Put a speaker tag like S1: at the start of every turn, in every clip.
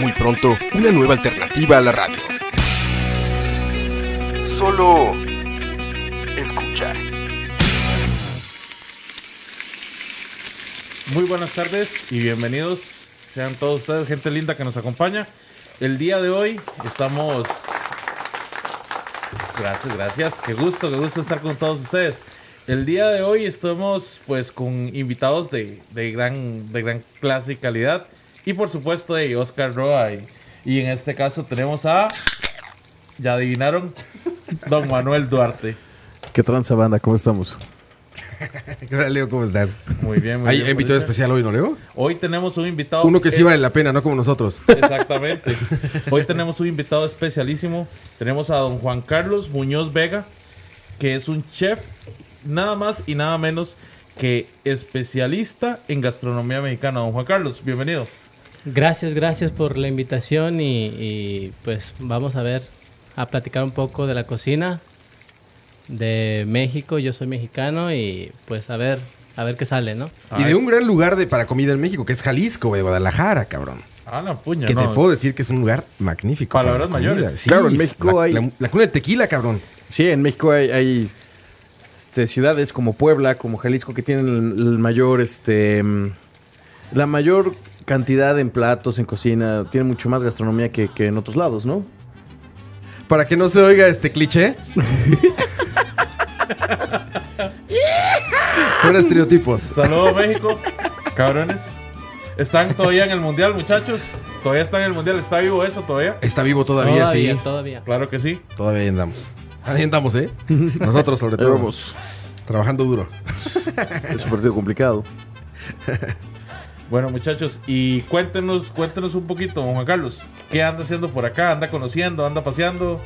S1: Muy pronto, una nueva alternativa a la radio. Solo escucha.
S2: Muy buenas tardes y bienvenidos sean todos ustedes, gente linda que nos acompaña. El día de hoy estamos... Gracias, gracias. Qué gusto, qué gusto estar con todos ustedes. El día de hoy estamos pues con invitados de, de gran, de gran clase y calidad. Y por supuesto de Oscar Roa. Y, y en este caso tenemos a... Ya adivinaron, don Manuel Duarte.
S3: ¿Qué tranza, banda? ¿Cómo estamos?
S4: Hola Leo, ¿cómo estás?
S2: Muy bien, muy
S4: Hay
S2: bien.
S4: invitado
S2: Felipe.
S4: especial hoy, ¿no Leo?
S2: Hoy tenemos un invitado...
S4: Uno que sí
S2: eh,
S4: vale la pena, no como nosotros.
S2: Exactamente. Hoy tenemos un invitado especialísimo. Tenemos a don Juan Carlos Muñoz Vega, que es un chef nada más y nada menos que especialista en gastronomía mexicana. Don Juan Carlos, bienvenido.
S5: Gracias, gracias por la invitación y, y, pues vamos a ver, a platicar un poco de la cocina de México. Yo soy mexicano y pues a ver, a ver qué sale, ¿no?
S4: Y de un gran lugar de, para comida en México, que es Jalisco, de Guadalajara, cabrón.
S2: Ah, la puña,
S4: Que
S2: no.
S4: te puedo decir que es un lugar magnífico. para
S2: Palabras
S4: la comida.
S2: mayores.
S4: Sí,
S3: Claro, en México
S4: la,
S3: hay-
S4: La, la cuna de tequila, cabrón.
S3: Sí, en México hay, hay, este, ciudades como Puebla, como Jalisco, que tienen el, el mayor, este, mm, la mayor cantidad en platos, en cocina. Tienen mucho más gastronomía que, que en otros lados, ¿no?
S4: Para que no se oiga este cliché. Fuera estereotipos.
S2: Saludos, México. Cabrones. ¿Están todavía en el mundial, muchachos? ¿Todavía están en el mundial? ¿Está vivo eso todavía?
S4: Está vivo todavía,
S5: todavía,
S4: sí.
S5: todavía.
S2: Claro que sí.
S4: Todavía ahí andamos. Ahí andamos, ¿eh? Nosotros, sobre todo.
S3: vamos.
S4: Trabajando duro.
S3: Es un partido complicado.
S2: Bueno, muchachos, y cuéntenos, cuéntenos un poquito, don Juan Carlos. ¿Qué anda haciendo por acá? ¿Anda conociendo? ¿Anda paseando?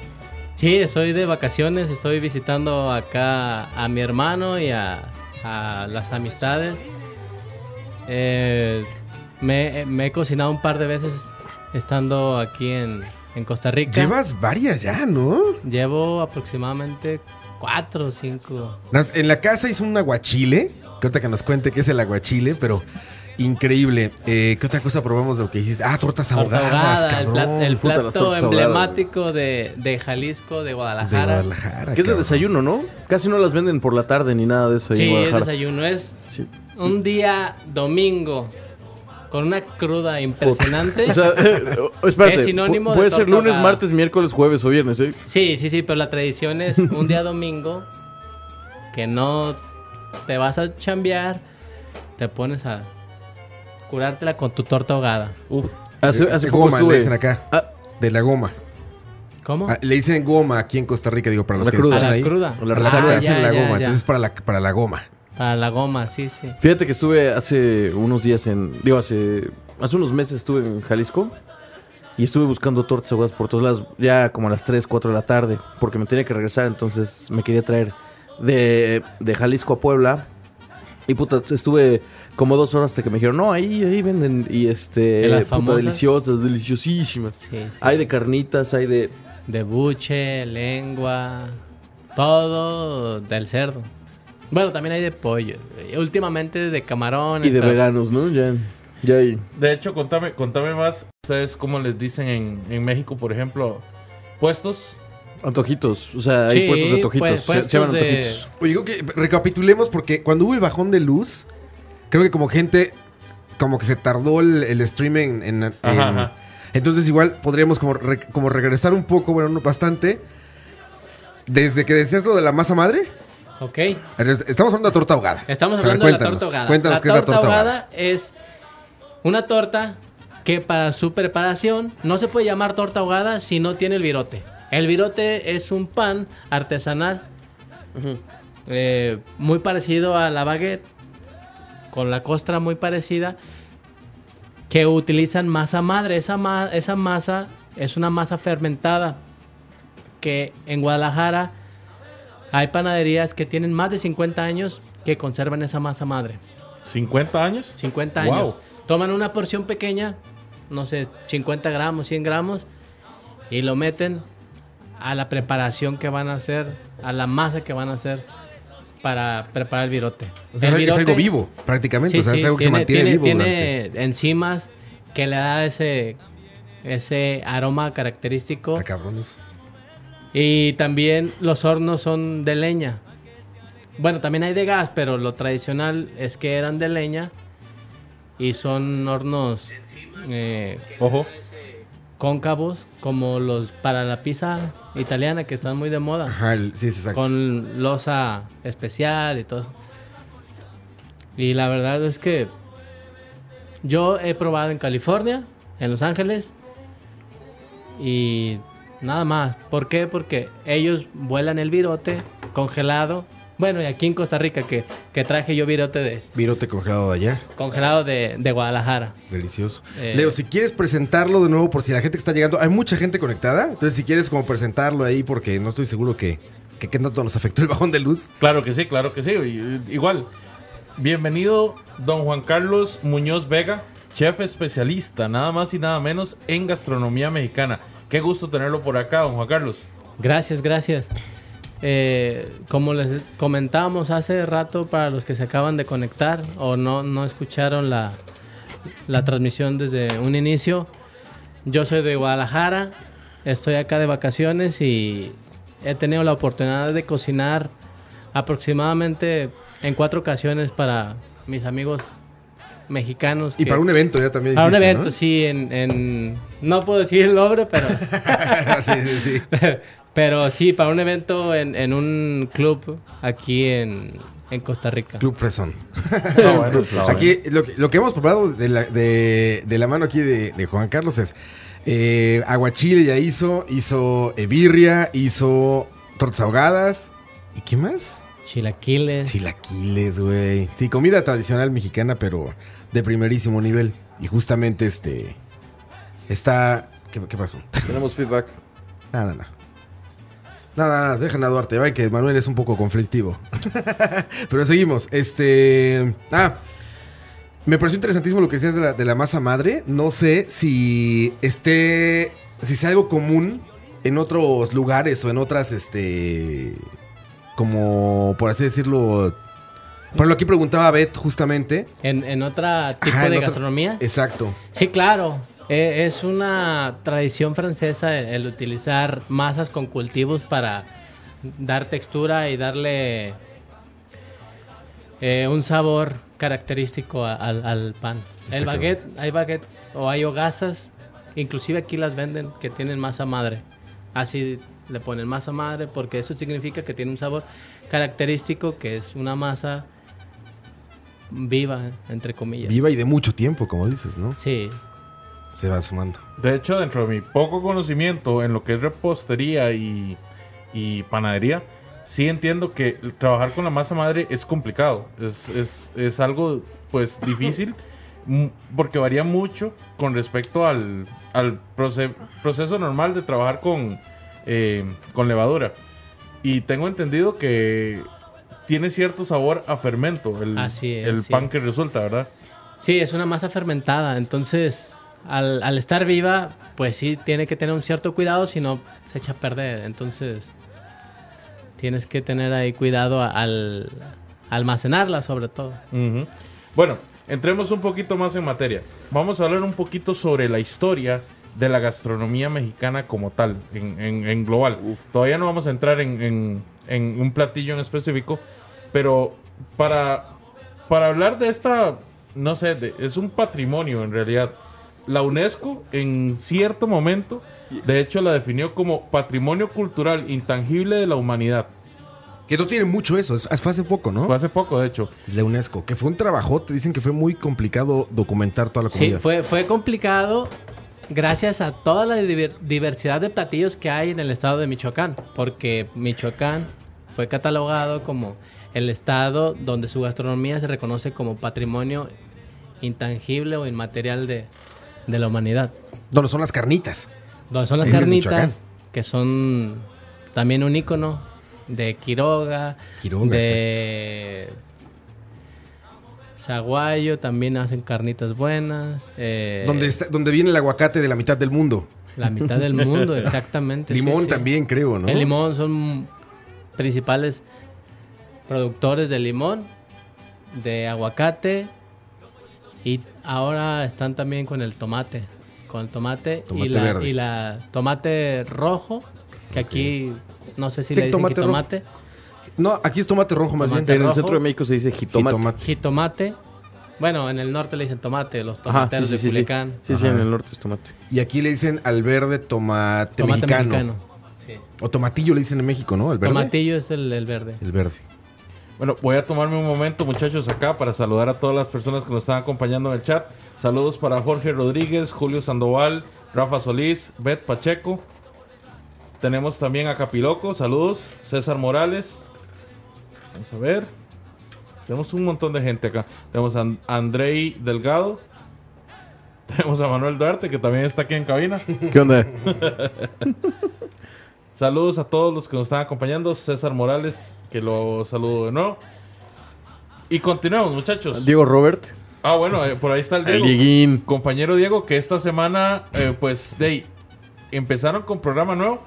S5: Sí, estoy de vacaciones, estoy visitando acá a mi hermano y a, a las amistades. Eh, me, me he cocinado un par de veces estando aquí en, en Costa Rica.
S4: Llevas varias ya, ¿no?
S5: Llevo aproximadamente cuatro o cinco.
S4: Nos- en la casa hizo un aguachile. Que ahorita que nos cuente qué es el aguachile, pero increíble. Eh, ¿Qué otra cosa probamos de lo que hiciste? Ah, tortas
S5: Torta
S4: ahogadas,
S5: ahogada, el,
S4: cabrón.
S5: plat- el
S3: puta, las
S5: plato
S3: tortas ahogadas,
S5: emblemático de, de Jalisco, de
S4: De
S5: Guadalajara.
S4: Guadalajara.
S3: Que es de
S4: cabrón.
S3: desayuno, ¿no? Casi no las venden por la tarde ni nada de eso ahí en
S5: sí, es
S3: Guadalajara.
S5: desayuno. Es
S3: Sí.
S5: un día domingo con una cruda impresionante.
S3: O sea, eh, oh, espérate.
S5: Es
S3: pu-
S5: sinónimo de
S3: puede ser
S5: torta
S3: lunes,
S5: ahogada.
S3: martes, miércoles, jueves o viernes, ¿eh?
S5: sí, sí, sí, pero la tradición es un día domingo que no te vas a chambear, te pones a curártela con tu torta ahogada.
S2: Uf,
S3: Hace,
S4: Eh,
S3: hace
S4: de
S3: poco
S4: goma, le dicen
S3: estuve...
S4: acá.
S3: Ah.
S4: De la goma.
S5: ¿Cómo?
S4: Ah, le dicen goma aquí en Costa Rica, digo, para los
S3: La
S4: que
S3: cruda.
S5: a
S4: escuchan
S5: la
S4: ahí.
S5: cruda.
S3: O la
S4: La
S3: resaca.
S4: cruda
S5: Ah,
S4: dicen
S5: ya,
S4: la
S5: ya,
S4: goma,
S5: ya.
S4: entonces es para la, para la goma.
S5: Para la goma, sí, sí.
S3: Fíjate que estuve hace unos días en. Digo, hace. Hace unos meses estuve en Jalisco. Y estuve buscando tortas ahogadas por todos lados. Ya como a las 3, 4 de la tarde. Porque me tenía que regresar. Entonces me quería traer de, de Jalisco a Puebla. Y puta, estuve como dos horas hasta que me dijeron, no, ahí, ahí venden. Y este.
S5: ¿De las
S3: puta,
S5: famosas?
S3: deliciosas, deliciosísimas.
S5: Sí, sí.
S3: Hay de carnitas, hay de.
S5: De buche, lengua, todo del cerdo. Bueno, también hay de pollo. Últimamente de camarón.
S3: Y de
S5: pero-
S3: veganos, ¿no? Ya, ya hay.
S2: De hecho, contame, contame más. ¿Ustedes cómo les dicen en, en México, por ejemplo, puestos?
S3: Antojitos. O sea, hay
S5: Sí,
S3: puestos de
S5: pues,
S3: antojitos. se- se,
S5: puestos
S3: llaman
S5: de-
S3: antojitos.
S4: Oye, digo que recapitulemos porque cuando hubo el bajón de luz, creo que como gente, como que se tardó el, el stream en... en- en-
S2: Ajá, ajá.
S4: Entonces igual podríamos como, re- como regresar un poco, bueno, no bastante. Desde que decías lo de la masa madre,
S5: Ok.
S4: entonces, estamos hablando de torta ahogada.
S5: Estamos
S4: A ver,
S5: hablando de la torta ahogada.
S4: Cuéntanos
S5: la
S4: qué
S5: torta
S4: es la torta ahogada.
S5: ahogada es una torta que para su preparación no se puede llamar torta ahogada si no tiene el virote. El virote es un pan artesanal eh, muy parecido a la baguette, con la costra muy parecida, que utilizan masa madre. Esa, ma- esa masa es una masa fermentada que en Guadalajara hay panaderías que tienen más de 50 años que conservan esa masa madre.
S2: ¿50 años?
S5: 50
S2: Wow.
S5: años. Toman una porción pequeña, no sé, 50 gramos, 100 gramos, y lo meten a la preparación que van a hacer, a la masa que van a hacer para preparar el virote.
S4: O sea,
S5: El
S4: es
S5: virote-
S4: algo vivo, prácticamente.
S5: Sí,
S4: o sea,
S5: sí,
S4: es algo que se
S5: tiene-
S4: mantiene vivo
S5: tiene-
S4: durante.
S5: Tiene enzimas que le da ese, ese aroma característico.
S4: Está cabrón eso.
S5: Y también los hornos son de leña. Bueno, también hay de gas, pero lo tradicional es que eran de leña y son hornos eh,
S2: Ojo.
S5: cóncavos, como los para la pizza italiana, que están muy de moda,
S4: Ajá, el- sí, sí, exacto.
S5: con losa especial y todo. Y la verdad es que yo he probado en California, en Los Ángeles, y nada más. ¿Por qué? Porque ellos vuelan el virote congelado. Bueno, y aquí en Costa Rica, que, que traje yo virote de
S4: Virote congelado de allá.
S5: congelado de, de Guadalajara.
S4: Delicioso.
S5: Eh.
S4: Leo, si quieres presentarlo de nuevo, por si la gente que está llegando, hay mucha gente conectada. Entonces, si quieres como presentarlo ahí, porque no estoy seguro que, que, que tanto nos afectó el bajón de luz.
S2: Claro que sí, claro que sí. Y- Igual, bienvenido don Juan Carlos Muñoz Vega, chef especialista, nada más y nada menos en gastronomía mexicana. Qué gusto tenerlo por acá, don Juan Carlos.
S5: Gracias, gracias. Eh, como les comentábamos hace rato, para los que se acaban de conectar o no, no escucharon la, la transmisión desde un inicio, yo soy de Guadalajara, estoy acá de vacaciones y he tenido la oportunidad de cocinar aproximadamente en cuatro ocasiones para mis amigos mexicanos.
S4: Y
S5: que-
S4: para un evento ya también.
S5: para un
S4: hiciste,
S5: evento, sí, en, en... No puedo decir el nombre, pero...
S4: ¿no? sí, sí, sí.
S5: Pero sí, para un evento en, en un club aquí en, en Costa Rica.
S4: Club Fresón. Pues
S2: Está bueno, está bueno.
S4: Aquí lo, que- lo que hemos probado de la, de, de la mano aquí de, de Juan Carlos es eh, aguachile ya hizo, hizo eh, birria, hizo tortas ahogadas. ¿Y qué más?
S5: Chilaquiles.
S4: Chilaquiles, güey. Sí, comida tradicional mexicana, pero de primerísimo nivel. Y justamente este. Está. ¿Qué, qué pasó?
S6: Tenemos feedback.
S4: Nada, nada. Nada, nada, dejen a Duarte, va que Manuel es un poco conflictivo. Pero seguimos. Este. Ah. Me pareció interesantísimo lo que decías de la, de la masa madre. No sé si esté. si sea algo común en otros lugares o en otras, este. Como por así decirlo. Por lo aquí preguntaba Beth, justamente.
S5: En, en otra tipo
S4: Ajá, Ah, en
S5: de
S4: otra-
S5: gastronomía.
S4: Exacto.
S5: Sí, claro. Eh, es una tradición francesa el, el utilizar masas con cultivos para dar textura y darle eh, un sabor característico a- al, al pan. El
S4: Está
S5: baguette, hay baguette o hay hogazas, inclusive aquí las venden que tienen masa madre. Así le ponen masa madre porque eso significa que tiene un sabor característico que es una masa viva, entre comillas.
S4: Viva y de mucho tiempo, como dices, ¿no?
S5: Sí,
S4: Se va sumando.
S2: De hecho, dentro de mi poco conocimiento en lo que es repostería y, y panadería, sí entiendo que trabajar con la masa madre es complicado. Es, es- es algo, pues, difícil mm, porque varía mucho con respecto al, al proce- proceso normal de trabajar con, eh, con levadura. Y tengo entendido que tiene cierto sabor a fermento el,
S5: Así es,
S2: el
S5: así
S2: pan
S5: es.
S2: que resulta, ¿verdad?
S5: Sí, es una masa fermentada, entonces al, al estar viva, pues sí, tiene que tener un cierto cuidado, si no se echa a perder. Entonces, tienes que tener ahí cuidado a- al almacenarla sobre todo.
S2: Ujú. Bueno, entremos un poquito más en materia. Vamos a hablar un poquito sobre la historia de la gastronomía mexicana como tal, en, en- en global. Todavía no vamos a entrar en, en- en un platillo en específico, pero para, para hablar de esta, no sé, de- es un patrimonio en realidad. La UNESCO en cierto momento, de hecho, la definió como patrimonio cultural intangible de la humanidad.
S4: Que no tiene mucho eso, es- fue hace poco, ¿no?
S2: Fue hace poco, de hecho.
S4: La UNESCO, que fue un trabajote. Dicen que fue muy complicado documentar toda la
S5: Sí,
S4: comida.
S5: fue, fue complicado gracias a toda la diver- diversidad de platillos que hay en el estado de Michoacán, porque Michoacán fue catalogado como el estado donde su gastronomía se reconoce como patrimonio intangible o inmaterial de, de la humanidad.
S4: Donde son las carnitas.
S5: Donde son las
S4: Ese es
S5: carnitas,
S4: Michoacán.
S5: que son también un icono de Quiroga,
S4: Quiroga,
S5: de Zaguayo, también hacen carnitas buenas. eh,
S4: Donde, está- donde viene el aguacate de la mitad del mundo.
S5: La mitad del mundo, exactamente. sí,
S4: Limón
S5: sí.
S4: también, creo, ¿no?
S5: El limón son principales productores de limón, de aguacate y ahora están también con el tomate, con el tomate,
S4: Tomate
S5: y, la,
S4: verde.
S5: y la tomate rojo, que aquí no sé si
S4: Sí,
S5: le dicen
S4: tomate rojo.
S5: jitomate,
S4: No, aquí es tomate rojo más
S5: Tomate
S6: En
S4: bien.
S5: rojo.
S6: el centro de México se dice jitomate.
S4: Jitomate.
S5: jitomate. Bueno, en el norte le dicen tomate, los
S6: Ajá, sí,
S5: tomateros
S6: sí,
S5: de
S6: sí, sí.
S5: Culiacán.
S6: Sí, sí, en el norte es tomate.
S4: Y aquí le dicen al verde tomate,
S5: Tomate
S4: mexicano.
S5: mexicano. sí.
S4: O tomatillo le dicen en México, ¿no? El verde.
S5: Tomatillo es el, el verde.
S4: El verde.
S2: Bueno, voy a tomarme un momento, muchachos, acá para saludar a todas las personas que nos están acompañando en el chat. Saludos para Jorge Rodríguez, Julio Sandoval, Rafa Solís, Bet Pacheco. Tenemos también a Capiloco, saludos. César Morales. Vamos a ver. Tenemos un montón de gente acá. Tenemos a And- Andrei Delgado. Tenemos a Manuel Duarte, que también está aquí en cabina.
S6: ¿Qué onda?
S2: Saludos a todos los que nos están acompañando. César Morales, que lo saludo de nuevo. Y continuamos, muchachos.
S6: Diego Robert.
S2: Ah, bueno, eh, por ahí está el
S6: El
S2: Diego.
S6: Dieguín.
S2: Compañero Diego, que esta semana, eh, pues, de ahí, empezaron con programa nuevo.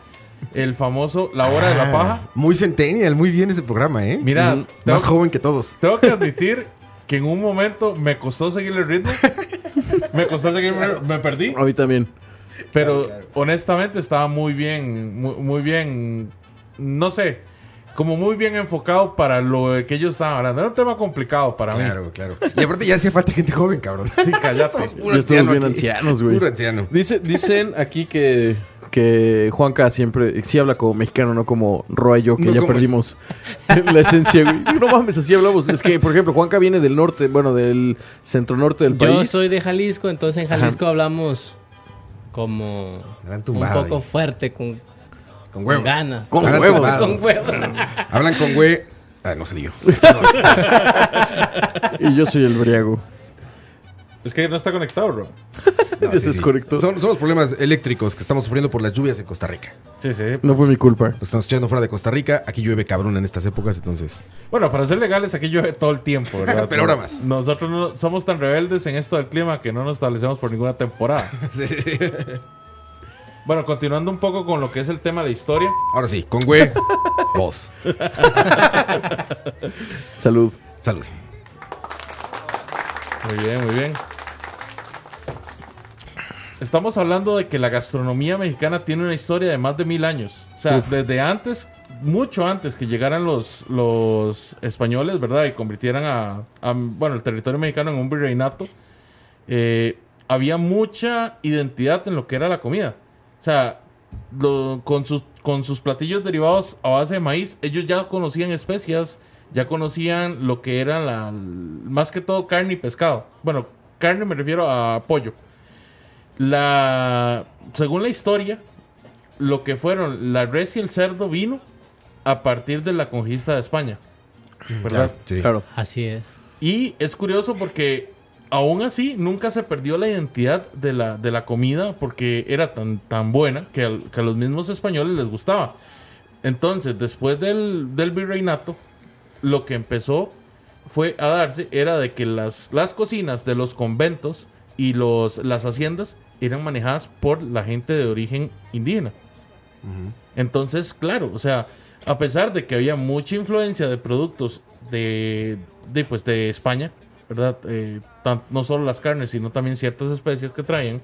S2: El famoso La Hora de la Paja.
S4: Muy centennial, muy bien ese programa, ¿eh?
S2: Mira,
S4: Más
S2: tengo,
S4: joven que todos.
S2: tengo que admitir que en un momento me costó seguir el ritmo. Me costó seguir, el ritmo, me perdí.
S6: A mí también.
S2: Pero honestamente estaba muy bien, muy, muy bien, no sé, como muy bien enfocado para lo que ellos estaban hablando. Era un tema complicado para mí.
S4: Claro, claro. Y aparte ya hacía falta gente joven, cabrón.
S2: Sí, cállate.
S4: Somos puro
S6: Ya estamos
S4: anciano
S6: bien
S4: aquí.
S6: ancianos, güey.
S4: Puro anciano.
S6: Dice, dicen aquí que, que Juanca siempre sí habla como mexicano, no como Roa y yo, que
S4: No
S6: ya
S4: como-
S6: perdimos la esencia, güey. No mames, así hablamos. Es que, por ejemplo, Juanca viene del norte, bueno, del centro norte del
S5: Yo
S6: país.
S5: soy de Jalisco, entonces en Jalisco hablamos como
S4: Gran
S5: un
S4: tumbada,
S5: poco
S4: eh.
S5: fuerte, con,
S4: Con
S5: con
S4: huevos.
S5: ganas.
S6: Con
S4: Hablan
S6: huevos.
S4: tumbado.
S5: Con huevos.
S4: Hablan con güey. Ah, no se lío.
S6: Y yo soy el briago.
S2: Es que no está conectado, bro.
S4: No,
S6: Ese es correcto.
S4: Son, son los problemas eléctricos que estamos sufriendo por las lluvias en Costa Rica.
S2: Sí, sí.
S6: No fue mi culpa.
S4: Nos estamos echando fuera de Costa Rica. Aquí llueve cabrón en estas épocas, entonces.
S2: Bueno, para ser legales aquí llueve todo el tiempo, ¿verdad?
S4: Pero ahora más.
S2: Nosotros no- somos tan rebeldes en esto del clima que no nos establecemos por ninguna temporada. Bueno, continuando un poco con lo que es el tema de la historia.
S4: Ahora sí, con güey. Vos.
S6: Salud.
S4: Salud.
S2: Muy bien, muy bien. Estamos hablando de que la gastronomía mexicana tiene una historia de más de mil años. O sea, desde antes, mucho antes que llegaran los, los españoles, ¿verdad? Y convirtieran a, a, bueno, el territorio mexicano en un virreinato. eh, había mucha identidad en lo que era la comida. O sea, lo- con, sus, con sus platillos derivados a base de maíz, ellos ya conocían especias, ya conocían lo que era la, más que todo carne y pescado. Bueno, carne me refiero a pollo. La, según la historia, lo que fueron la res y el cerdo vino a partir de la conquista de España. ¿Verdad?
S4: Sí.
S6: Claro.
S5: Así es.
S2: Y es curioso porque aún así nunca se perdió la identidad de la, de la comida porque era tan, tan buena que, al- que a los mismos españoles les gustaba. Entonces, después del, del virreinato, lo que empezó fue a darse era de que las, las cocinas de los conventos y los, las haciendas eran manejadas por la gente de origen indígena. Entonces, claro, o sea, a pesar de que había mucha influencia de productos de, de, pues, de España, ¿verdad? Eh, tan- no solo las carnes, sino también ciertas especies que traían.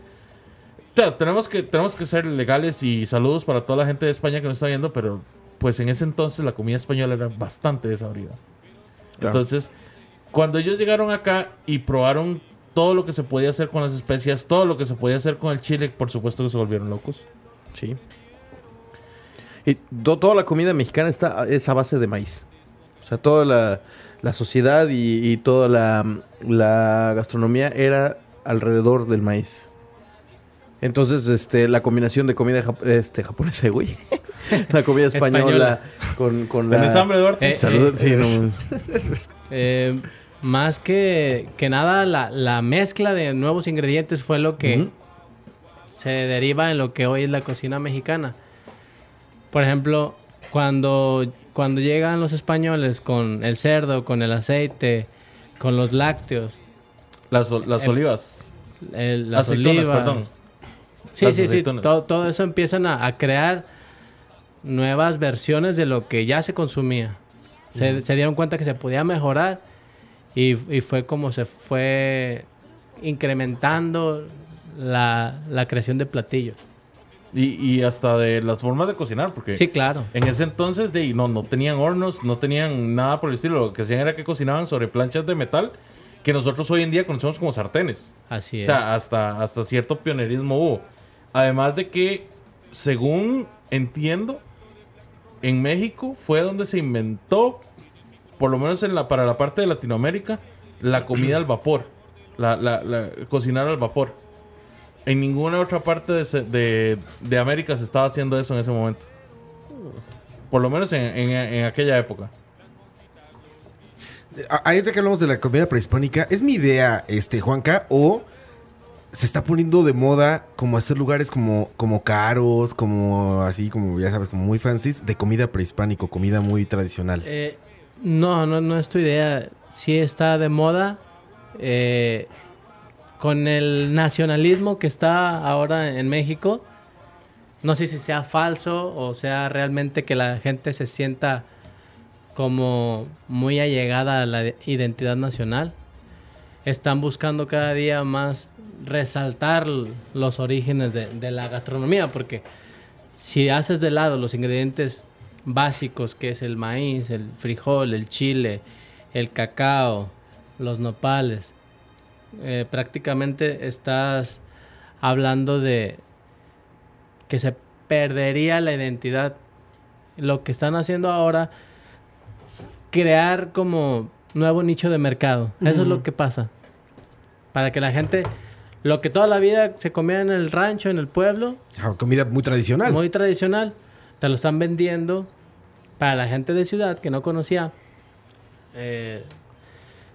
S2: O sea, tenemos que, tenemos que ser legales y saludos para toda la gente de España que nos está viendo, pero pues en ese entonces la comida española era bastante desabrida. Entonces, cuando ellos llegaron acá y probaron todo lo que se podía hacer con las especias, todo lo que se podía hacer con el chile, por supuesto que se volvieron locos.
S6: Sí. Y to- toda la comida mexicana está es a base de maíz. O sea, toda la, la sociedad y, y toda la, la gastronomía era alrededor del maíz. Entonces, este, la combinación de comida jap- este, japonesa, güey. la comida española,
S5: Española.
S6: con, con la... Eh,
S2: ¿Tenés hambre, Duarte?
S5: Eh,
S6: Salud,
S5: eh,
S6: sí, no,
S5: Eh, Más que, que nada, la, la mezcla de nuevos ingredientes fue lo que se deriva en lo que hoy es la cocina mexicana. Por ejemplo, cuando, cuando llegan los españoles con el cerdo, con el aceite, con los lácteos,
S2: Las, ol- las
S5: Eh,
S2: olivas.
S5: el-
S2: Las
S5: las
S2: aceitunas,
S5: olivas.
S2: perdón.
S5: Sí,
S2: Las
S5: sí, sí.
S2: aceitunas.
S5: Todo, todo eso empiezan a, a crear nuevas versiones de lo que ya se consumía. Se, se dieron cuenta que se podía mejorar y, y fue como se fue incrementando la, la creación de platillos.
S2: Y, y hasta de las formas de cocinar, porque
S5: Sí, claro.
S2: en ese entonces de, ahí, no, no tenían hornos, no tenían nada por el estilo. Lo que hacían era que cocinaban sobre planchas de metal que nosotros hoy en día conocemos como sartenes.
S5: Así
S2: O
S5: es.
S2: sea, hasta, hasta cierto pionerismo hubo. Además de que, según entiendo, en México fue donde se inventó, por lo menos en la, para la parte de Latinoamérica, la comida al vapor. La, la- la- cocinar al vapor. En ninguna otra parte de, se- de- de América se estaba haciendo eso en ese momento. Por lo menos en, en- en aquella época.
S4: A- Ahorita Ah, que hablamos de la comida prehispánica, ¿es mi idea, este, Juanca, o se está poniendo de moda como hacer lugares como, como caros, como así, como ya sabes, como muy fancies, de comida prehispánico, comida muy tradicional?
S5: Eh, no, no, no es tu idea. Sí está de moda. eh, con el nacionalismo que está ahora en México, no sé si sea falso o sea realmente que la gente se sienta como muy allegada a la de- identidad nacional. Están buscando cada día más resaltar l- los orígenes de, de la gastronomía, porque si haces de lado los ingredientes básicos, que es el maíz, el frijol, el chile, el cacao, los nopales, eh, prácticamente estás hablando de que se perdería la identidad. Lo que están haciendo ahora, crear como nuevo nicho de mercado. Eso es lo que pasa. Para que la gente, lo que toda la vida se comía en el rancho, en el pueblo,
S4: Ah, comida muy tradicional.
S5: muy tradicional. Te lo están vendiendo para la gente de ciudad que no conocía eh,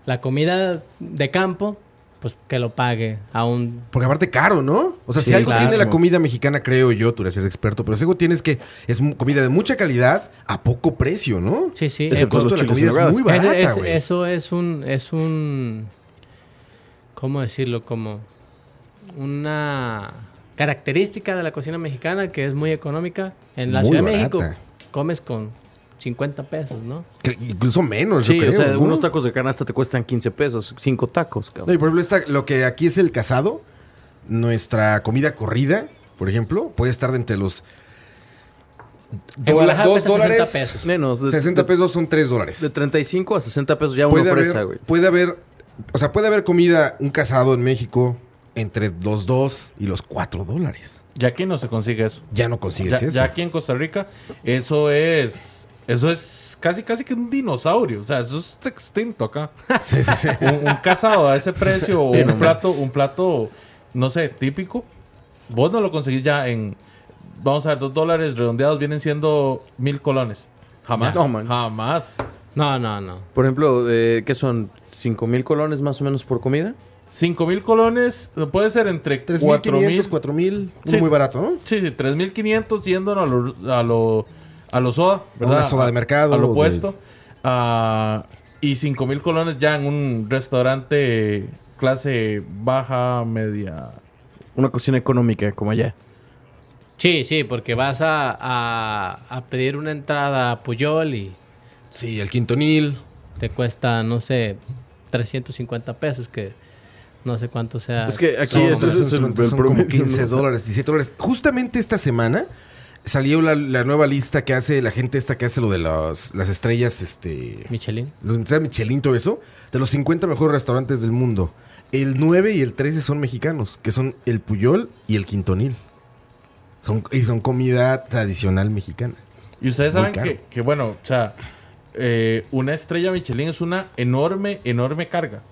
S5: la comida de campo, pues que lo pague a un...
S4: Porque aparte caro, ¿no? O sea,
S5: Sí,
S4: si algo
S5: claro.
S4: tiene la comida mexicana, creo yo, tú eres el experto, pero si algo tienes que es mu- comida de mucha calidad a poco precio, ¿no?
S5: Sí, sí.
S6: Eso
S5: eh,
S4: El costo de la
S6: Los
S4: comida
S6: chiles
S4: es muy
S5: Ese-
S4: barata,
S5: es-
S4: güey.
S5: eso es un, es un, ¿cómo decirlo? Como una característica de la cocina mexicana que es muy económica. En la
S4: Muy
S5: Ciudad
S4: barata.
S5: de México comes con 50 pesos, ¿no?
S4: Que Incluso menos, yo
S6: Sí,
S4: creo,
S6: o sea,
S4: ¿no?
S6: unos tacos de canasta te cuestan 15 pesos, 5 tacos,
S4: No,
S6: cabrón.
S4: y por ejemplo, esta- lo que aquí es el casado, nuestra comida corrida, por ejemplo, puede estar de entre los
S5: En
S4: dólares,
S5: Guadalajara
S4: 2
S5: pesa
S4: dólares.
S5: 60 pesos.
S6: Menos, de,
S4: 60
S6: de-
S4: pesos son 3
S6: De
S4: dólares.
S6: 35 a 60 pesos ya
S4: Puede
S6: uno fresa,
S4: haber,
S6: güey.
S4: puede haber, o sea, puede haber comida, un casado en México, entre los 2 y los 4 dólares.
S2: Ya que no se consigue eso.
S4: Ya no consigues
S2: Ya,
S4: eso.
S2: ya aquí en Costa Rica, eso es. Eso es casi casi que un dinosaurio. O sea, eso es extinto acá.
S4: Sí, sí, sí.
S2: Un, un casado a ese precio o un plato, un plato, no sé, típico. Vos no lo conseguís ya en. Vamos a ver, dos dólares redondeados vienen siendo mil colones. Jamás.
S6: No, man.
S2: Jamás.
S5: No, no, no.
S6: Por ejemplo, eh, ¿qué son? ¿5 mil colones más o menos por comida?
S2: Cinco mil colones puede ser entre cuatro
S4: 3.500,
S2: mil.
S4: 4.000,
S2: Sí.
S4: muy barato, ¿no?
S2: Sí, sí, 3.500 yendo a lo, a lo, a lo soda, ¿verdad?
S4: una soda de mercado
S2: A lo
S4: o de-
S2: puesto. Ah, y 5.000 colones ya en un restaurante clase baja, media.
S6: Una cocina económica, como allá.
S5: Sí, sí, porque vas a, a- a pedir una entrada a Puyol y
S4: Sí, el quintonil.
S5: te cuesta, no sé, 350 pesos, que no sé cuánto sea.
S6: Es que aquí
S4: Son-
S6: es, es-
S4: son-
S6: es el,
S4: son-
S6: el
S4: son como
S6: promedio.
S4: 15
S6: ¿no?
S4: dólares, 17 dólares. Justamente esta semana salió la, la nueva lista que hace la gente esta que hace lo de los- las estrellas, este...
S5: Michelin.
S4: Los estrellas Michelin, todo eso. De los 50 mejores restaurantes del mundo. El 9 y el 13 son mexicanos, que son el Puyol y el Quintonil. Son, y son comida tradicional mexicana.
S2: Y ustedes
S4: Muy
S2: saben
S4: caro.
S2: que, que, bueno, o sea, eh, una estrella Michelin es una enorme, enorme carga.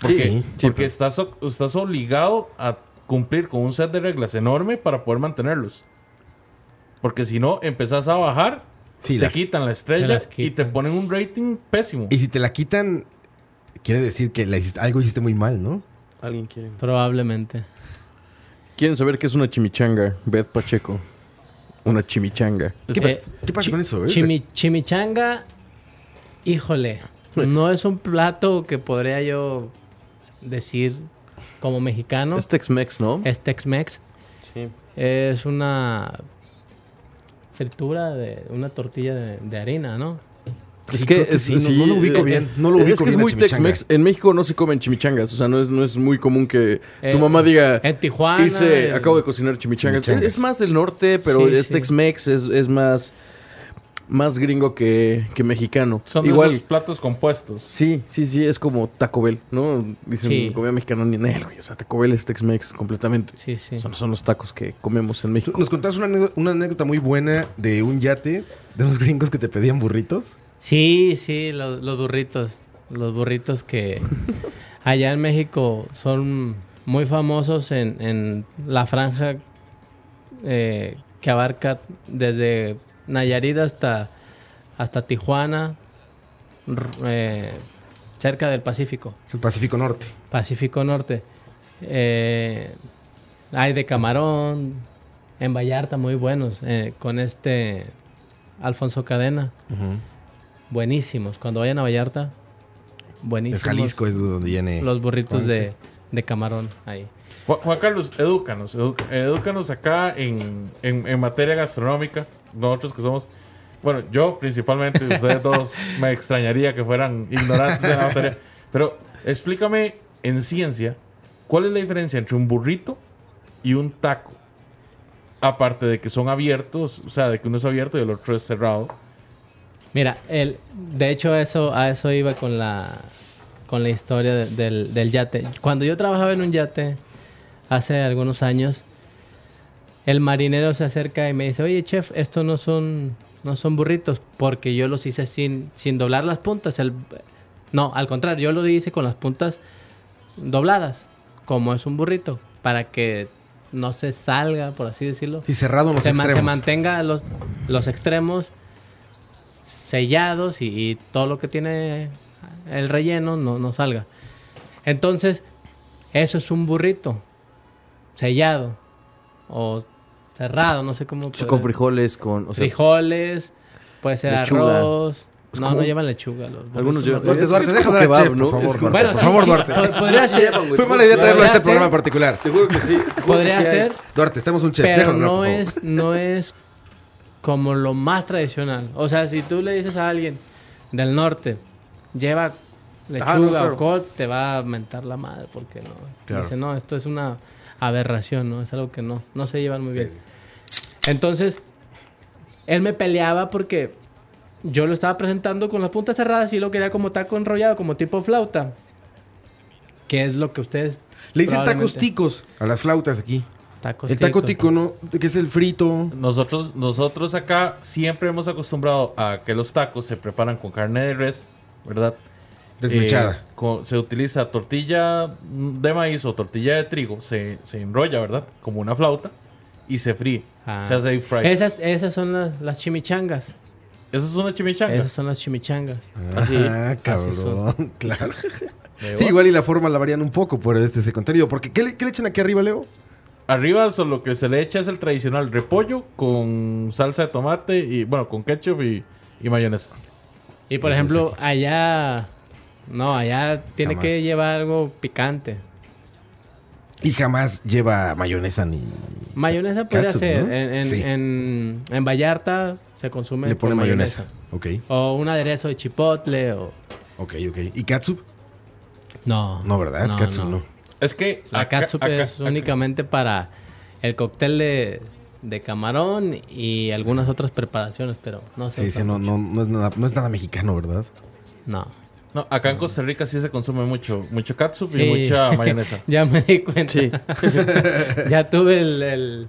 S2: Porque,
S4: Pues Sí, sí,
S2: porque estás, o- estás obligado a cumplir con un set de reglas enorme para poder mantenerlos. Porque si no, empezás a bajar,
S4: Sí,
S2: te
S4: la-
S2: quitan la estrella
S5: las
S2: y te
S5: quitan.
S2: ponen un rating pésimo.
S4: Y si te la quitan, Quiere decir que la hiciste- algo hiciste muy mal, ¿no?
S6: Alguien quiere.
S5: Probablemente.
S6: ¿Quieren saber qué es una chimichanga? Beth Pacheco. Una chimichanga.
S5: Eh,
S4: ¿Qué pasa con eso, eh?
S5: chimi- chimichanga, híjole, no es un plato que podría yo decir como mexicano.
S6: Es Tex-Mex, ¿no?
S5: Es Tex-Mex.
S6: Este- Sí.
S5: Es una fritura de una tortilla de, de harina, ¿no?
S6: es
S4: Sí,
S6: que,
S4: creo que
S6: es-
S4: sí, no-
S6: sí,
S4: no lo ubico
S6: eh,
S4: bien,
S6: eh,
S4: no lo
S6: Es
S4: ubico
S6: que es
S4: bien la
S6: muy
S4: chimichanga.
S6: Tex-Mex. En México no se comen chimichangas. O sea, no es, no es muy común que
S5: Eh,
S6: tu mamá diga.
S5: En Tijuana.
S6: Hice,
S5: en-
S6: acabo de coscinar chimichangas.
S4: ah, Chimichangas.
S6: Es, es más del norte, pero
S5: Sí,
S6: es
S5: sí.
S6: Tex-Mex, es, es más, más gringo que, que mexicano.
S2: Son
S6: Igual.
S2: esos platos compuestos.
S6: Sí, sí, sí, es como Taco Bell, ¿no? Dicen
S5: Sí.
S6: comida mexicana ni en él, güey. O sea, Taco Bell es Tex-Mex completamente.
S5: Sí, sí.
S6: Son, son los tacos que comemos en
S4: Tú
S6: México.
S4: Nos contaste una, anécdota- una anécdota muy buena de un yate de unos gringos que te pedían burritos.
S5: Sí, sí, los, los burritos. Los burritos que allá en México son muy famosos en, en la franja eh, que abarca desde Nayarit hasta, hasta Tijuana, r- eh, cerca del Pacífico,
S4: Es el Pacífico Norte.
S5: Pacífico Norte. Eh, hay de camarón, en Vallarta muy buenos, eh, con este Alfonso Cadena. Buenísimos. Cuando vayan a Vallarta, buenísimos.
S4: Es Jalisco, es donde viene.
S5: Los burritos de, de camarón ahí.
S2: Ju- Juan Carlos, edúcanos. edu- edúcanos acá en, en- en materia gastronómica. Nosotros que somos. Bueno, yo principalmente, ustedes dos me extrañaría que fueran ignorantes de la materia. Pero explícame en ciencia, ¿cuál es la diferencia entre un burrito y un taco? Aparte de que son abiertos, o sea, de que uno es abierto y el otro es cerrado.
S5: Mira, el, de hecho eso, a eso iba con la, con la historia de- del, del yate. Cuando yo trabajaba en un yate hace algunos años, el marinero se acerca y me dice, oye chef, estos no son, no son burritos, porque yo los hice sin, sin doblar las puntas. El, no, al contrario, yo lo hice con las puntas dobladas, como es un burrito, para que no se salga, por así decirlo
S4: Y cerrado en los
S5: se, ma- se
S4: extremos.
S5: mantenga los, los extremos sellados y, y todo lo que tiene el relleno no, no salga. Entonces, eso es un burrito sellado o cerrado, no sé cómo.
S6: Sí,
S5: podría-
S6: Con frijoles, con. o sea,
S5: Frijoles, puede ser
S6: Lechuga.
S5: arroz.
S6: Es
S5: No,
S6: como-
S5: no llevan lechuga. Los burritos
S6: Algunos llevan.
S5: no-
S4: Duarte,
S6: es-
S4: Duarte,
S6: es
S4: deja
S6: como
S4: de hablar,
S6: kebab,
S4: chef,
S6: ¿no?
S4: por favor,
S6: Es como-
S4: Duarte.
S5: Bueno,
S4: por
S5: sí,
S4: favor,
S5: sí,
S4: Duarte.
S5: pod- podría
S6: Sí
S5: ser,
S6: llevan, güey.
S4: Fue mala idea traerlo a este
S5: Podría ser-
S4: programa en particular.
S6: Te juro que sí. te juro
S5: podría
S6: que sí hay.
S5: ser,
S4: Duarte, estamos un chef.
S5: pero
S4: Déjalo hablar,
S5: no
S4: por favor.
S5: es, no es como lo más tradicional. O sea, si tú le dices a alguien del norte, lleva lechuga
S6: Ah, no, claro.
S5: o col, te va a mentar la madre, porque no.
S4: Claro.
S5: Dice, no, esto es una aberración, ¿no? Es algo que no, no se llevan muy bien. Entonces, él me peleaba porque yo lo estaba presentando con las puntas cerradas y lo quería como taco enrollado, como tipo flauta. Que es lo que ustedes.
S4: Le dicen tacos
S5: probablemente-
S4: ticos a las flautas aquí.
S5: Tacos
S4: El taco tico,
S5: ticos.
S4: ¿no? Que es el frito.
S2: Nosotros, nosotros acá siempre hemos acostumbrado a que los tacos se preparan con carne de res, ¿verdad?
S4: Desmechada.
S2: Eh, co- se utiliza tortilla de maíz o tortilla de trigo, se, se enrolla, ¿verdad? Como una flauta y se fríe.
S5: Ah.
S2: Se hace deep fry.
S5: Esas, esas son las, las chimichangas.
S2: Esa es una chimichanga.
S5: Esas son las chimichangas.
S4: Ah,
S5: son.
S4: cabrón. Claro. Sí, igual y la forma la varían un poco por este ese contenido. Porque, ¿qué le, qué le echan aquí arriba, Leo?
S2: Arriba so- lo que se le echa es el tradicional repollo con salsa de tomate y, bueno, con ketchup y, y mayonesa.
S5: Y por ejemplo, allá. No, allá tiene
S4: Jamás.
S5: que llevar algo picante.
S4: Y jamás lleva mayonesa ni.
S5: Mayonesa podría
S4: Catsup,
S5: ser.
S4: ¿no?
S5: En, en-
S4: Sí.
S5: en- en Vallarta se consume.
S4: Le pone
S5: con
S4: mayonesa. Ok,
S5: O un aderezo de chipotle o.
S4: ok, ok. ¿Y katsup?
S5: No.
S4: No, ¿verdad? katsup no.
S2: Es que...
S5: La
S2: acá-
S5: catsup
S2: acá-
S5: es
S2: acá-
S5: únicamente para el cóctel de, de camarón y algunas otras preparaciones, pero no sé.
S4: Sí, sí, no, no, no, es nada, no es nada mexicano, ¿verdad?
S5: No.
S2: No, acá en Costa Rica sí se consume mucho, mucho catsup
S5: Sí.
S2: y mucha mayonesa.
S5: Ya me di cuenta.
S6: Sí.
S5: ya tuve el, el-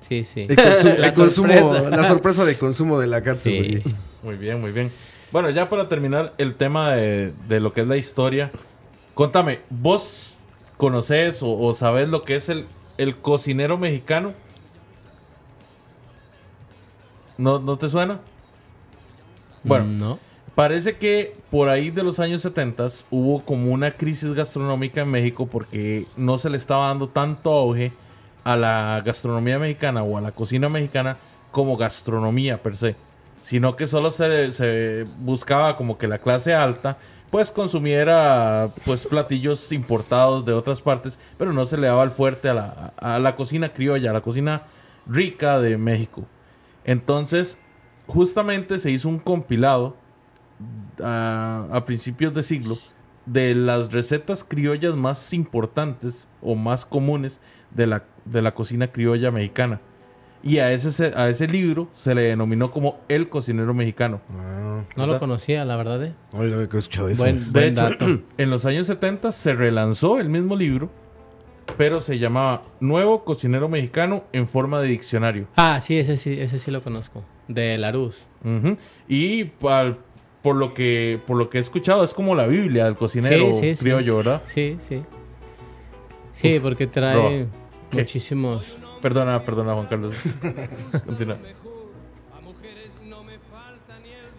S5: Sí, sí.
S4: El, consu-
S5: La
S4: el consumo,
S5: sorpresa.
S4: la sorpresa de consumo de la katsup.
S5: Sí.
S4: güey.
S2: Muy bien, muy bien. Bueno, ya para terminar el tema de, de lo que es la historia, contame, ¿vos conoces o, o sabés lo que es el, el cocinero mexicano? ¿No, ¿No te suena? Bueno,
S5: Mm, No.
S2: pa- Parece que por ahí de los años 70 hubo como una crisis gastronómica en México porque no se le estaba dando tanto auge a la gastronomía mexicana o a la cocina mexicana como gastronomía per se, sino que solo se, se buscaba como que la clase alta pues consumiera pues platillos importados de otras partes, pero no se le daba el fuerte a la, a la cocina criolla, a la cocina rica de México. Entonces, justamente se hizo un compilado a, a principios de siglo de las recetas criollas más importantes o más comunes de la, de la cocina criolla mexicana. Y a ese, se- a ese libro se le denominó como El cocinero mexicano.
S4: Ah,
S5: No lo conocía, la verdad. ¿eh?
S4: oiga, que he escuchado eso.
S5: Buen,
S2: De
S5: buen
S2: hecho,
S5: dato.
S2: en los años 70 se relanzó el mismo libro, pero se llamaba Nuevo cocinero mexicano en forma de diccionario.
S5: Ah, sí, ese sí, ese sí lo conozco. De Larus.
S2: Ujú. Y pal- por lo que por lo que he escuchado es como la Biblia del cocinero
S5: Sí, sí, sí.
S2: criollo, ¿verdad?
S5: Sí, sí. Sí, porque trae
S2: Roa. ¿Qué?
S5: muchísimos.
S2: Perdona, perdona Juan Carlos. Continúa.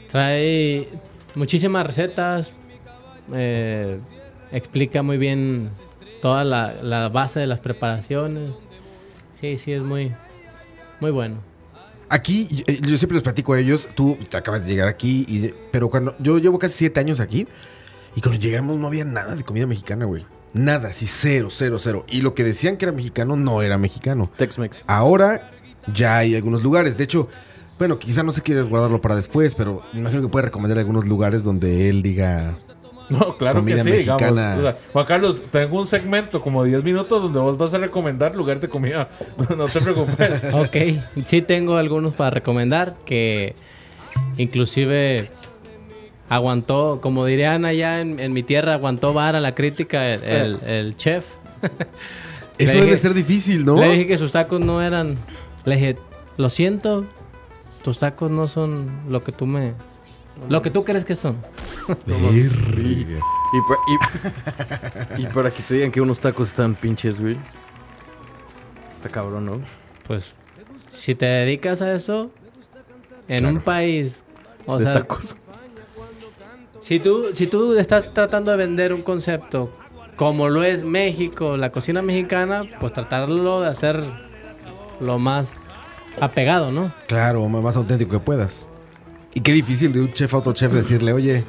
S5: Trae muchísimas recetas. eh, explica muy bien toda la, la base de las preparaciones. Sí, sí, es muy, muy bueno.
S4: Aquí, eh, yo siempre les platico a ellos, tú te acabas de llegar aquí, y, pero cuando yo llevo casi siete años aquí, y cuando llegamos no había nada de comida mexicana, güey. Nada, sí, cero, cero, cero. Y lo que decían que era mexicano no era mexicano.
S6: Tex-Mex.
S4: Ahora ya hay algunos lugares, de hecho, bueno, quizá no se quiere guardarlo para después, pero me imagino que puede recomendar algunos lugares donde él diga...
S2: No, claro
S4: Comida
S2: que sí,
S4: mexicana.
S2: digamos. O sea, Juan Carlos, tengo un segmento como 10 minutos donde vos vas a recomendar lugar de comida. No, no te preocupes.
S5: Ok, sí tengo algunos para recomendar que inclusive aguantó, como dirían allá en, en mi tierra, aguantó vara la crítica el, el- el chef. Le
S4: Eso
S5: dije-
S4: debe ser difícil, ¿no?
S5: Le dije que sus tacos no eran... Le dije, lo siento, tus tacos no son lo que tú me... Lo que tú crees que son.
S4: Verga.
S6: Y, pa- y- y para que te digan que unos tacos están pinches, güey. Está cabrón, ¿no?
S5: Pues si te dedicas a eso, en un país... O
S6: de
S5: sea,
S6: tacos.
S5: Si tú, si tú estás tratando de vender un concepto como lo es México, la cocina mexicana, pues tratarlo de hacer lo más apegado, ¿no?
S4: Claro, ma- más auténtico que puedas. Y qué difícil de un chef a otro chef decirle, oye,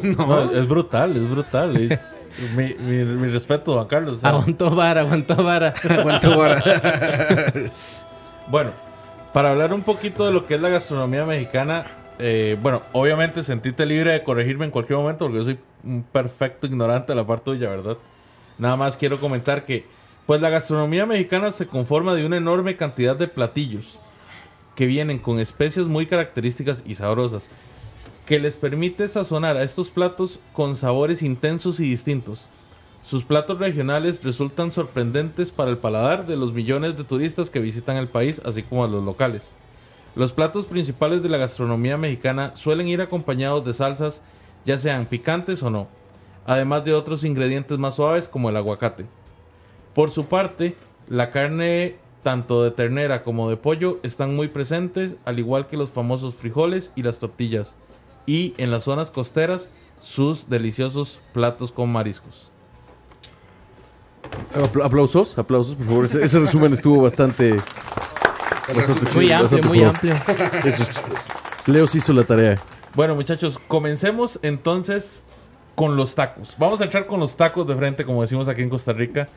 S2: No, es brutal, es brutal. Es, mi, mi- mi respeto, Juan Carlos. o sea,
S5: Aguantó vara, aguantó vara.
S4: aguanta ahora.
S2: Bueno, para hablar un poquito de lo que es la gastronomía mexicana, eh, bueno, obviamente sentíte libre de corregirme en cualquier momento porque yo soy un perfecto ignorante de la parte tuya, ¿verdad? Nada más quiero comentar que, pues la gastronomía mexicana se conforma de una enorme cantidad de platillos que vienen con especies muy características y sabrosas, que les permite sazonar a estos platos con sabores intensos y distintos. Sus platos regionales resultan sorprendentes para el paladar de los millones de turistas que visitan el país, así como a los locales. Los platos principales de la gastronomía mexicana suelen ir acompañados de salsas, ya sean picantes o no, además de otros ingredientes más suaves como el aguacate. Por su parte, la carne tanto de ternera como de pollo están muy presentes, al igual que los famosos frijoles y las tortillas, y en las zonas costeras sus deliciosos platos con mariscos.
S6: Apla- aplausos, aplausos, por favor. Ese, ese resumen estuvo bastante. bastante
S5: Muy
S6: chido,
S5: amplio,
S6: bastante
S5: muy
S6: pro.
S5: amplio.
S6: Eso es chido. Leo se hizo la tarea.
S2: Bueno, muchachos, comencemos entonces con los tacos. Vamos a entrar con los tacos de frente, como decimos aquí en Costa Rica.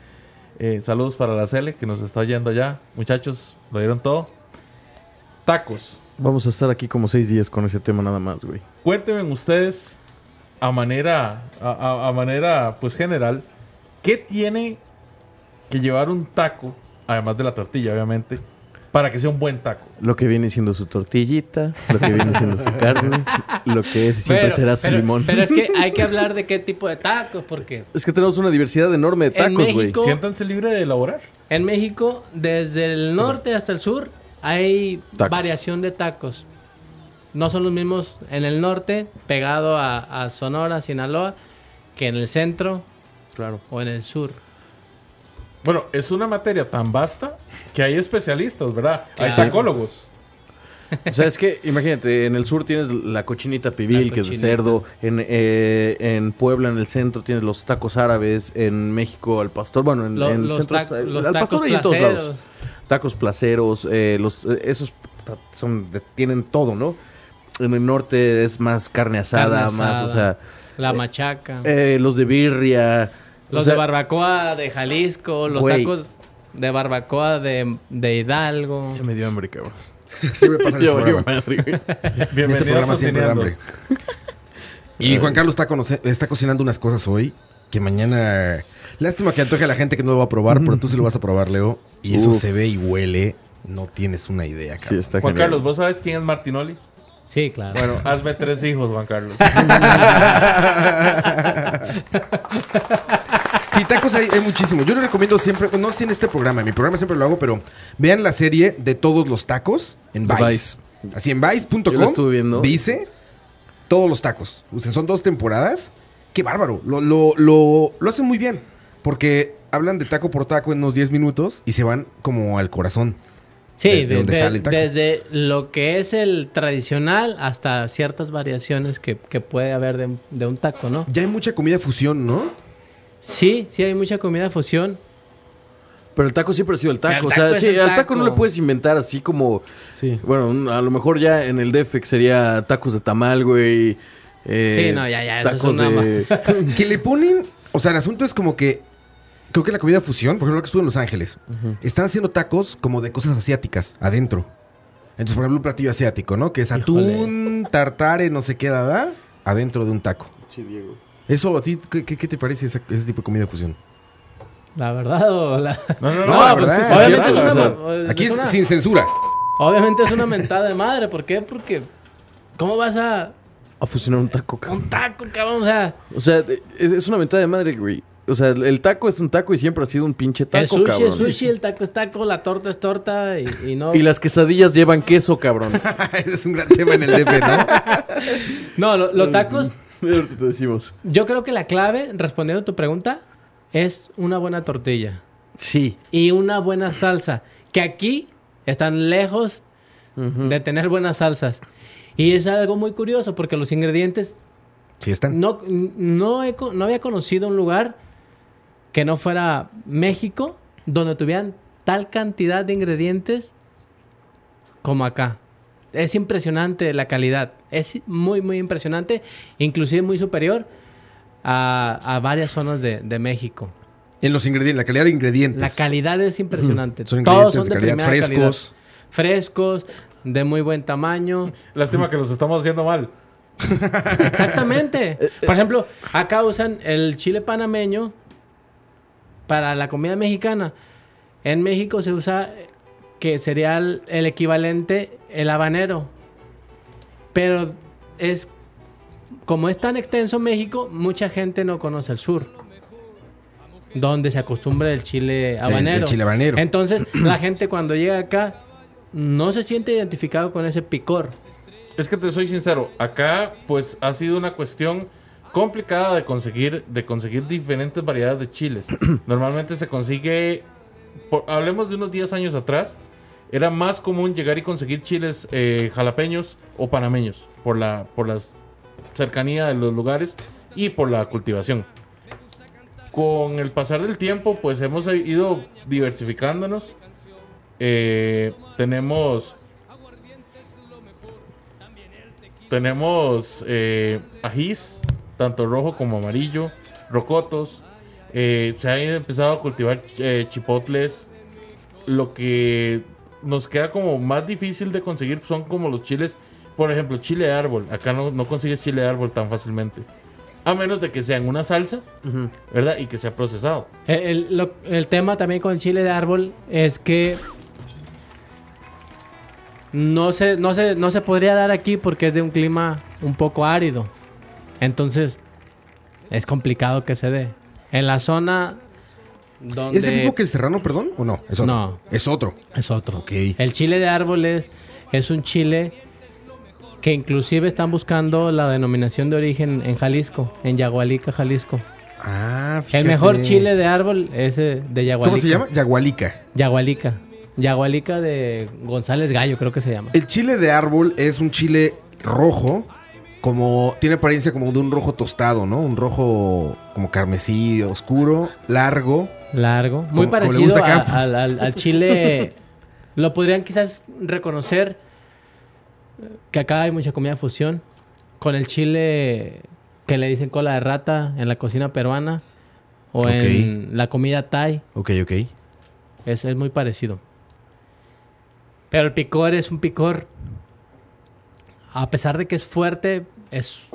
S2: Eh, saludos para la Cele, que nos está oyendo allá. Muchachos, lo dieron todo. Tacos.
S6: Vamos a estar aquí como seis días con ese tema nada más, güey.
S2: Cuéntenme ustedes a manera, a, a- a manera pues general, ¿qué tiene que llevar un taco, además de la tortilla, obviamente, para que sea un buen taco?
S6: Lo que viene siendo su tortillita, lo que viene siendo su carne, lo que es y siempre
S5: Pero-
S6: será su
S5: pero-
S6: limón.
S5: Pero es que hay que hablar de qué tipo de tacos, porque
S6: Es que tenemos una diversidad enorme de
S5: En
S6: tacos, güey.
S5: México-
S2: Siéntanse libre de elaborar.
S5: en México, desde el norte hasta el sur, hay
S6: Tacos.
S5: variación de tacos. No son los mismos en el norte, pegado a, a Sonora, Sinaloa, que en el centro
S6: Claro.
S5: o en el sur.
S2: Bueno, es una materia tan vasta que hay especialistas, ¿verdad? Hay
S5: Claro.
S2: tacólogos.
S6: O sea, es que imagínate, en el sur tienes la cochinita pibil,
S5: La
S6: que es de
S5: cochinita.
S6: cerdo. En, eh, en Puebla, en el centro, tienes los tacos árabes. En México, al pastor. Bueno, en,
S5: Lo-
S6: en
S5: los
S6: centros,
S5: tac-
S6: eh,
S5: los
S6: al
S5: tacos
S6: pastor hay en todos
S5: placeros.
S6: lados. Tacos placeros. eh, los, eh, esos ta- son, de- tienen todo, ¿no? En el norte es más carne asada,
S5: Carne
S6: más, o sea,
S5: asada. La machaca.
S6: eh, los de birria. o
S5: los
S6: sea,
S5: de barbacoa de Jalisco. Los
S6: Güey.
S5: tacos de barbacoa de, de Hidalgo.
S6: Ya me dio hambre, cabrón.
S4: Siempre pasa en
S6: Ya
S4: este
S6: valió
S4: programa.
S6: madre, güey.
S4: En
S2: Bienvenido
S4: este programa siempre da
S2: Cocineando.
S4: hambre. Y Juan Carlos está, conoce- está cocinando unas cosas hoy que mañana. Lástima que antoje a la gente que no lo va a probar, pero tú sí lo vas a probar, Leo. Y eso
S6: Uf.
S4: se ve y huele. No tienes una idea,
S6: Sí,
S4: cabrón.
S6: está
S2: Juan
S6: genial.
S2: Carlos, ¿vos sabes quién es Martinoli?
S5: Sí, claro.
S2: Bueno, hazme tres hijos, Juan Carlos.
S4: Sí, tacos hay, hay muchísimo. Yo les recomiendo siempre, no sé en este programa, en mi programa siempre lo hago, pero vean la serie de todos los tacos en
S6: De
S4: Vice.
S6: Vice.
S4: Así en Vice.com.
S6: Yo la estuve viendo.
S4: Dice todos los tacos. O sea, son dos temporadas. Qué bárbaro. Lo, lo, lo, lo hacen muy bien. Porque hablan de taco por taco en unos 10 minutos y se van como al corazón.
S5: sí,
S4: de- de donde
S5: de-
S4: sale el taco.
S5: desde lo que es el tradicional hasta ciertas variaciones que, que puede haber de, un- de un taco, ¿no?
S4: Ya hay mucha comida fusión, ¿no?
S5: Sí, sí hay mucha comida fusión.
S6: Pero el taco siempre ha sido el taco.
S5: El
S6: o sea,
S5: taco es
S6: sí,
S5: el
S6: al taco.
S5: taco.
S6: no le puedes inventar así como.
S4: Sí.
S6: Bueno, un- a lo mejor ya en el DF que sería tacos de tamal, güey. eh,
S5: Sí, no, ya, ya, eso es
S6: Tacos
S5: una
S6: de.
S4: que le ponen. O sea, el asunto es como que. Creo que la comida fusión, por ejemplo, lo que estuve en Los Ángeles, están haciendo tacos como de cosas asiáticas adentro. Entonces, por ejemplo, un platillo asiático, ¿no? Que es
S5: Híjole.
S4: atún, tartare, no sé qué, da, adentro de un taco. Eso, ¿a ti qué, qué- qué te parece esa- ese tipo de comida fusión?
S5: La verdad o la...
S2: No, no, Ah,
S4: No,
S2: no.
S4: la verdad.
S6: pues sí, sí,
S5: Obviamente
S6: sí,
S5: es una,
S6: o sea,
S5: ma-
S4: Aquí es
S5: una-
S4: sin censura.
S5: Obviamente es una mentada de madre. ¿Por qué? Porque. ¿Cómo vas a.
S6: A fusionar un taco, cabrón.
S5: Un taco, cabrón? O sea,
S6: O sea, es, es una mentada de madre, güey. O sea, el taco es un taco y siempre ha sido un pinche taco,
S5: el sushi
S6: cabrón.
S5: es sushi, el taco es taco, la torta es torta y, y no.
S6: Y las quesadillas llevan queso, cabrón.
S4: ese es un gran tema en el DF, ¿no?
S5: No, lo- los tacos.
S6: Ahorita te decimos.
S5: Yo creo que la clave, respondiendo a tu pregunta, es una buena tortilla
S6: Sí.
S5: y una buena salsa. Que aquí están lejos de tener buenas salsas. Y es algo muy curioso porque los ingredientes
S4: Sí, están.
S5: No, no, he co- no había conocido un lugar que no fuera México donde tuvieran tal cantidad de ingredientes como acá. Es impresionante la calidad. Es muy, muy impresionante. Inclusive muy superior a, a varias zonas de, de México.
S4: En los ingredientes, la calidad de ingredientes.
S5: La calidad es impresionante.
S4: Son ingredientes
S5: Todos son de,
S4: de calidad,
S5: primera calidad.
S4: frescos.
S5: Frescos, de muy buen tamaño.
S2: Lástima que los estamos haciendo mal.
S5: Exactamente. Por ejemplo, acá usan el chile panameño para la comida mexicana. En México se usa eh, que sería el, el equivalente el habanero. Pero es como es tan extenso México, mucha gente no conoce el sur. Donde se acostumbra el chile
S4: el
S5: habanero.
S4: chile habanero.
S5: Entonces, la gente cuando llega acá no se siente identificado con ese picor.
S2: Es que te soy sincero, acá pues ha sido una cuestión complicada de conseguir, de conseguir diferentes variedades de chiles. Normalmente se consigue, por- hablemos de unos 10 años atrás, era más común llegar y conseguir chiles eh, jalapeños o panameños por la, por la cercanía de los lugares y por la cultivación. Con el pasar del tiempo pues hemos ido diversificándonos. Eh, tenemos Tenemos eh, ajís, tanto rojo como amarillo, rocotos. eh, se han empezado a cultivar eh, chipotles. Lo que nos queda como más difícil de conseguir son como los chiles. Por ejemplo, chile de árbol. Acá no, no consigues chile de árbol tan fácilmente. A menos de que sea en una salsa, ¿verdad? Y que sea procesado.
S5: El, el- lo- el tema también con el chile de árbol es que no se, no, se, no se podría dar aquí porque es de un clima un poco árido. Entonces, es complicado que se dé. En la zona donde...
S4: ¿Es el mismo que el serrano, perdón? ¿O no? Es otro.
S5: No.
S4: Es otro.
S5: Es otro.
S4: Ok.
S5: El chile de árbol es, es un chile que inclusive están buscando la denominación de origen en Jalisco, en Yagualica, Jalisco.
S4: Ah, fíjate.
S5: El mejor chile de árbol es eh, de Yagualica.
S4: ¿Cómo se llama? Yagualica.
S5: Yagualica. Yagualica de González Gallo, creo que se llama.
S4: El chile de árbol es un chile rojo, como tiene apariencia como de un rojo tostado, ¿no? Un rojo como carmesí, oscuro, largo.
S5: Largo. Muy
S4: Como- como le
S5: parecido
S4: gusta
S5: a-
S4: a Campos.
S5: al, al- al chile. Lo podrían quizás reconocer eh, que acá hay mucha comida fusión. Con el chile que le dicen cola de rata en la cocina peruana o en la comida thai.
S4: Ok, ok.
S5: Es, es muy parecido. Pero el picor es un picor. A pesar de que es fuerte, es.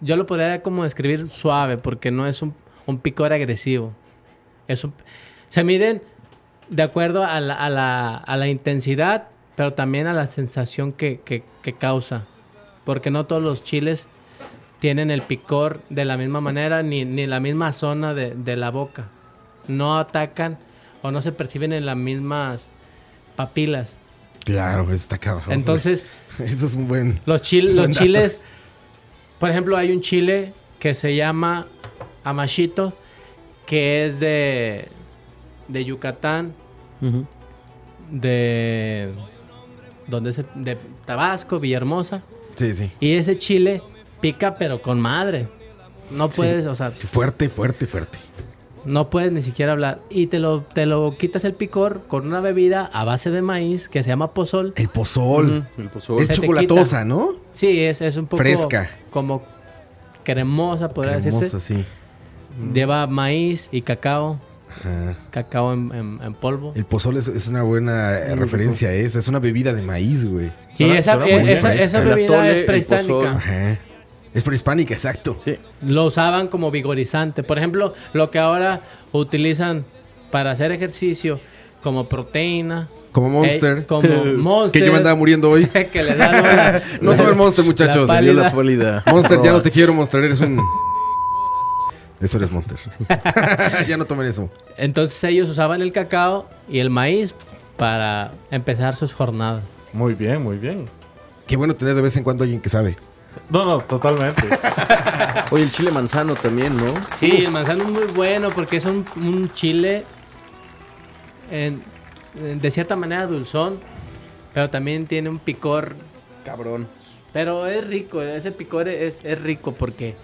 S5: Yo lo podría como describir suave, porque no es un, un picor agresivo. Es un- se miden de acuerdo a la, a la- a la intensidad, pero también a la sensación que, que- que causa. Porque no todos los chiles tienen el picor de la misma manera, ni, ni la misma zona de, de la boca. No atacan o no se perciben en las mismas papilas.
S4: Claro, está cabrón.
S5: Entonces,
S4: Eso es un buen.
S5: los, chil-
S4: Buen
S5: los
S4: dato.
S5: chiles, por ejemplo, hay un chile que se llama amachito, que es de, de Yucatán,
S6: Ujú.
S5: de, ¿dónde es el- de Tabasco, Villahermosa.
S4: Sí, sí.
S5: Y ese chile pica pero con madre. No puedes, o sea,
S4: Sí, Fuerte, fuerte, fuerte.
S5: no puedes ni siquiera hablar. Y te lo, te lo quitas el picor con una bebida a base de maíz que se llama pozol.
S4: El pozol.
S6: El pozol.
S4: Es
S5: Se te
S4: chocolatosa, ¿no?
S5: Sí, es, es un poco
S4: Fresca.
S5: como cremosa, podría
S4: Hermosa,
S5: decirse.
S4: sí. Mm.
S5: Lleva maíz y cacao,
S4: Ajá.
S5: cacao en, en- en polvo.
S4: Ah. El pozol es, es una buena eh, referencia, ¿eh? es, es una bebida de maíz, güey.
S5: Y
S6: Suena-
S5: esa,
S6: suena
S5: e-
S4: muy
S5: esa-
S4: fresca.
S5: esa
S6: El
S5: bebida
S6: atole,
S5: es
S6: el
S5: prehispánica.
S6: pozol.
S4: Ajá. Es prehispánica, exacto.
S6: Sí.
S5: Lo usaban como vigorizante. Por ejemplo, lo que ahora utilizan para hacer ejercicio como proteína.
S4: Como Monster.
S5: eh, como
S4: que
S5: Monster.
S4: yo me andaba muriendo hoy.
S5: que les dan una-
S4: No tomen Monster, muchachos.
S5: La
S6: Salió
S5: pálida.
S6: la pálida.
S4: Monster, ya no te quiero, Monster. Eres un. Eso eres Monster. ya no tomen eso.
S5: Entonces ellos usaban el cacao y el maíz para empezar sus jornadas.
S2: Muy bien, muy bien.
S4: Qué bueno tener de vez en cuando alguien que sabe.
S2: No, no, totalmente.
S6: Oye, el chile manzano también, ¿no?
S5: Sí, el manzano es muy bueno porque es un, un chile en- en- de cierta manera dulzón, pero también tiene un picor.
S6: Cabrón.
S5: Pero es rico, ese picor es, es rico porque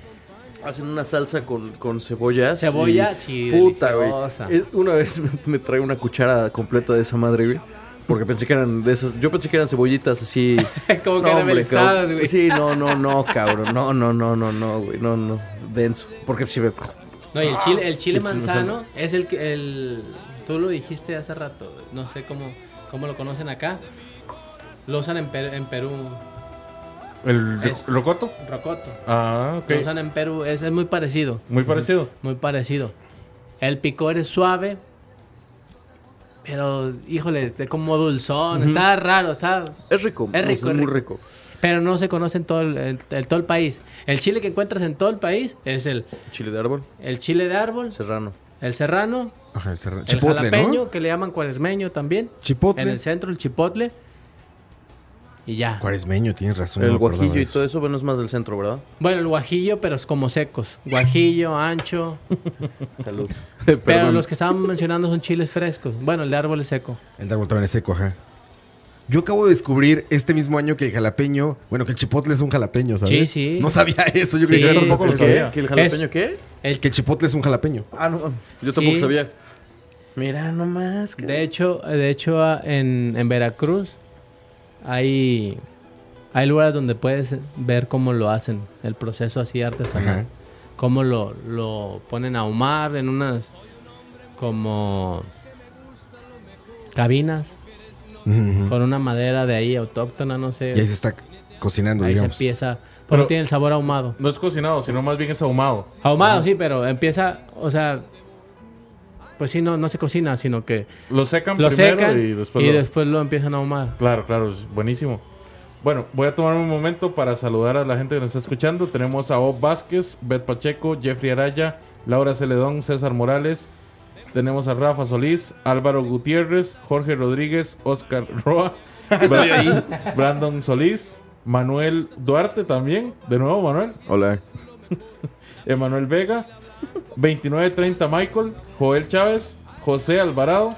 S6: Hacen una salsa con, con cebollas.
S5: Cebolla,
S6: y-
S5: sí,
S6: Puta, güey.
S5: deliciosa.
S6: Es- Una vez me, me trae una cuchara completa de esa madre, güey. Porque pensé que eran de esas. Yo pensé que eran cebollitas así.
S5: como
S6: No,
S5: pues
S6: hombre,
S5: caramelizadas,
S6: cabrón.
S5: güey.
S6: Sí, no, no, no, cabrón. No, no, no, no, no, güey. No, no. Denso. Porque si me.
S5: No, y el chile, el chile
S6: El chile
S5: manzano es el que el, tú lo dijiste hace rato, no sé cómo, cómo lo conocen acá. Lo usan en, Per- en Perú,
S2: ¿El ro-
S5: Es-
S2: rocoto?
S5: rocoto.
S2: Ah,
S5: Lo
S2: ok.
S5: usan en Perú, es, es muy parecido,
S2: Muy parecido.
S5: muy parecido. El picor es suave, pero híjole, es como dulzón, está raro, ¿sabes?
S6: Es rico.
S5: Es rico, es
S6: muy
S5: rico.
S6: rico.
S5: Pero no se conoce en todo el, en- en todo el país. El chile que encuentras en todo el país es el,
S6: Chile de árbol.
S5: el chile de árbol,
S6: Serrano.
S5: el serrano,
S4: Ajá, el serra-
S5: El
S4: Chipotle,
S5: jalapeño,
S4: ¿no?
S5: que le llaman cuaresmeño también.
S4: Chipotle.
S5: En el centro, el chipotle. Y ya.
S4: Cuaresmeño, tienes razón. no
S6: el
S4: me acordaba
S6: guajillo
S4: de
S6: y
S4: eso.
S6: todo eso, bueno, es más del centro, ¿verdad?
S5: Bueno, el guajillo, pero es como secos. Guajillo, ancho.
S6: Salud.
S5: Pero
S6: Perdón.
S5: los que estaban mencionando son chiles frescos. Bueno, el de árbol es seco.
S4: El árbol también es seco, ajá. Yo acabo de descubrir este mismo año que el jalapeño, bueno, que el chipotle es un jalapeño, ¿sabes?
S5: Sí, sí.
S4: No sabía eso, yo
S5: Sí.
S4: creía que,
S5: Yo tampoco
S2: lo
S4: que,
S2: sabía.
S6: ¿Qué? ¿Que el jalapeño
S5: Es-
S6: qué?
S5: El,
S4: el chipotle es un jalapeño.
S6: Ah, no. mames. Yo
S5: Sí.
S6: tampoco sabía. Mira, nomás. que-
S5: de hecho, de hecho ah, en, en Veracruz hay, hay lugares donde puedes ver cómo lo hacen. El proceso así artesanal.
S4: Ajá.
S5: Cómo lo, lo ponen a ahumar en unas como cabinas.
S4: Ujú.
S5: con una madera de ahí autóctona, no sé.
S4: Y ahí se está cocinando,
S5: ahí se
S4: digamos.
S5: empieza. Pero
S2: Pero-
S5: no tiene el sabor ahumado.
S2: No es cocinado, sino más bien es ahumado.
S5: Ahumado, sí, pero empieza, o sea, pues sí, no, no se cocina, sino que
S2: Lo secan
S5: lo
S2: primero
S5: secan
S2: y después lo...
S5: lo empiezan a ahumar.
S2: Claro, claro, es buenísimo. Bueno, voy a tomarme un momento para saludar a la gente que nos está escuchando. Tenemos a Bob Vázquez, Bet Pacheco, Jeffrey Araya, Laura Celedón, César Morales. Tenemos a Rafa Solís, Álvaro Gutiérrez, Jorge Rodríguez, Oscar Roa, Bra- Brandon Solís, Manuel Duarte también. De nuevo, Manuel.
S6: Hola.
S2: Emanuel Vega, 2930 Michael, Joel Chávez, José Alvarado,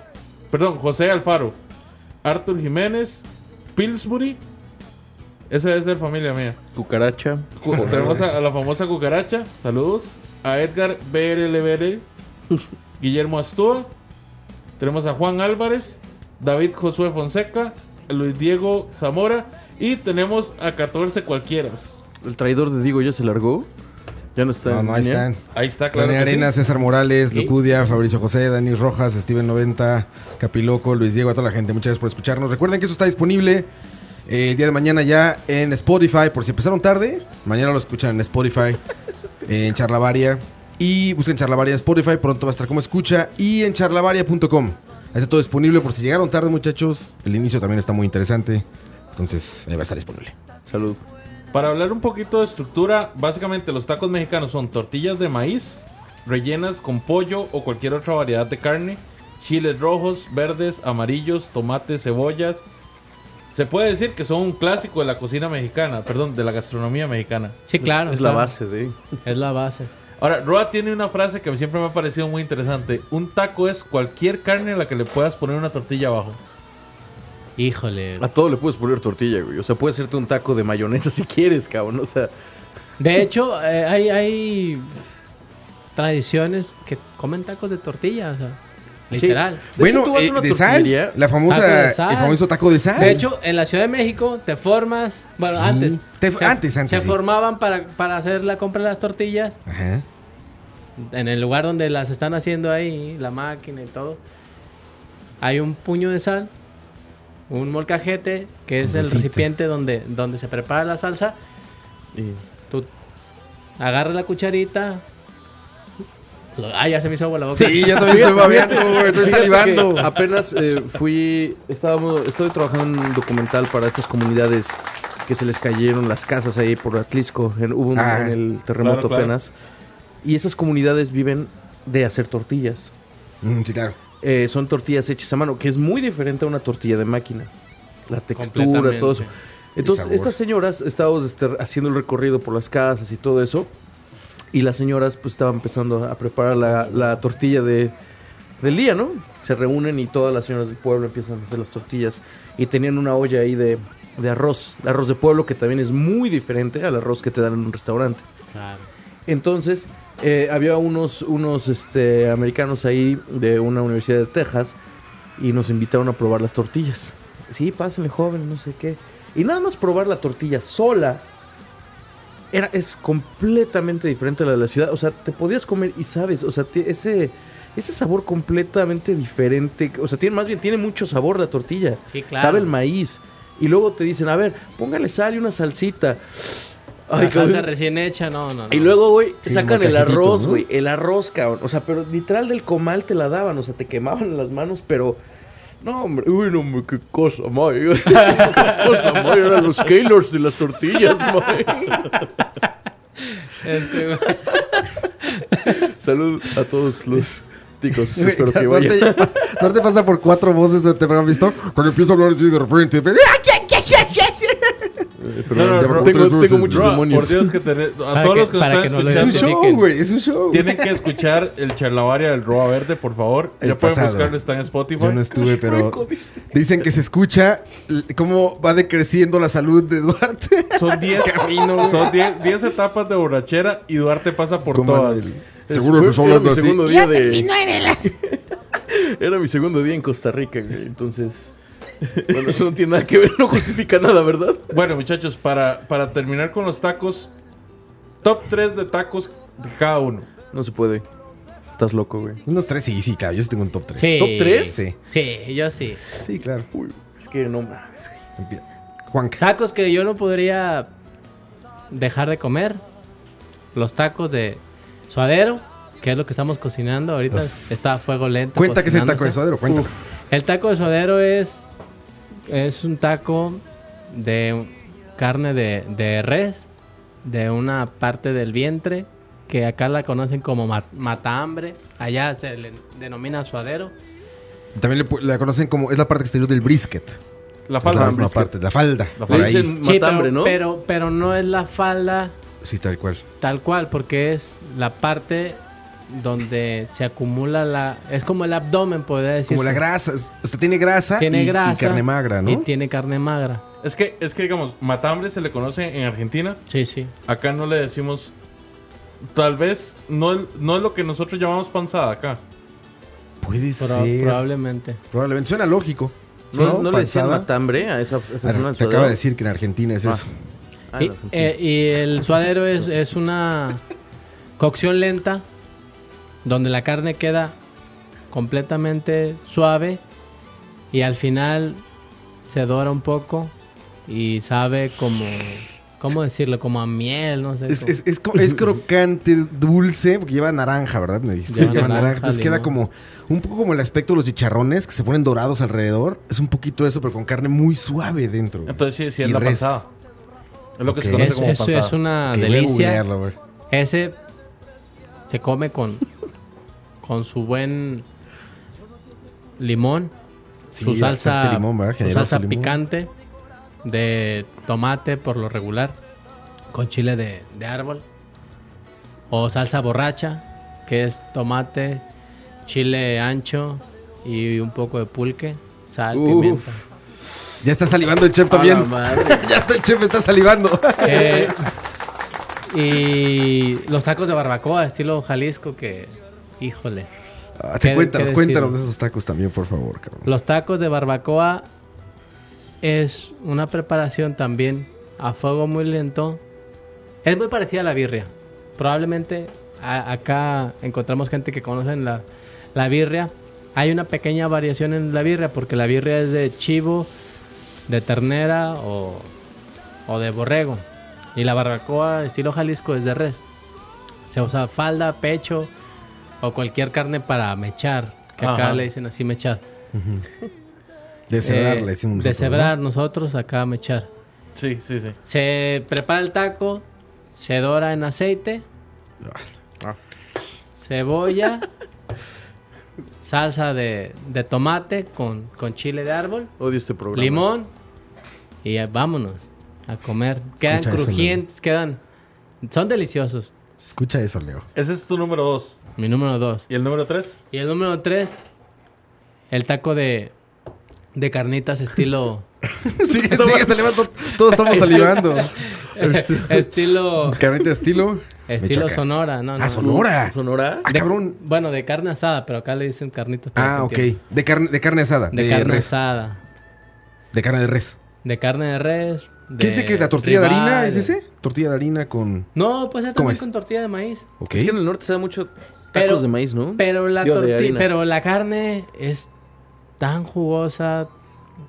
S2: Perdón, José Alfaro, Arthur Jiménez, Pillsbury. Esa es de familia mía.
S3: Cucaracha.
S2: Cu- Tenemos a, a la famosa cucaracha. Saludos. A Edgar BRLBR. Guillermo Astúa. Tenemos a Juan Álvarez. David Josué Fonseca. Luis Diego Zamora. Y tenemos a 14 cualquieras.
S3: El traidor de Diego ya se largó. Ya no está.
S4: No,
S3: en
S4: no, ahí
S3: línea.
S4: están.
S2: Ahí está, claro.
S4: René
S2: que sí.
S4: Arenas, César Morales,
S5: Sí.
S4: Lucudia, Fabricio José, Dani Rojas, Steven 90, Capiloco, Luis Diego, a toda la gente. Muchas gracias por escucharnos. Recuerden que esto está disponible eh, el día de mañana ya en Spotify. Por si empezaron tarde, mañana lo escuchan en Spotify, en Charlavaria. Y busquen Charlavaria en Spotify, pronto va a estar como escucha. Y en charlavaria.com. Ahí está todo disponible por si llegaron tarde, muchachos. El inicio también está muy interesante. Entonces, ahí va a estar disponible.
S3: Salud.
S2: Para hablar un poquito de estructura, básicamente los tacos mexicanos son tortillas de maíz rellenas con pollo o cualquier otra variedad de carne, chiles rojos, verdes, amarillos, tomates, cebollas. Se puede decir que son un clásico de la cocina mexicana, perdón, de la gastronomía mexicana.
S5: Sí, claro.
S3: Es la
S5: claro.
S3: base de.
S5: Es la base.
S2: Ahora, Roa tiene una frase que siempre me ha parecido muy interesante. Un taco es cualquier carne a la que le puedas poner una tortilla abajo.
S5: Híjole.
S3: A todo le puedes poner tortilla, güey. O sea, puedes hacerte un taco de mayonesa si quieres, cabrón. O sea,
S5: De hecho, eh, hay, hay tradiciones que comen tacos de tortilla, o sea, literal.
S3: De hecho,
S4: Bueno,
S3: tú vas a
S4: eh,
S3: una
S4: de sal,
S3: tortillería,
S4: la
S5: taco
S4: famosa,
S5: de sal.
S4: el famoso taco de sal.
S5: De hecho, en la Ciudad de México te formas, bueno,
S4: Sí,
S5: antes.
S4: te- antes,
S5: Se
S4: antes, sí.
S5: formaban para, para hacer la compra de las tortillas
S4: Ajá.
S5: en el lugar donde las están haciendo ahí, la máquina y todo, hay un puño de sal, un molcajete, que es
S4: Con
S5: el
S4: salsita.
S5: recipiente donde, donde se prepara la salsa.
S3: y-
S5: Tú agarras la cucharita. lo- Ah, ya se me hizo agua la boca.
S4: Sí, yo también estoy babeando, güey. Estoy
S3: Fíjate
S4: salivando.
S3: que Apenas eh, fui, estábamos, estoy trabajando en un documental para estas comunidades que se les cayeron las casas ahí por Atlisco. en- hubo un,
S4: Ah.
S3: en el
S2: Claro,
S3: terremoto
S2: claro.
S3: apenas. Y esas comunidades viven de hacer tortillas.
S4: Mm, sí, claro.
S3: Eh, son tortillas hechas a mano, que es muy diferente a una tortilla de máquina. La textura,
S2: Completamente.
S3: todo eso. Entonces,
S4: sabor.
S3: estas señoras estábamos este, haciendo el recorrido por las casas y todo eso. Y las señoras pues estaban empezando a preparar la, la tortilla de, del día, ¿no? Se reúnen y todas las señoras del pueblo empiezan a hacer las tortillas. Y tenían una olla ahí de, de arroz, de arroz de pueblo, que también es muy diferente al arroz que te dan en un restaurante.
S5: Claro.
S3: Entonces, eh, había unos, unos este, americanos ahí de una universidad de Texas y nos invitaron a probar las tortillas. Sí, pásenle, joven, no sé qué. Y nada más probar la tortilla sola era, es completamente diferente a la de la ciudad. O sea, te podías comer y sabes, o sea, ti- ese, ese sabor completamente diferente. O sea, tiene, más bien tiene mucho sabor la tortilla.
S5: Sí, claro.
S3: Sabe el maíz. Y luego te dicen, a ver, póngale sal y una salsita. Ay,
S5: la
S3: cabrón.
S5: salsa recién hecha, no, no. no.
S3: Y luego, güey,
S4: Sí,
S3: sacan el
S4: molcajetitos,
S3: arroz,
S4: ¿no?
S3: güey. El arroz, cabrón. O sea, pero literal del comal te la daban. O sea, te quemaban las manos, pero. No, hombre. Uy, no, hombre, qué cosa, may. O sea, qué cosa, may. Eran los Keylors de las tortillas, may.
S5: Este, güey.
S3: Salud a todos los ticos.
S4: Güey,
S3: Espero que
S4: aparte-
S3: vayan.
S4: Aparte pasa por cuatro voces, güey. ¿Te habrán visto? Cuando empiezo a hablar así de repente. ¡ah,
S2: No, no,
S4: ya
S2: no,
S4: como
S2: tengo-
S4: tres
S3: tengo
S4: veces.
S3: muchos
S2: Roa,
S3: demonios.
S2: por Dios que tenés- a
S5: Para
S2: todos
S5: que-
S2: los que nos
S5: para
S2: están
S5: que no lo
S4: Es un
S2: escuchando,
S4: show, güey. Es un show.
S2: Tienen que escuchar el charlavaria del Roa Verde, por favor.
S4: El
S2: ya pueden
S4: pasado.
S2: buscarlo, está en Spotify.
S4: Yo no estuve, pero
S3: dice.
S4: dicen que se escucha l- cómo va decreciendo la salud de Duarte.
S2: Son 10 son 10 10 etapas de borrachera y Duarte pasa por
S4: Como
S2: todas.
S4: el- Seguro
S3: Fue-
S4: empezó
S3: era mi
S4: hablando así.
S3: segundo día de... Era mi segundo día en Costa Rica, güey. Entonces. Bueno, eso no tiene nada que ver, no justifica nada, ¿verdad?
S2: Bueno, muchachos, para, para terminar con los tacos, top 3 de tacos de cada uno.
S3: No se puede. Estás loco, güey.
S4: Unos tres, sí, sí, claro. Yo sí tengo un top tres.
S5: Sí.
S3: ¿Top tres?
S4: Sí.
S5: Sí, yo sí.
S4: Sí, claro.
S3: Uy, es que no mames.
S4: Empie- Juanca.
S5: Tacos que yo no podría dejar de comer. Los tacos de suadero, que es lo que estamos cocinando ahorita. Está a fuego lento.
S4: Cuenta que es el taco de
S5: cocinándose.
S4: suadero. Cuéntalo.
S5: El taco de suadero es, es un taco de carne de, de res, de una parte del vientre, que acá la conocen como ma- matahambre. Allá se le denomina suadero.
S4: También le pu- la conocen como. Es la parte exterior del brisket.
S2: La
S4: La
S2: falda.
S4: misma parte. La falda. por
S3: Le
S4: ahí.
S3: dicen
S5: Sí,
S3: matambre,
S5: pero-
S3: ¿no?
S5: Pero, pero no es la falda
S4: Sí, tal cual.
S5: Tal cual, porque es la parte donde se acumula la... Es como el abdomen, podría decir.
S4: Como la grasa. es- O sea, tiene grasa,
S5: Tiene
S4: y, y
S5: grasa.
S4: carne magra, ¿no?
S5: Y tiene carne magra.
S2: Es que, es que digamos, matambre se le conoce en Argentina.
S5: Sí, sí.
S2: Acá no le decimos. Tal vez no, el- no es lo que nosotros llamamos panzada acá.
S4: Puede
S5: Proba-
S4: ser.
S5: Probablemente.
S4: Probablemente. Suena lógico.
S6: ¿No, no le decían
S4: Panzada.
S6: matambre a esa, a esa
S4: Ah,
S6: zona del
S4: Te
S6: sudado?
S4: acaba de decir que en Argentina es
S6: Ah.
S4: eso.
S6: Ah,
S5: Y,
S6: en Argentina.
S5: eh, y el suadero es, es una cocción lenta donde la carne queda completamente suave y al final se dora un poco y sabe como, ¿cómo decirlo? Como a miel, no sé.
S4: Es,
S5: como-
S4: es, es, co- es crocante, dulce, porque lleva naranja, ¿verdad? Me dijiste. Lleva,
S5: Lleva
S4: naranja.
S5: naranja,
S4: Entonces queda como
S5: limón.
S4: un poco como el aspecto de los chicharrones que se ponen dorados alrededor. Es un poquito eso, pero con carne muy suave dentro. güey.
S2: Entonces sí, sí es
S4: Y
S2: la
S4: res.
S2: panzada. Es lo que se
S4: Ok.
S2: conoce
S5: Es-
S2: como
S5: eso
S2: panzada.
S5: es una
S4: Ok, voy a
S5: delicia.
S4: googlearlo, güey.
S5: Ese se come con, con su buen limón,
S4: Sí,
S5: su salsa,
S4: bastante limón, ¿verdad?
S5: su
S4: Generoso
S5: salsa
S4: limón.
S5: picante de tomate por lo regular, con chile de, de árbol, o salsa borracha, que es tomate, chile ancho y un poco de pulque, sal,
S4: Uf.
S5: pimienta.
S4: Ya está salivando el chef
S6: A la
S4: también.
S6: madre.
S4: ya está el chef, está salivando.
S5: Eh, y los tacos de barbacoa, estilo Jalisco, que, híjole.
S4: Ah, te
S5: ¿Qué-
S4: cuéntanos,
S5: qué
S4: cuéntanos de
S5: decir?
S4: esos tacos también, por favor, cabrón.
S5: Los tacos de barbacoa es una preparación también a fuego muy lento. Es muy parecida a la birria. Probablemente a- acá encontramos gente que conocen la, la birria. Hay una pequeña variación en la birria porque la birria es de chivo, de ternera o, o de borrego. Y la barbacoa estilo Jalisco es de res. Se usa falda, pecho o cualquier carne para mechar. Que acá
S2: Ajá.
S5: le dicen así mechar.
S4: Deshebrarle,
S5: Eh,
S4: decimos nosotros,
S5: deshebrar nosotros acá mechar.
S2: Sí, sí, sí.
S5: Se prepara el taco, se dora en aceite,
S4: Ah.
S5: cebolla, salsa de, de tomate con, con chile de árbol,
S6: Odio este programa.
S5: limón y eh, vámonos a comer. Quedan
S4: Escucha eso,
S5: crujientes, quedan... Son deliciosos.
S4: ¿no? Escucha eso, Leo.
S2: Ese es tu número dos.
S5: Mi número dos.
S2: ¿Y el número tres?
S5: Y el número tres, el taco de, de carnitas estilo...
S4: Sigue, sigue salivando. Todos estamos salivando.
S5: estilo...
S4: Carnita estilo.
S5: Estilo
S4: Michoacán.
S5: Sonora, no, no.
S4: Ah, Sonora.
S6: ¿Sonora?
S4: Ah, cabrón.
S5: Bueno, de carne asada, pero acá le dicen carnitas. para
S4: Ah, ok.
S5: sentir.
S4: De carne, de carne asada.
S5: De, carne
S4: res.
S5: asada.
S4: De carne de res.
S5: De carne de res.
S4: ¿Qué
S5: De
S4: es ese que es la tortilla de
S5: ribeye,
S4: harina? ¿Es
S5: de-
S4: ese? Tortilla de harina con.
S5: No, pues es
S4: ¿Cómo
S5: también
S4: es?
S5: con tortilla de maíz.
S4: Ok.
S6: Es que en el norte se da mucho tacos
S5: Pero-
S6: de maíz, ¿no?
S5: Pero la,
S6: Digo, de
S5: torti-
S6: harina.
S5: pero la carne es tan jugosa,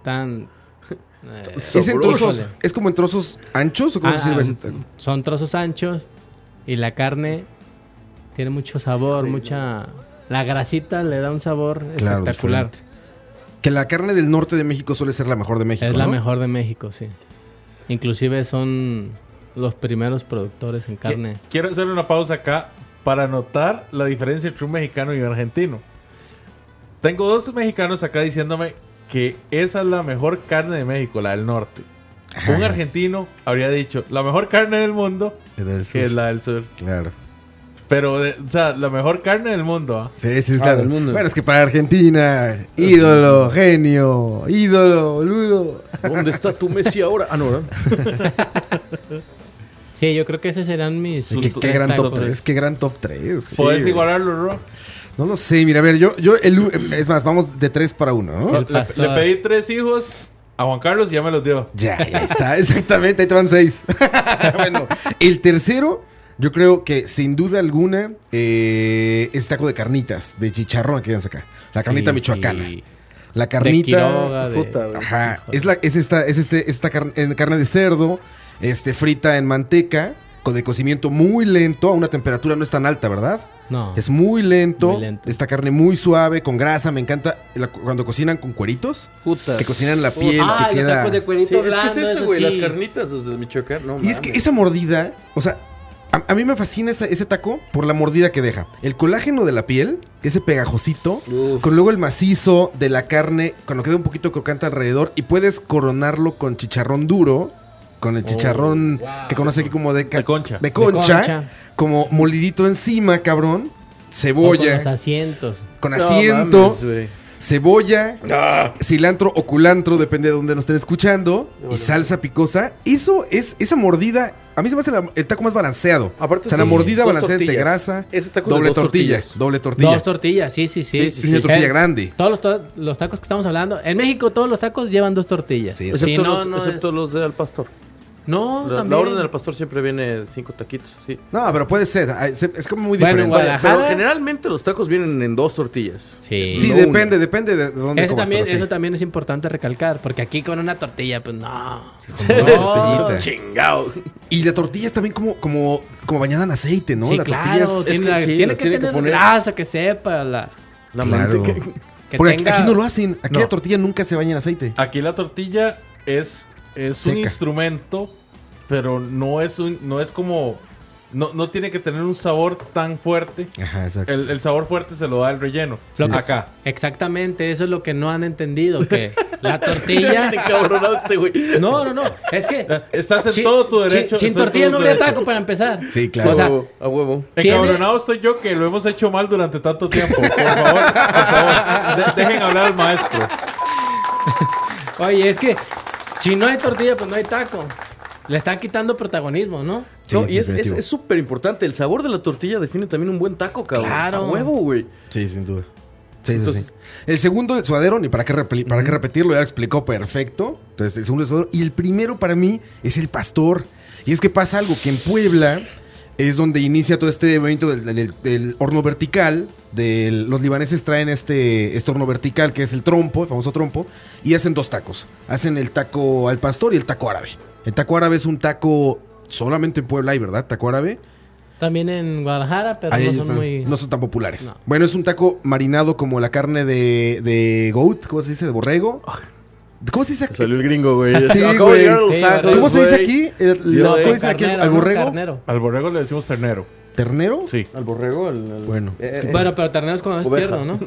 S5: tan... eh,
S4: ¿Es en
S6: Sabroso.
S4: trozos? ¿Es como en trozos anchos o cómo se
S5: Ah,
S4: sirve
S5: ah,
S4: ese taco?
S5: Son trozos anchos y la carne tiene mucho sabor, mucha... La grasita le da un sabor
S4: Claro,
S5: espectacular.
S4: diferente. Que la carne del norte de México suele ser la mejor de México.
S5: Es la
S4: ¿no?
S5: mejor de México, sí. Inclusive son los primeros productores en carne.
S2: Qui- Quiero hacer una pausa acá para notar la diferencia entre un mexicano y un argentino. Tengo dos mexicanos acá diciéndome que esa es la mejor carne de México, la del norte. Un argentino habría dicho, la mejor carne del mundo
S4: Es del sur.
S2: es la del sur.
S4: Claro.
S2: Pero, de- o sea, la mejor carne del mundo. ¿ah?
S4: Sí, sí, es
S6: Ah,
S4: claro.
S6: del mundo.
S4: Bueno, es que para Argentina, ídolo, genio, ídolo, boludo.
S6: ¿Dónde está tu Messi ahora? Ah, no, ¿verdad?
S5: Sí, yo creo que esos serán mis.
S2: Sí,
S5: sus
S4: Qué,
S2: que-
S4: qué
S5: tres Pues,
S4: gran
S5: tacos.
S4: top 3, qué gran top 3.
S2: ¿Podés igualarlo, Ro?
S4: No lo sé, mira, a ver, yo, yo el, u- es más, vamos de 3 para 1, ¿no?
S5: El
S2: Le,
S5: pastor.
S2: le pedí tres hijos a Juan Carlos y ya me los dio.
S4: Ya, ya está, exactamente, ahí te van seis. bueno, el tercero, yo creo que sin duda alguna eh, es taco de carnitas, de chicharrón, quédense acá. La carnita
S5: Sí,
S4: michoacana.
S5: sí.
S4: La
S5: De
S4: carnita.
S5: Quiroga, de-
S6: puta, güey.
S4: Ajá, es, la, es esta, es este, esta car- en carne de cerdo, este, frita en manteca, con de cocimiento muy lento, a una temperatura no es tan alta, ¿verdad?
S5: No.
S4: Es muy lento,
S5: Muy lento.
S4: esta carne muy suave, con grasa, me encanta la- cuando cocinan con cueritos,
S6: Puta.
S4: que cocinan la piel,
S5: ah,
S4: que
S5: los
S4: queda...
S5: tacos de
S6: Sí,
S5: cuerito
S6: es que es
S5: blando,
S6: eso, güey. Las
S5: sí.
S6: carnitas, los de Michoacán. No,
S4: Y es que
S6: mames.
S4: esa mordida, o sea, a, a mí me fascina esa- ese taco por la mordida que deja. El colágeno de la piel, ese pegajosito,
S6: Uf.
S4: con luego el macizo de la carne, cuando queda un poquito crocante alrededor, y puedes coronarlo con chicharrón duro, con el chicharrón que conoce aquí como de, ca-
S2: De concha.
S4: de concha,
S5: concha.
S4: como molidito encima, cabrón.
S5: O Con
S4: cebolla,
S5: los asientos.
S4: con
S6: No
S4: asiento,
S6: mames, güey.
S4: cebolla,
S6: Ah.
S4: cilantro o culantro, depende de donde nos estén escuchando, y salsa picosa. Eso es, esa mordida, a mí se me hace la- el taco más balanceado.
S6: Aparte
S4: o sea, la
S6: dos-
S4: mordida
S6: dos
S4: balanceada entre
S6: tortillas.
S4: grasa,
S6: Ese taco es de
S4: doble
S6: dos
S4: tortilla,
S6: tortillas.
S4: doble tortilla.
S5: Dos tortillas, sí, sí,
S6: Sí,
S5: sí.
S6: sí,
S4: Y una
S6: sí.
S4: tortilla
S5: Eh,
S4: grande.
S5: Todos los, to- los tacos que estamos hablando. En México todos los tacos llevan dos tortillas.
S4: Sí,
S5: Sí,
S6: Excepto,
S5: no,
S6: los,
S5: no,
S6: excepto
S5: es-
S6: los de al pastor.
S5: no,
S6: La, la
S5: también.
S6: orden del pastor siempre viene cinco taquitos, sí.
S4: No, pero puede ser. ay, se- Es como muy
S5: Bueno,
S4: diferente.
S5: igual, Guadalajara-
S6: Pero generalmente los tacos vienen en dos tortillas.
S5: Sí.
S4: sí,
S6: no
S4: depende, depende de dónde
S5: eso
S4: comas,
S5: también,
S4: pero sí.
S5: eso también es importante recalcar, porque aquí con una tortilla, pues no.
S4: Con
S5: No,
S4: tortillita.
S6: Oh, Chingao.
S4: Y la tortilla es también como, como, como bañada en aceite, ¿no?
S5: sí,
S4: la tortilla
S5: claro,
S4: es-
S5: tiene,
S6: que
S5: la-
S6: sí,
S5: tiene
S6: las
S5: que
S6: tiene que
S5: tener
S6: poner-
S5: grasa, que sepa. La,
S6: La
S4: Claro.
S6: manteca.
S5: que
S4: Porque aquí-
S5: tenga-
S4: aquí no lo hacen. Aquí
S2: No.
S4: la tortilla nunca se baña en aceite.
S2: Aquí la tortilla es, es un
S4: Seca.
S2: instrumento, pero no es un, no es como, no, no tiene que tener un sabor tan fuerte.
S4: Ajá, exacto.
S2: El, el sabor fuerte se lo da el relleno.
S5: Lo que-
S2: Acá.
S5: Exactamente, eso es lo que no han entendido, que la tortilla... No, no, no, es que...
S2: Estás en
S5: sin-
S2: todo tu
S5: sin-
S2: derecho.
S5: Sin,
S2: estás en
S5: tortilla
S2: todo
S5: no
S2: tu
S5: habría
S2: derecho.
S5: taco para empezar.
S4: Sí, claro.
S5: O sea,
S6: a huevo.
S2: Encabronado estoy yo que lo hemos hecho mal durante tanto tiempo. Por favor, por favor, de- dejen hablar al maestro.
S5: oye, es que si no hay tortilla, pues no hay taco. Le están quitando protagonismo, ¿no?
S4: Sí,
S6: no, y es- es
S4: definitivo.
S6: es súper importante. El sabor de la tortilla define también un buen taco, cabrón.
S5: Claro.
S6: A huevo, güey.
S4: Sí, sin duda. Sí, sí,
S6: Entonces-
S4: sí. El segundo, el suadero, ni para qué, repli- para qué repetirlo, ya lo explicó perfecto. Entonces, el segundo, el suadero. Y el primero para mí es el pastor. Y es que pasa algo que en Puebla es donde inicia todo este evento del, del- del horno vertical. del- los libaneses traen este, este horno vertical, que es el trompo, el famoso trompo, y hacen dos tacos. Hacen el taco al pastor y el taco árabe. El taco árabe es un taco solamente en Puebla hay, ¿verdad? Taco árabe.
S5: También en Guadalajara, pero
S4: Ahí
S5: no
S4: ellos
S5: son muy...
S4: no son tan populares.
S5: No.
S4: Bueno, es un taco marinado como la carne de, de goat, ¿cómo se dice? De borrego. ¿Cómo se dice aquí?
S6: Salió el gringo, güey.
S4: Sí,
S6: Acabo de
S4: güey.
S6: llegar a Los
S5: Sí,
S6: Ángeles,
S4: ¿Cómo se dice
S6: güey.
S4: aquí? El-
S6: Yo-
S4: la-
S5: No,
S4: ¿Cómo se dice aquí? ¿Al
S5: carnero, no,
S4: borrego?
S5: carnero.
S2: Al borrego le decimos ternero.
S4: ¿Ternero?
S2: Sí.
S6: Al borrego, al- al-
S4: Bueno.
S6: Eh, eh,
S5: Bueno, pero ternero es cuando es
S6: Oveja.
S5: tierno, ¿no?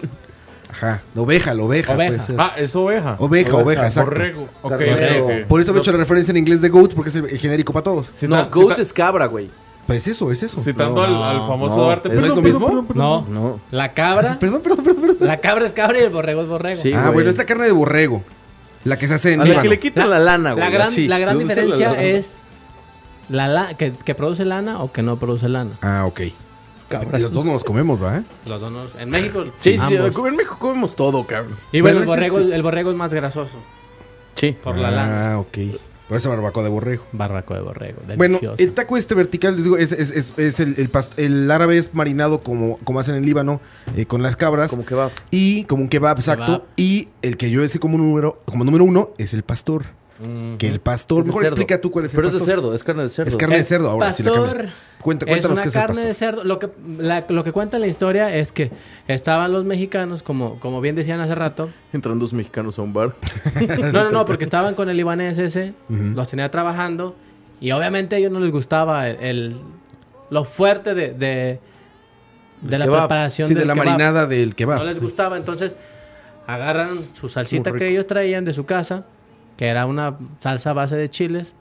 S4: Ajá. La oveja, la oveja.
S5: Oveja.
S4: puede ser.
S2: Ah, es oveja.
S4: oveja, oveja, exacto.
S2: Borrego. Ok,
S6: Borrego.
S2: ok, ok.
S4: Por eso me he hecho la referencia en inglés de goat, porque es el, el genérico para todos.
S2: Cita-
S6: no, goat
S2: cita-
S6: es cabra, güey.
S4: Pues eso, es eso.
S2: Citando
S5: No,
S2: al,
S5: no,
S2: al famoso
S6: no.
S2: Duarte.
S6: ¿Es lo
S4: mismo?
S5: No.
S6: No.
S5: La cabra.
S4: Perdón, perdón, perdón, perdón.
S5: La cabra es cabra y el borrego es borrego.
S6: Sí,
S4: ah,
S6: güey.
S4: bueno, es la carne de borrego. La que se hace en
S6: A la
S4: Líbano.
S6: que le quita la, lana, güey.
S5: La gran,
S6: así.
S5: la gran
S6: Le gusta la
S5: diferencia
S6: lana.
S5: es la, la- que, que produce lana o que no produce lana.
S4: Ah, ok. Los dos no los comemos, ¿va?
S5: Los dos no- En México,
S6: Sí, sí,
S5: ambos.
S6: en México comemos todo, cabrón.
S5: Y bueno,
S4: Pero
S5: el
S4: es
S5: borrego,
S4: este-
S5: el borrego es más grasoso
S6: Sí.
S5: por la lana.
S4: Ah, ok. Por eso barbacoa de borrego.
S5: Barraco de borrego.
S4: Bueno,
S5: Delicioso.
S4: el taco este vertical, les digo, es, es- es- es el, el pas- el árabe es marinado como, como hacen en Líbano, eh, con las cabras.
S6: Como que va.
S4: y como un kebab, exacto.
S5: Kebab.
S4: Y el que yo hice como número, como número uno es el pastor. Que el pastor,
S6: Es de
S4: mejor
S6: cerdo.
S4: explica tú cuál es el
S6: Pero es de
S4: pastor.
S6: cerdo, es carne de cerdo.
S4: Es carne de
S5: El
S4: cerdo ahora, sí, la
S5: Eh, pastor
S4: carne. Cuenta-
S5: es
S4: cuéntanos
S5: una
S4: qué es el
S5: carne
S4: pastor.
S5: de cerdo. Lo que, la- lo que cuenta la historia es que estaban los mexicanos, como, como bien decían hace rato,
S6: Entran dos mexicanos a un bar.
S5: No, no, no, porque estaban con el libanés ese, los tenía trabajando y obviamente a ellos no les gustaba el, el- lo fuerte de, de, de la
S6: Kebab.
S5: preparación
S4: Sí,
S5: del
S4: de la
S5: kebab.
S4: marinada del kebab.
S5: No les
S4: Sí.
S5: gustaba, entonces agarran su
S6: Muy
S5: salsita
S6: rico.
S5: que ellos traían de su casa, que era una salsa a base de chiles,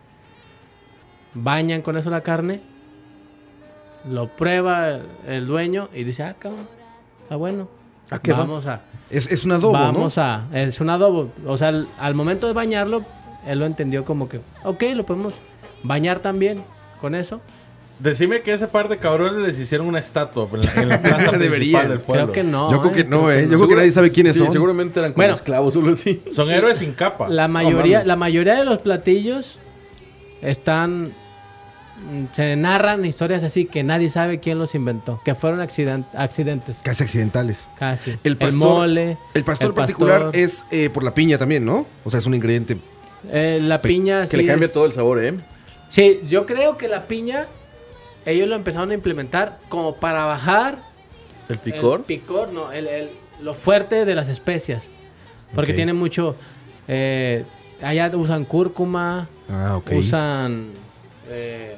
S5: bañan con eso la carne, lo prueba el, el dueño y dice, ah, cabrón, está bueno.
S6: ¿A qué va?
S5: Vamos a...
S4: Es, es un adobo,
S5: Vamos
S4: ¿no?
S5: a. Es un adobo. O sea, al, al momento de bañarlo, él lo entendió como que, ok, lo podemos bañar también con eso.
S2: Decime que ese par de cabrones les hicieron una estatua en la, en la plaza
S4: Deberían.
S2: principal del pueblo.
S5: Creo que no.
S4: yo creo
S5: ¿eh?
S4: que no, ¿eh? Yo creo que nadie sabe quiénes
S6: sí,
S4: son.
S6: seguramente eran como
S5: Bueno.
S6: esclavos solo así.
S2: Son héroes sin capa.
S5: La mayoría,
S6: mames.
S5: la mayoría de los platillos están. mm, Se narran historias así que nadie sabe quién los inventó. Que fueron accident- accidentes.
S4: Casi accidentales.
S5: Casi.
S4: El pastor-
S5: mole.
S4: El pastor particular
S5: pastor,
S4: es eh, por la piña también, ¿no? O sea, es un ingrediente.
S5: eh, la piña.
S6: Que
S5: sí
S6: le cambia
S5: es-
S6: todo el sabor, ¿eh?
S5: Sí, yo creo que la piña. Ellos lo empezaron a implementar como para bajar
S6: El
S5: El
S6: picor.
S5: picor, no, el, el- lo fuerte de las especias. Porque
S4: Ok.
S5: tiene mucho. eh, allá usan cúrcuma,
S4: Ah, ok.
S5: usan eh,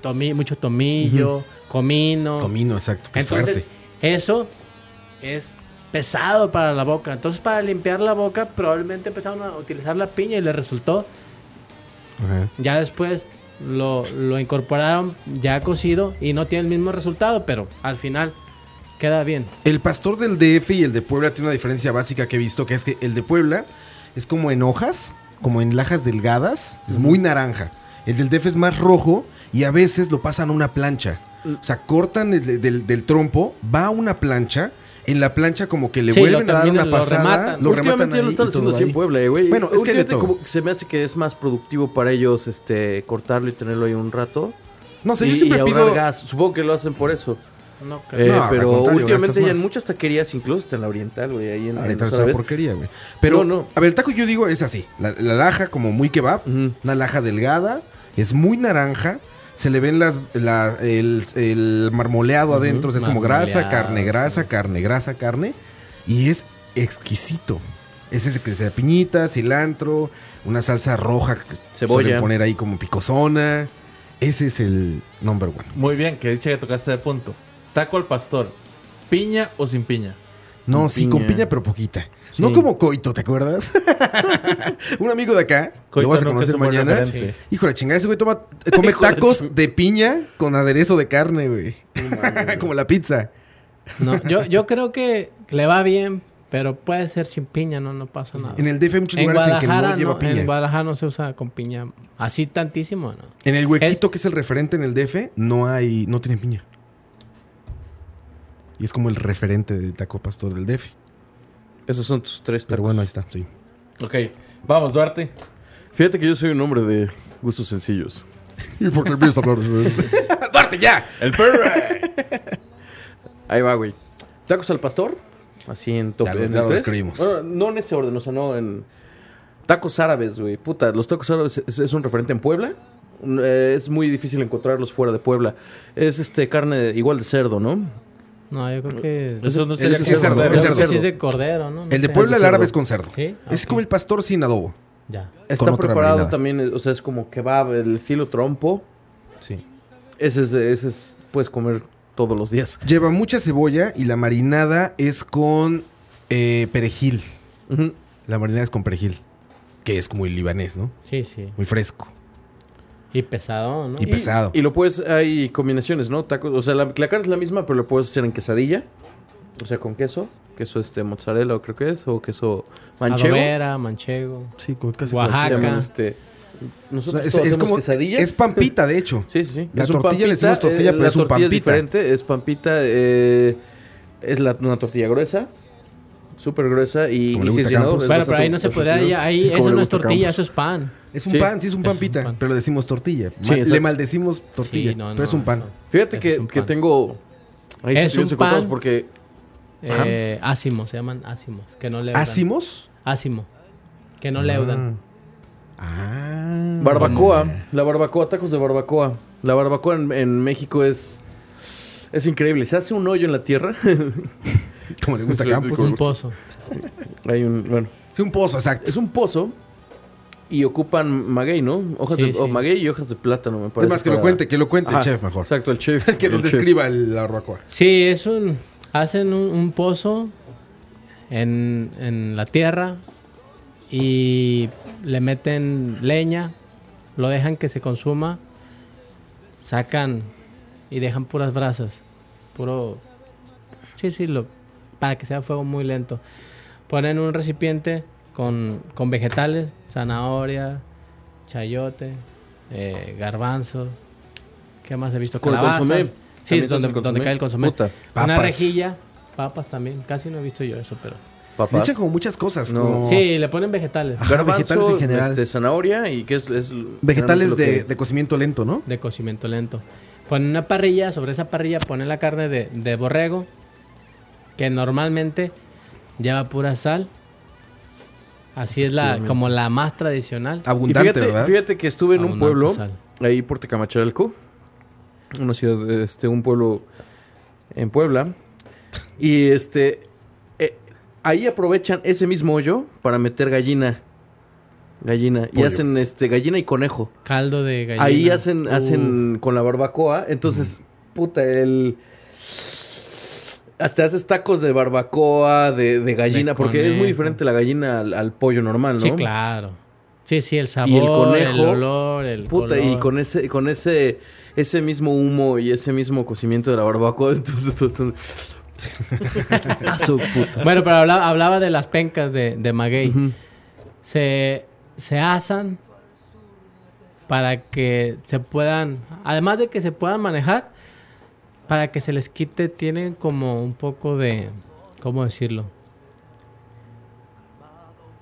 S5: tomi- mucho tomillo, comino.
S4: Comino, exacto. que es
S5: Entonces,
S4: fuerte.
S5: eso es pesado para la boca. Entonces, para limpiar la boca, probablemente empezaron a utilizar la piña y le resultó.
S4: Ajá.
S5: Ya después lo, lo incorporaron ya cocido y no tiene el mismo resultado, pero al final Queda bien.
S4: El pastor del DF y el de Puebla tiene una diferencia básica que he visto, que es que el de Puebla es como en hojas, como en lajas delgadas, es muy naranja. El del DF es más rojo y a veces lo pasan a una plancha. O sea, cortan el- del, del trompo, va a una plancha, en la plancha como que le
S5: Sí,
S4: vuelven
S5: lo
S4: a dar
S5: terminan,
S4: una
S5: lo
S4: pasada,
S5: rematan.
S4: lo rematan
S3: Últimamente ya lo
S4: ahí
S3: están
S4: y todo
S3: haciendo así en
S4: ahí.
S3: Puebla, eh, güey.
S4: Bueno, es que hay de
S3: Últimamente
S4: todo.
S3: como que se me hace que es más productivo para ellos este cortarlo y tenerlo ahí un rato.
S4: No sé,
S3: y,
S4: yo siempre
S3: y ahorrar
S4: pido...
S3: gas. Supongo que lo hacen por eso.
S5: No
S3: Eh,
S4: No, al
S3: pero
S4: contrario, gastas
S3: últimamente ya en
S4: más.
S3: muchas taquerías, incluso hasta en la oriental, güey, ahí en,
S4: Ah,
S3: en
S4: neta,
S3: los
S4: es una
S3: árabes.
S4: porquería, güey. Pero,
S3: No, no.
S4: a ver, el taco yo digo es así. La, la laja como muy kebab,
S3: Ujú.
S4: una laja delgada, es muy naranja, se le ven las, la- el, el marmoleado adentro, o sea, es como grasa,
S5: Marmoleado,
S4: carne, grasa,
S5: sí.
S4: carne, grasa, carne, y es exquisito. Es ese que se da piñita, cilantro, una salsa roja que
S3: Cebolla.
S4: suelen poner ahí como picosona. Ese es el number one.
S2: Muy bien, que dicha que tocaste de punto. Taco al pastor, piña o sin piña.
S4: No, sí, con
S3: piña.
S4: piña, pero poquita. No como coito, ¿te acuerdas? Un amigo de acá,
S2: Coito
S4: lo vas a
S2: no, que
S4: conocer
S2: es un buen
S4: mañana.
S2: referente.
S4: Hijo de la chingada, ese güey toma, come
S3: Hijo de la
S4: tacos de piña con aderezo de carne, güey. Como la pizza.
S5: No, yo, yo creo que le va bien, pero puede ser sin piña, no, no pasa nada.
S4: En el DF hay muchos
S5: En
S4: lugares en que no
S5: Guadalajara,
S4: lleva
S5: no,
S4: piña.
S5: en Guadalajara no se usa con piña así tantísimo, ¿no?
S4: en el huequito que es el referente en el DF, no hay, no tienen piña. Y es como el referente de taco pastor del DF.
S3: Esos son tus tres
S4: Pero
S3: tacos.
S4: bueno, ahí está, sí.
S2: Ok, vamos, Duarte.
S3: Fíjate que yo soy un hombre de gustos sencillos.
S4: ¿Y por qué empiezas a hablar? ¡Darte ya!
S3: El perro. Ahí va, güey. Tacos al pastor. Así en top.
S4: Ya lo-
S3: en
S4: ya
S3: el
S4: lo
S3: tres.
S4: describimos.
S3: Bueno, no en ese orden, o sea, no en. Tacos árabes, güey. Puta, los tacos árabes es, es un referente en Puebla. Mm, eh, Es muy difícil encontrarlos fuera de Puebla. Es este carne igual de cerdo, ¿no?
S5: No, yo creo que...
S2: Eso no
S3: Es-
S2: sería
S3: es
S2: como
S4: cerdo,
S2: comer,
S4: es
S5: Yo creo
S2: ¿no?
S5: que sí
S3: cerdo.
S5: es de cordero, ¿no? No
S4: El de
S5: sé.
S4: Puebla, el
S3: cerdo.
S4: árabe es con cerdo.
S5: Sí,
S4: Es
S5: ah,
S4: como
S5: ok.
S4: el pastor sin adobo.
S5: Ya.
S3: Está
S4: otra
S3: preparado
S4: mermelada.
S3: también, eh, o sea, es como kebab, el estilo trompo.
S4: Sí.
S3: Ese es, ese es, puedes comer todos los días.
S4: Lleva mucha cebolla y la marinada es con eh, perejil.
S3: Ujú.
S4: La marinada es con perejil. Que es muy libanés, ¿no?
S5: Sí, sí.
S4: Muy fresco.
S5: Y pesado, ¿no?
S4: Y pesado.
S3: Y lo puedes, hay combinaciones, ¿no? Tacos, o sea, la, la carne es la misma, pero lo puedes hacer en quesadilla. O sea, con queso. Queso este mozzarella, creo que es, o queso manchego.
S5: Adobera, manchego.
S4: Sí, como casi.
S5: Oaxaca.
S3: Le llaman, este, nosotros
S4: es,
S3: todos
S4: es
S3: hacemos
S4: como.
S3: quesadillas.
S4: Es pampita, de hecho.
S3: Sí, sí, sí.
S4: La
S3: Es un
S4: tortilla le decimos tortilla,
S3: eh,
S4: pero
S3: la
S4: es un
S3: tortilla es
S4: pampita.
S3: diferente, es pampita, eh, es la- una tortilla gruesa, súper gruesa y,
S4: Como le
S3: y si
S4: gusta
S3: es
S4: a
S3: llenador,
S4: Campos.
S3: es
S5: Bueno, pero ahí no
S3: bastante-
S5: se podría...
S3: bastante-
S5: ya- Ahí,
S3: como
S5: eso
S3: le
S5: no es
S3: gusta a
S5: tortilla,
S3: Campos.
S5: eso es pan.
S4: Es un
S3: Sí.
S4: pan, sí, es un
S5: Es un
S4: pampita.
S5: pan.
S4: Pero le decimos tortilla.
S3: Sí,
S4: Ma- le
S3: exacto.
S4: maldecimos tortilla.
S5: Sí, no,
S4: pero es
S5: no,
S4: un pan.
S5: no.
S3: Fíjate
S5: Eso
S3: que,
S5: es un
S3: que
S5: pan.
S3: tengo... Ahí
S5: Es un
S3: sentimientos encontrados
S5: pan.
S3: porque Ajá.
S5: Eh, ácimos, se llaman ácimos. Que no leudan.
S4: ¿Ácimos?
S5: Ácimo. Que no leudan.
S4: Ah.
S3: Barbacoa,
S5: Mm.
S3: la barbacoa, tacos de barbacoa. La barbacoa en, en México es es increíble. Se hace un hoyo en la tierra.
S4: Como le gusta a
S3: Es
S4: Campos.
S5: Pues un pozo.
S3: Hay un, bueno,
S4: Sí, un pozo, exacto.
S3: es un pozo y ocupan maguey, ¿no? Hojas
S5: Sí,
S3: de o
S5: sí.
S3: maguey y hojas de plátano, me
S4: Es
S3: parece.
S4: más, que lo
S3: para-
S4: cuente, que lo cuente
S3: Ajá,
S4: el chef mejor.
S3: Exacto, el chef.
S4: Que nos
S3: el chef.
S4: describa el- la barbacoa.
S5: Sí, es un. Hacen un, un pozo en, en la tierra y le meten leña, lo dejan que se consuma, sacan y dejan puras brasas, puro. Sí, sí, lo, para que sea fuego muy lento. Ponen un recipiente con, con vegetales, zanahoria, chayote, eh, garbanzo. ¿Qué más he visto?
S3: Con el
S5: Calabazas.
S3: consomé.
S5: Sí,
S3: También se hace
S5: donde,
S3: el
S5: donde
S3: consomé.
S5: cae el consomé.
S3: Puta.
S5: Una
S4: Papas.
S5: rejilla, papas también. Casi no he visto yo eso, pero.
S3: Papas.
S4: Le echan como muchas cosas.
S3: No.
S4: como-
S5: Sí, le ponen vegetales
S4: Ajá, Ah, vegetales en general.
S3: este, zanahoria y que es, es l-
S4: Vegetales
S3: generalmente
S4: de,
S3: lo que-
S4: de cocimiento lento, ¿no?
S5: de cocimiento lento. Ponen una parrilla, sobre esa parrilla ponen la carne de, de borrego, que normalmente lleva pura sal. Así es la, como la más tradicional.
S3: Y
S4: Abundante,
S3: fíjate,
S4: ¿verdad?
S3: fíjate que estuve en un
S5: Abundante
S3: pueblo
S5: sal.
S3: ahí por Tecamachalco, una ciudad, este, un pueblo en Puebla, y este, eh, ahí aprovechan ese mismo hoyo para meter gallina, gallina, y
S4: Pollo.
S3: hacen este gallina y conejo.
S5: Caldo de gallina.
S3: Ahí hacen,
S5: Uh,
S3: hacen con la barbacoa. Entonces,
S4: Mm.
S3: puta, el. Hasta haces tacos de barbacoa, de, de gallina,
S5: De
S3: porque es muy
S5: conejo.
S3: diferente la gallina al, al pollo normal, ¿no?
S5: Uh. Sí, claro. Sí, sí, el sabor,
S3: Y el
S5: el,
S3: conejo,
S5: olor, el
S3: Puta, y
S5: color.
S3: con ese, con ese, ese mismo humo y ese mismo cocimiento de la barbacoa, entonces, todo esto- A Ah, su puta.
S5: Bueno, pero hablaba, hablaba de las pencas de, de maguey. se, se asan para que se puedan, además de que se puedan manejar, para que se les quite, tienen como un poco de, ¿cómo decirlo?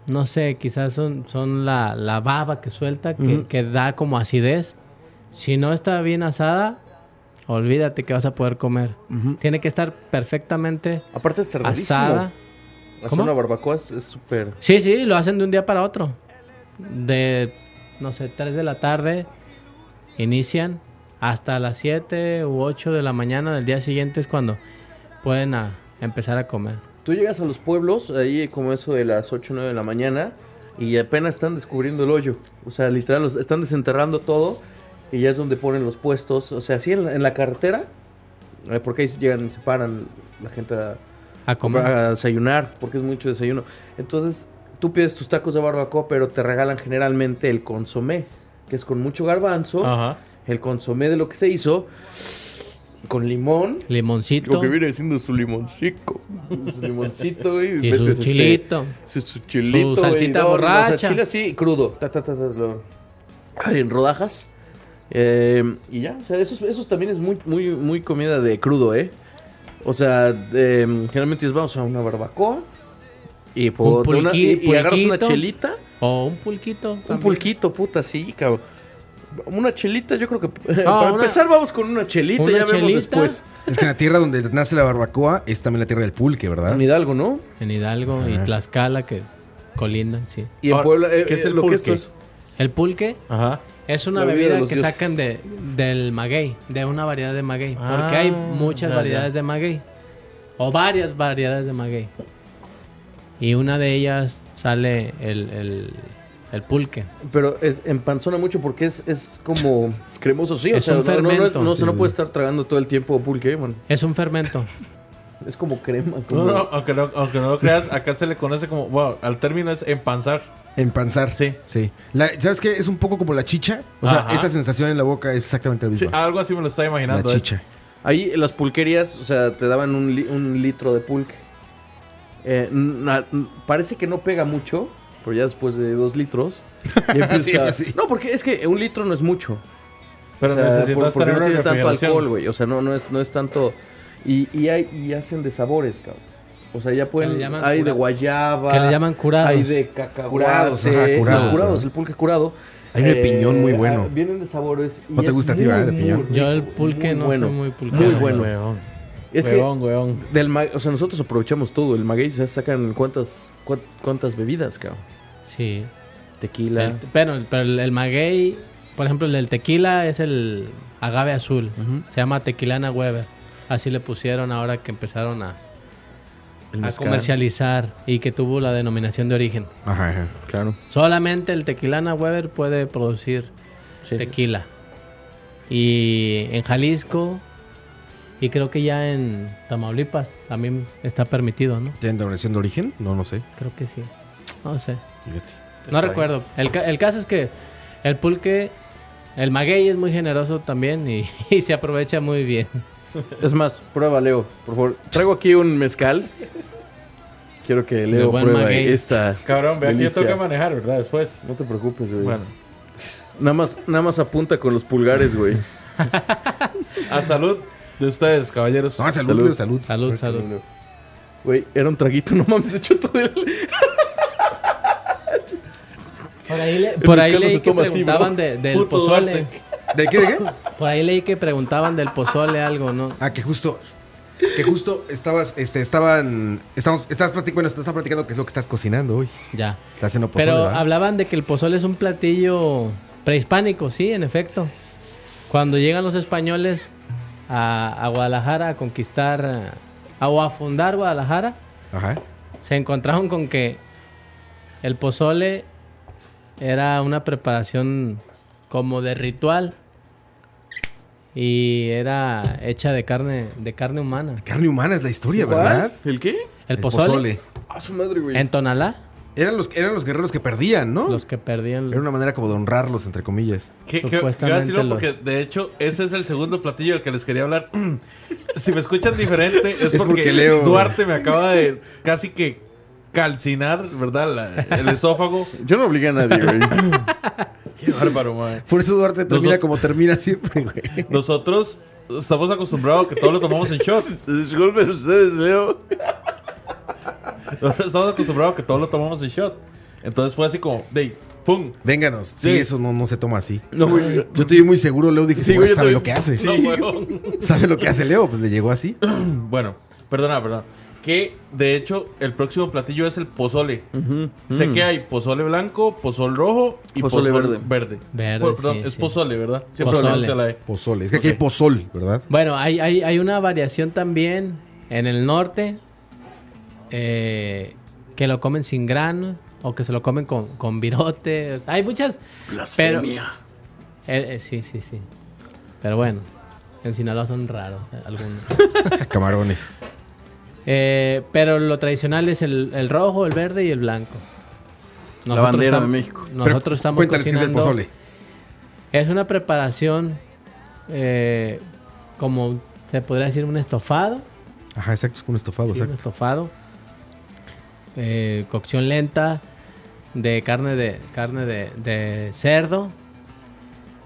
S5: No sé, quizás son, son la, la baba que suelta, que, que da como acidez. Si no está bien asada, olvídate que vas a poder comer. Tiene que estar perfectamente
S3: Aparte es tardadísimo.
S5: asada.
S3: Hacer
S5: ¿Cómo?
S3: una barbacoa es es súper...
S5: Sí, sí, lo hacen de un día para otro. De, no sé, 3 de la tarde inician hasta las 7 u 8 de la mañana del día siguiente es cuando pueden a- empezar a comer.
S3: Tú llegas a los pueblos, ahí como eso de las 8 o 9 de la mañana, y apenas están descubriendo el hoyo. O sea, literal, los- están desenterrando todo, y ya es donde ponen los puestos. O sea, así en, la- en la carretera, eh, porque ahí llegan y se paran la gente a,
S5: A comer.
S3: a desayunar, porque es mucho desayuno. Entonces, tú pides tus tacos de barbacoa, pero te regalan generalmente el consomé, que es con mucho garbanzo,
S2: Ajá.
S3: el consomé de lo que se hizo, con limón.
S5: Limoncito
S3: haciendo su limoncico. Su limoncito, güey.
S5: y su
S3: metes este-
S5: chilito.
S3: su, su chilito.
S5: Su salsita
S3: güey, no,
S5: borracha.
S3: O sea, chile así, crudo. Ta, ta, ta, ta, lo- ay, en rodajas. Eh, y ya, o sea, eso, es- eso también es muy, muy, muy comida de crudo, ¿eh? O sea, eh, generalmente es, vamos a una barbacoa. Y, po-
S5: Un
S3: de una- y-
S5: pulqui-
S3: y agarras una
S5: pulquito.
S3: chelita.
S5: O un pulquito. también.
S3: Un pulquito, puta, sí, cabrón. Una chelita, yo creo que. para
S5: una-
S3: empezar, vamos con una chelita,
S5: una
S3: ya vemos
S5: chelita.
S3: después.
S4: Es que en la tierra donde nace la barbacoa es también la tierra del pulque,
S2: Ah.
S4: ¿verdad?
S3: En Hidalgo, ¿no?
S5: En Hidalgo y Tlaxcala que colindan, sí.
S3: Y en
S2: Ahora,
S3: Puebla, eh,
S2: ¿qué es
S3: eh,
S2: el
S3: lo que esto
S2: pulque?
S3: es.
S5: El pulque
S2: Ajá.
S5: es una
S3: La bebida de
S5: bebida
S3: los
S5: que
S3: dioses.
S5: sacan de, del maguey, de una variedad de maguey. porque
S2: Ah,
S5: hay muchas
S2: ya,
S5: variedades
S2: ya.
S5: de maguey. O varias variedades de maguey. Y una de ellas sale el, el, el pulque.
S3: Pero es, empanzona mucho porque es, es como cremoso, sí.
S5: Es
S3: o sea, no, no,
S5: un
S3: no, es-
S5: fermento.
S3: no, o sea, no puede estar tragando todo el tiempo pulque, man.
S5: Es un fermento.
S3: Es como crema.
S2: No,
S3: Como...
S2: no, aunque no, aunque no lo creas, acá se le conoce como, wow, al término es empanzar.
S4: Empanzar.
S2: Sí.
S4: Sí. La- ¿Sabes qué? Es un poco como la chicha. O sea,
S2: Ajá.
S4: esa sensación en la boca es exactamente la
S2: Sí,
S4: misma.
S2: algo así me lo estaba
S4: la
S2: imaginando. eh.
S4: chicha.
S3: Ahí las pulquerías, o sea, te daban un, li- un litro de pulque. Eh, na- parece que no pega mucho, pero ya después de dos litros. ya empieza-
S4: Sí, sí.
S3: No, porque es que un litro no es mucho.
S2: Pero
S3: O sea,
S2: necesito
S3: por-
S2: estar
S3: porque
S2: en
S3: no
S2: una
S3: tiene tanto
S2: refrigeración.
S3: alcohol, güey. O sea, no, no, es, no es tanto. Y, y, hay, y hacen de sabores, cabrón. O sea, ya
S5: Que
S3: pueden.
S5: le llaman
S3: Hay de
S5: cura-
S3: guayaba.
S5: que le llaman curados.
S3: Hay de cacahuate.
S4: Curados, ajá, curados,
S3: Los curados,
S4: ¿no?
S3: el pulque curado. Eh,
S4: Hay uno de piñón muy bueno.
S3: ah, Vienen de sabores. y
S4: ¿No te
S3: es
S4: gusta a ti,
S3: muy,
S4: va, de piñón?
S3: muy
S5: Yo el
S3: rico,
S5: pulque no
S3: bueno.
S5: soy muy pulquero.
S3: Muy bueno.
S2: Huevón.
S3: Es que
S2: huevón, huevón.
S3: del ma- o sea, nosotros aprovechamos todo. El maguey se sacan cuántas, cuá- cuántas bebidas, cabrón.
S5: Sí.
S3: Tequila.
S5: El- pero pero el, el maguey, por ejemplo, el del tequila es el agave azul. Se llama tequilana Weber. Así le pusieron ahora que empezaron a,
S3: el
S5: a
S3: mezcal.
S5: comercializar y que tuvo la denominación de origen.
S4: Ajá, ajá.
S3: Claro.
S5: Solamente el tequilana Weber puede producir
S3: Sí.
S5: tequila. Y en Jalisco, y creo que ya en Tamaulipas también está permitido, ¿no?
S4: ¿Tienen denominación de origen? No, no sé.
S5: Creo que sí. No sé.
S4: Fíjate.
S5: No recuerdo. El, ca- el caso es que el pulque, el maguey es muy generoso también y, y se aprovecha muy bien.
S3: Es más, prueba, Leo, por favor. Traigo aquí un mezcal. Quiero que Leo
S5: buen
S3: pruebe
S5: maguey.
S3: esta.
S2: Cabrón, vean que yo
S3: delicia.
S2: tengo que manejar, ¿verdad? Después.
S3: No te preocupes, güey.
S2: Bueno,
S3: Nada más, nada más apunta con los pulgares, güey.
S2: a salud de ustedes, caballeros.
S4: No, salud,
S3: Salud.
S4: Leo, salud.
S5: Salud, salud.
S3: Güey, era un traguito, no mames, echó todo el...
S5: Por ahí, le- por ahí
S3: mezcal no
S5: leí
S3: se
S5: que
S3: toma así, bro.
S5: preguntaban de- del
S2: Puto
S5: pozole.
S2: Duarte.
S4: ¿De qué, de qué?
S5: Por ahí leí que preguntaban del pozole algo, ¿no?
S4: Ah, que justo. Que justo estabas, este, estaban, estamos, estabas platicando, bueno, estás platicando qué es lo que estás cocinando hoy.
S5: Ya.
S4: Estás haciendo pozole,
S5: Pero
S4: ¿verdad?
S5: hablaban de que el pozole es un platillo prehispánico, sí, en efecto. Cuando llegan los españoles a, a Guadalajara a conquistar eh, a- o a fundar Guadalajara,
S4: Ajá.
S5: se encontraron con que el pozole era una preparación como de ritual y era hecha de carne de carne humana.
S4: Carne humana es la historia, ¿verdad?
S3: ¿El qué?
S5: El pozole,
S4: pozole.
S3: A Ah, su madre, güey.
S5: en Tonalá
S4: Eran los, eran los guerreros que perdían, ¿no?
S5: Los que perdían.
S4: Era una manera como de honrarlos, entre comillas.
S2: ¿Qué, qué,
S5: Supuestamente
S2: qué iba a decirlo?
S5: los-
S2: Porque de hecho ese es el segundo platillo del que les quería hablar. si me escuchan diferente es,
S4: Es
S2: porque,
S4: porque Leo-
S2: Duarte me acaba de casi que calcinar, ¿verdad? La- el esófago.
S3: Yo no obligué a nadie, güey.
S2: Qué bárbaro, madre.
S4: Por eso Duarte termina
S2: Nosot-
S4: como termina siempre, güey.
S2: Nosotros estamos acostumbrados a que todo lo tomamos en shot.
S3: Disculpen ustedes, Leo.
S2: Nosotros estamos acostumbrados a que todo lo tomamos en shot. Entonces fue así como, de, ¡pum!
S4: Vénganos. Sí,
S3: Sí.
S4: eso no, no se toma así.
S3: No, güey.
S4: Yo estoy muy seguro, Leo. Dije,
S3: Sí,
S4: "Güey,
S3: güey, yo también-
S4: sabe lo que hace.
S2: No, huevón.
S4: ¿Sabe lo que hace Leo? Pues le llegó así.
S2: Bueno, perdona, perdona. Que de hecho el próximo platillo es el pozole. Sé que hay pozole blanco, pozole rojo y pozole,
S3: mm. Pozole
S2: verde.
S3: verde.
S5: Verde,
S2: Bueno, perdón,
S5: sí,
S2: es
S5: sí.
S2: pozole, ¿verdad? Sí,
S5: Pozole.
S2: perdón, se la he.
S4: Pozol. Es que aquí hay pozol, ¿verdad?
S5: Bueno, hay, hay, hay una variación también en el norte eh, que lo comen sin grano o que se lo comen con, con virote. O sea, hay muchas. Pero, Eh, eh, sí, sí, sí. Pero bueno, en Sinaloa son raros eh, algunos.
S4: Camarones.
S5: Eh, pero lo tradicional es el, el rojo, el verde y el blanco.
S3: La bandera
S5: estamos-
S3: de México.
S5: Nosotros
S4: Pero
S5: estamos
S4: Cuéntales qué es el
S5: cocinando-
S4: pozole.
S5: es una preparación eh, como se podría decir un estofado.
S4: Ajá, exacto. Es un estofado,
S5: Sí, un
S4: exacto.
S5: estofado. Eh, cocción lenta de carne de carne de, de cerdo,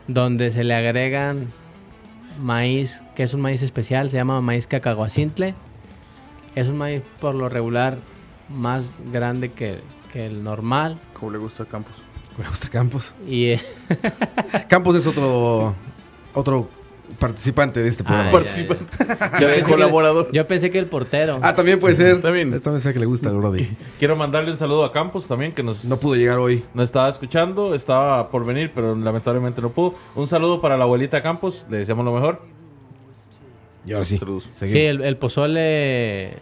S5: donde se le agregan maíz, que es un maíz especial, se llama maíz cacahuacintle. Es un maíz por lo regular más grande que, que el normal
S3: Como le gusta a Campos.
S4: Me gusta Campos.
S5: y eh,
S4: Campos es otro, otro participante de este programa.
S5: Ay,
S4: Ah,
S5: ya, ya.
S3: Ya ven, colaborador.
S5: yo pensé que el portero.
S4: también puede ser.
S3: También.
S4: También sé que le gusta, Brody.
S2: Quiero mandarle un saludo a Campos también, que nos,
S4: No pudo llegar hoy.
S2: nos estaba escuchando, estaba por venir, pero lamentablemente no pudo. Un saludo para la abuelita Campos, le deseamos lo mejor.
S4: Y ahora sí.
S5: Sí,
S4: Seguimos.
S5: el, el pozole es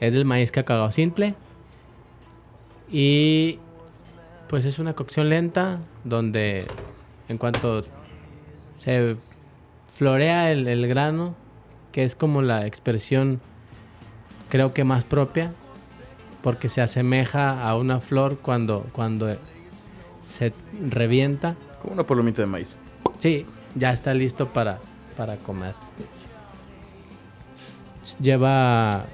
S5: del maíz cacao simple. Y pues es una cocción lenta donde en cuanto se florea el, el grano, que es como la expresión creo que más propia, porque se asemeja a una flor cuando, cuando se revienta.
S3: Como una palomita de maíz.
S5: Sí, ya está listo para, para comer. Lleva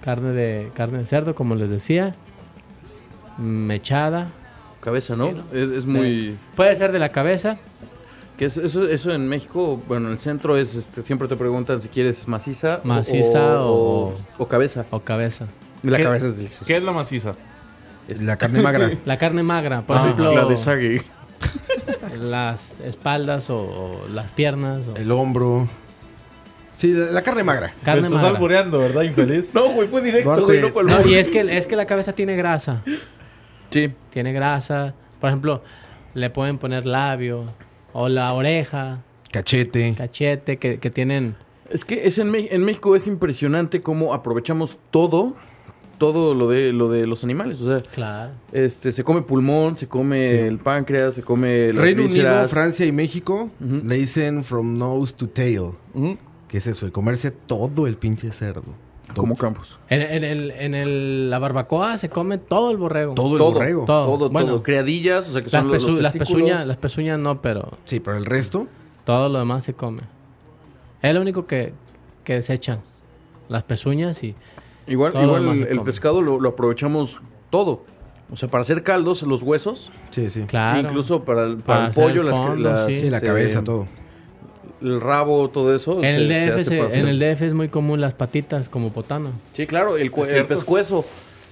S5: carne de carne de cerdo, como les decía, mechada.
S3: Cabeza, ¿no? Es, es muy...
S5: Puede ser de la cabeza.
S3: Que es- eso, eso en México, bueno, en el centro es, este, siempre te preguntan si quieres maciza, o-
S5: Maciza o-
S3: o cabeza.
S5: o cabeza.
S3: Y La
S2: ¿Qué-
S3: cabeza es deliciosa.
S2: ¿Qué es la maciza?
S4: La carne magra.
S5: La carne magra, por
S2: Ah,
S5: ejemplo,
S3: La de Sage.
S5: las espaldas o, o las piernas. o-
S4: El hombro. Sí, la, la carne magra.
S2: Me
S5: carne
S2: estás
S5: magra.
S2: albureando, ¿verdad, infeliz?
S3: No, güey, fue directo,
S4: Duarte.
S3: güey, no fue al
S5: No,
S3: borde.
S5: y es que, es que la cabeza tiene grasa.
S3: Sí,
S5: Tiene grasa. Por ejemplo, le pueden poner labio o la oreja,
S4: Cachete.
S5: cachete, que, que tienen...
S3: es que es en, Me- en México es impresionante cómo aprovechamos todo, todo lo de, lo de los animales, o sea...
S5: Claro.
S3: Este, se come pulmón, se come el páncreas, se come las
S4: Reino Unido,
S3: vísceras.
S4: Francia y México le dicen from nose to tail.
S3: Ujú. Ah,
S4: ¿Qué es eso? El comerse todo el pinche cerdo.
S3: Como
S4: Todo,
S3: Campos.
S5: En, en el, en el- la barbacoa se come todo el borrego.
S4: todo el
S3: Todo.
S4: borrego.
S5: Todo.
S3: Todo,
S5: Bueno.
S3: todo. Criadillas, o sea, que
S5: las,
S3: son los,
S5: pezu-
S3: los
S5: las
S3: testículos.
S5: pezuñas, las pezuñas no, pero
S4: Sí, pero el resto.
S5: todo lo demás se come. Es lo único que, que desechan. Las pezuñas y...
S3: Igual,
S5: Todo lo
S3: igual
S5: demás se
S3: el, el
S5: come.
S3: pescado lo, lo aprovechamos todo. O sea, para hacer caldos, los huesos,
S4: Sí, sí.
S5: Claro.
S3: incluso para el, para
S5: Para
S3: el
S5: hacer
S3: pollo,
S5: el
S3: las,
S5: fondo,
S3: las,
S5: sí.
S4: Sí, la
S3: este,
S4: cabeza, todo.
S3: El rabo, todo eso.
S5: En el, DF
S3: hace
S5: se-
S3: para hacer-
S5: en el DF es muy común las patitas como potano.
S3: Sí, claro, el, cue-
S2: Es
S3: el
S2: cierto.
S3: pescuezo.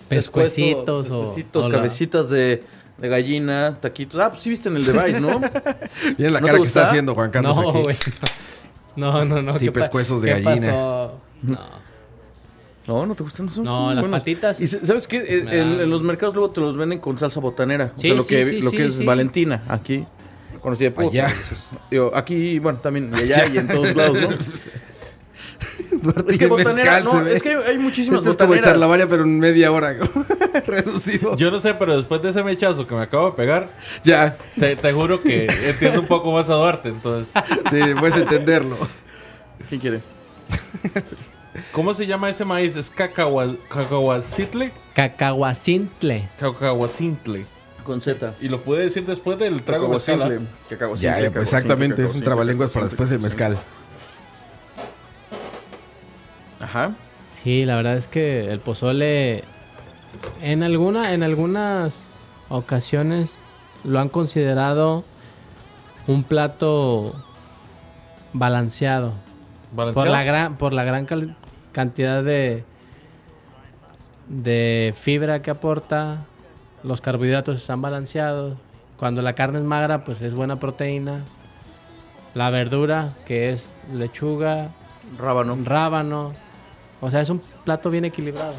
S5: Pescuecitos
S3: Pescuezo,
S5: o-
S3: pescuecitos,
S5: o la-
S3: cabecitas de, de gallina, taquitos. Ah, pues sí viste en el device, ¿no?
S4: Miren la
S3: ¿No te
S4: cara que está
S3: gusta?
S4: haciendo Juan Carlos
S5: no,
S4: aquí.
S5: güey. No, no, no.
S4: Sí,
S5: ¿qué pa-
S4: pescuezos de
S5: qué
S4: gallina.
S5: pasó? No.
S3: No, no te gustan. son-
S5: No,
S3: son
S5: las
S3: buenos.
S5: patitas.
S3: ¿Y s- sabes qué? Eh,
S5: Me
S3: En,
S5: dan-
S3: en los mercados luego te los venden con salsa botanera. o
S5: Sí,
S3: sea, lo
S5: sí,
S3: que,
S5: sí,
S3: lo
S5: sí,
S3: que es
S5: sí.
S3: Valentina, aquí. Conocida por.
S4: Allá.
S3: Digo, aquí, bueno, también y allá y en todos lados, ¿no?
S4: Duarte
S3: Es que
S4: y el
S3: botanera,
S4: mezcal,
S3: no,
S4: se ve.
S3: es que hay- hay muchísimas
S4: Esto es como
S3: botaneras.
S4: echar la varia, pero en media hora. Reducido.
S2: Yo no sé, pero después de ese mechazo que me acabo de pegar,
S4: Ya.
S2: te, te juro que entiendo un poco más a Duarte, entonces...
S4: Sí, puedes entenderlo.
S3: ¿Quién quiere?
S2: ¿Cómo se llama ese maíz? ¿Es cacahual- cacahuacintle?
S5: Cacahuacintle.
S2: Cacahuacintle.
S3: Con Z.
S2: Y lo pude decir después del trago de
S3: Cacahuacintle,
S2: mezcal. ¿ah?
S3: cacahuacintle,
S4: Ya, ya,
S3: cacahuacintle,
S4: pues, exactamente, es un
S3: cacahuacintle,
S4: trabalenguas para
S3: cacahuacintle,
S4: después del mezcal.
S3: Ajá.
S5: Sí, la verdad es que el pozole en alguna, en algunas ocasiones lo han considerado un plato balanceado por
S2: Balanceado.
S5: la gran, por la gran cal- cantidad de de fibra que aporta, los carbohidratos están balanceados. Cuando la carne es magra, pues es buena proteína. La verdura, que es lechuga,
S3: Rábano.
S5: un rábano. O sea, es un plato bien equilibrado.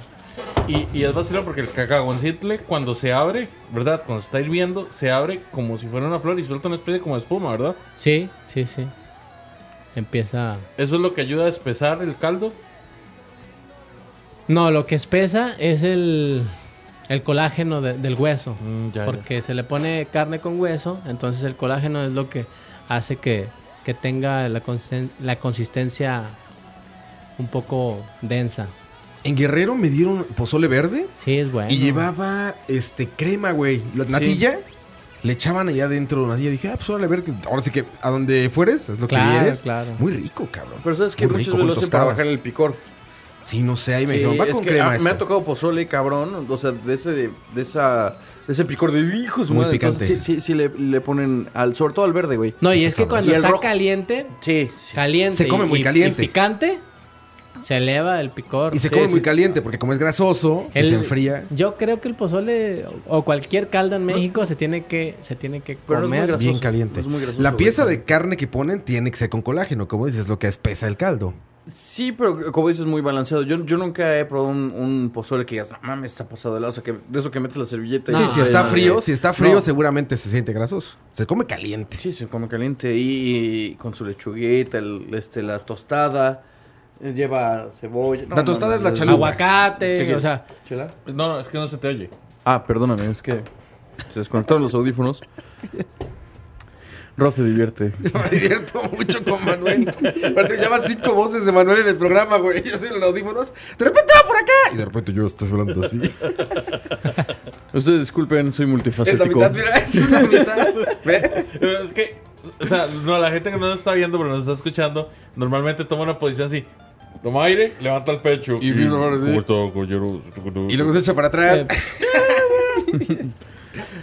S2: Y, y es vacilón porque el cacahuacintle cuando se abre, ¿verdad? Cuando se está hirviendo, se abre como si fuera una flor y suelta una especie como de espuma, ¿verdad?
S5: Sí, sí, sí. Empieza.
S2: Eso es lo que ayuda a espesar el caldo.
S5: No, lo que espesa es el, el colágeno de- del hueso.
S2: Mm, ya, ya.
S5: porque se le pone carne con hueso, entonces el colágeno es lo que hace que, que tenga la, consen- la consistencia un poco densa.
S4: En Guerrero me dieron pozole verde
S5: Sí, es bueno.
S4: y llevaba este crema, güey. La natilla le echaban allá adentro natilla. Dije, ah, pues órale, a ver, que- ahora sí que a donde fueres es lo
S5: Claro,
S4: que vieres.
S5: claro.
S4: Muy rico, cabrón.
S3: Pero sabes que
S4: Muy
S3: muchos
S4: rico,
S3: me
S4: con
S3: lo hacen para
S4: tostadas.
S3: bajar el picor.
S4: Sí, no sé, ahí me
S3: Sí,
S4: dijeron, va
S3: es
S4: con
S3: que,
S4: crema
S3: ah,
S4: esto.
S3: me ha tocado pozole, cabrón. O sea, de ese, de, esa, de ese picor de hijos,
S4: Muy
S3: madre. Entonces,
S4: picante.
S3: sí, sí, sí le, le ponen al, sobre todo al verde, güey.
S5: No, y es que
S4: sabroso.
S5: cuando
S3: Y el
S5: está
S3: rojo.
S5: caliente,
S3: Sí, sí.
S5: caliente.
S4: Se come
S5: y-
S4: muy
S5: y-
S4: caliente.
S5: Y picante, se eleva el picor.
S4: Y se
S3: Sí,
S4: come
S3: sí,
S4: muy
S3: sí.
S4: caliente porque como es grasoso, y
S5: El-
S4: se enfría.
S5: Yo creo que el pozole o- o cualquier caldo en México se tiene que se tiene que
S3: Pero no es muy
S5: comer.
S3: grasoso.
S4: Bien caliente.
S3: es muy grasoso,
S4: la
S3: güey.
S4: pieza de carne que ponen tiene que ser con colágeno, como dices, lo que espesa el caldo.
S3: Sí, pero como dices, muy balanceado. Yo, yo nunca he probado un, un pozole que digas, no mames, está pasado de lado. O sea, que de eso que metes la servilleta. y-
S5: Sí,
S4: Sí, si está
S3: No,
S4: frío,
S3: güey.
S4: si está frío,
S3: Ah, No.
S4: seguramente se siente grasoso. Se come caliente.
S3: Sí, se come caliente. Y, y con su lechuguita, el- este, la tostada. eh, Lleva cebolla.
S4: La tostada es la chalupa.
S5: Aguacate, o sea,
S3: ¿Chela?
S2: No, no, es que no se te oye.
S3: Ah, perdóname, es que se desconectaron los audífonos. Ross se divierte.
S4: Me divierto mucho con Manuel. Aparte, ya van cinco voces de Manuel en el programa, güey. Yo soy en los audífonos. De repente va por acá. Y de repente yo estoy hablando así.
S3: Ustedes disculpen, soy
S4: Es la
S3: multifacético.
S4: mitad, mira, es la mitad. ¿Ve?
S2: Pero es que, o sea, no, la gente que no nos está viendo, pero nos está escuchando, normalmente toma una posición así. Toma aire, levanta el pecho.
S4: Y empieza a hablar así.
S2: ¿Cómo está, caballero?
S4: Y luego se echa para
S5: eh,
S4: atrás.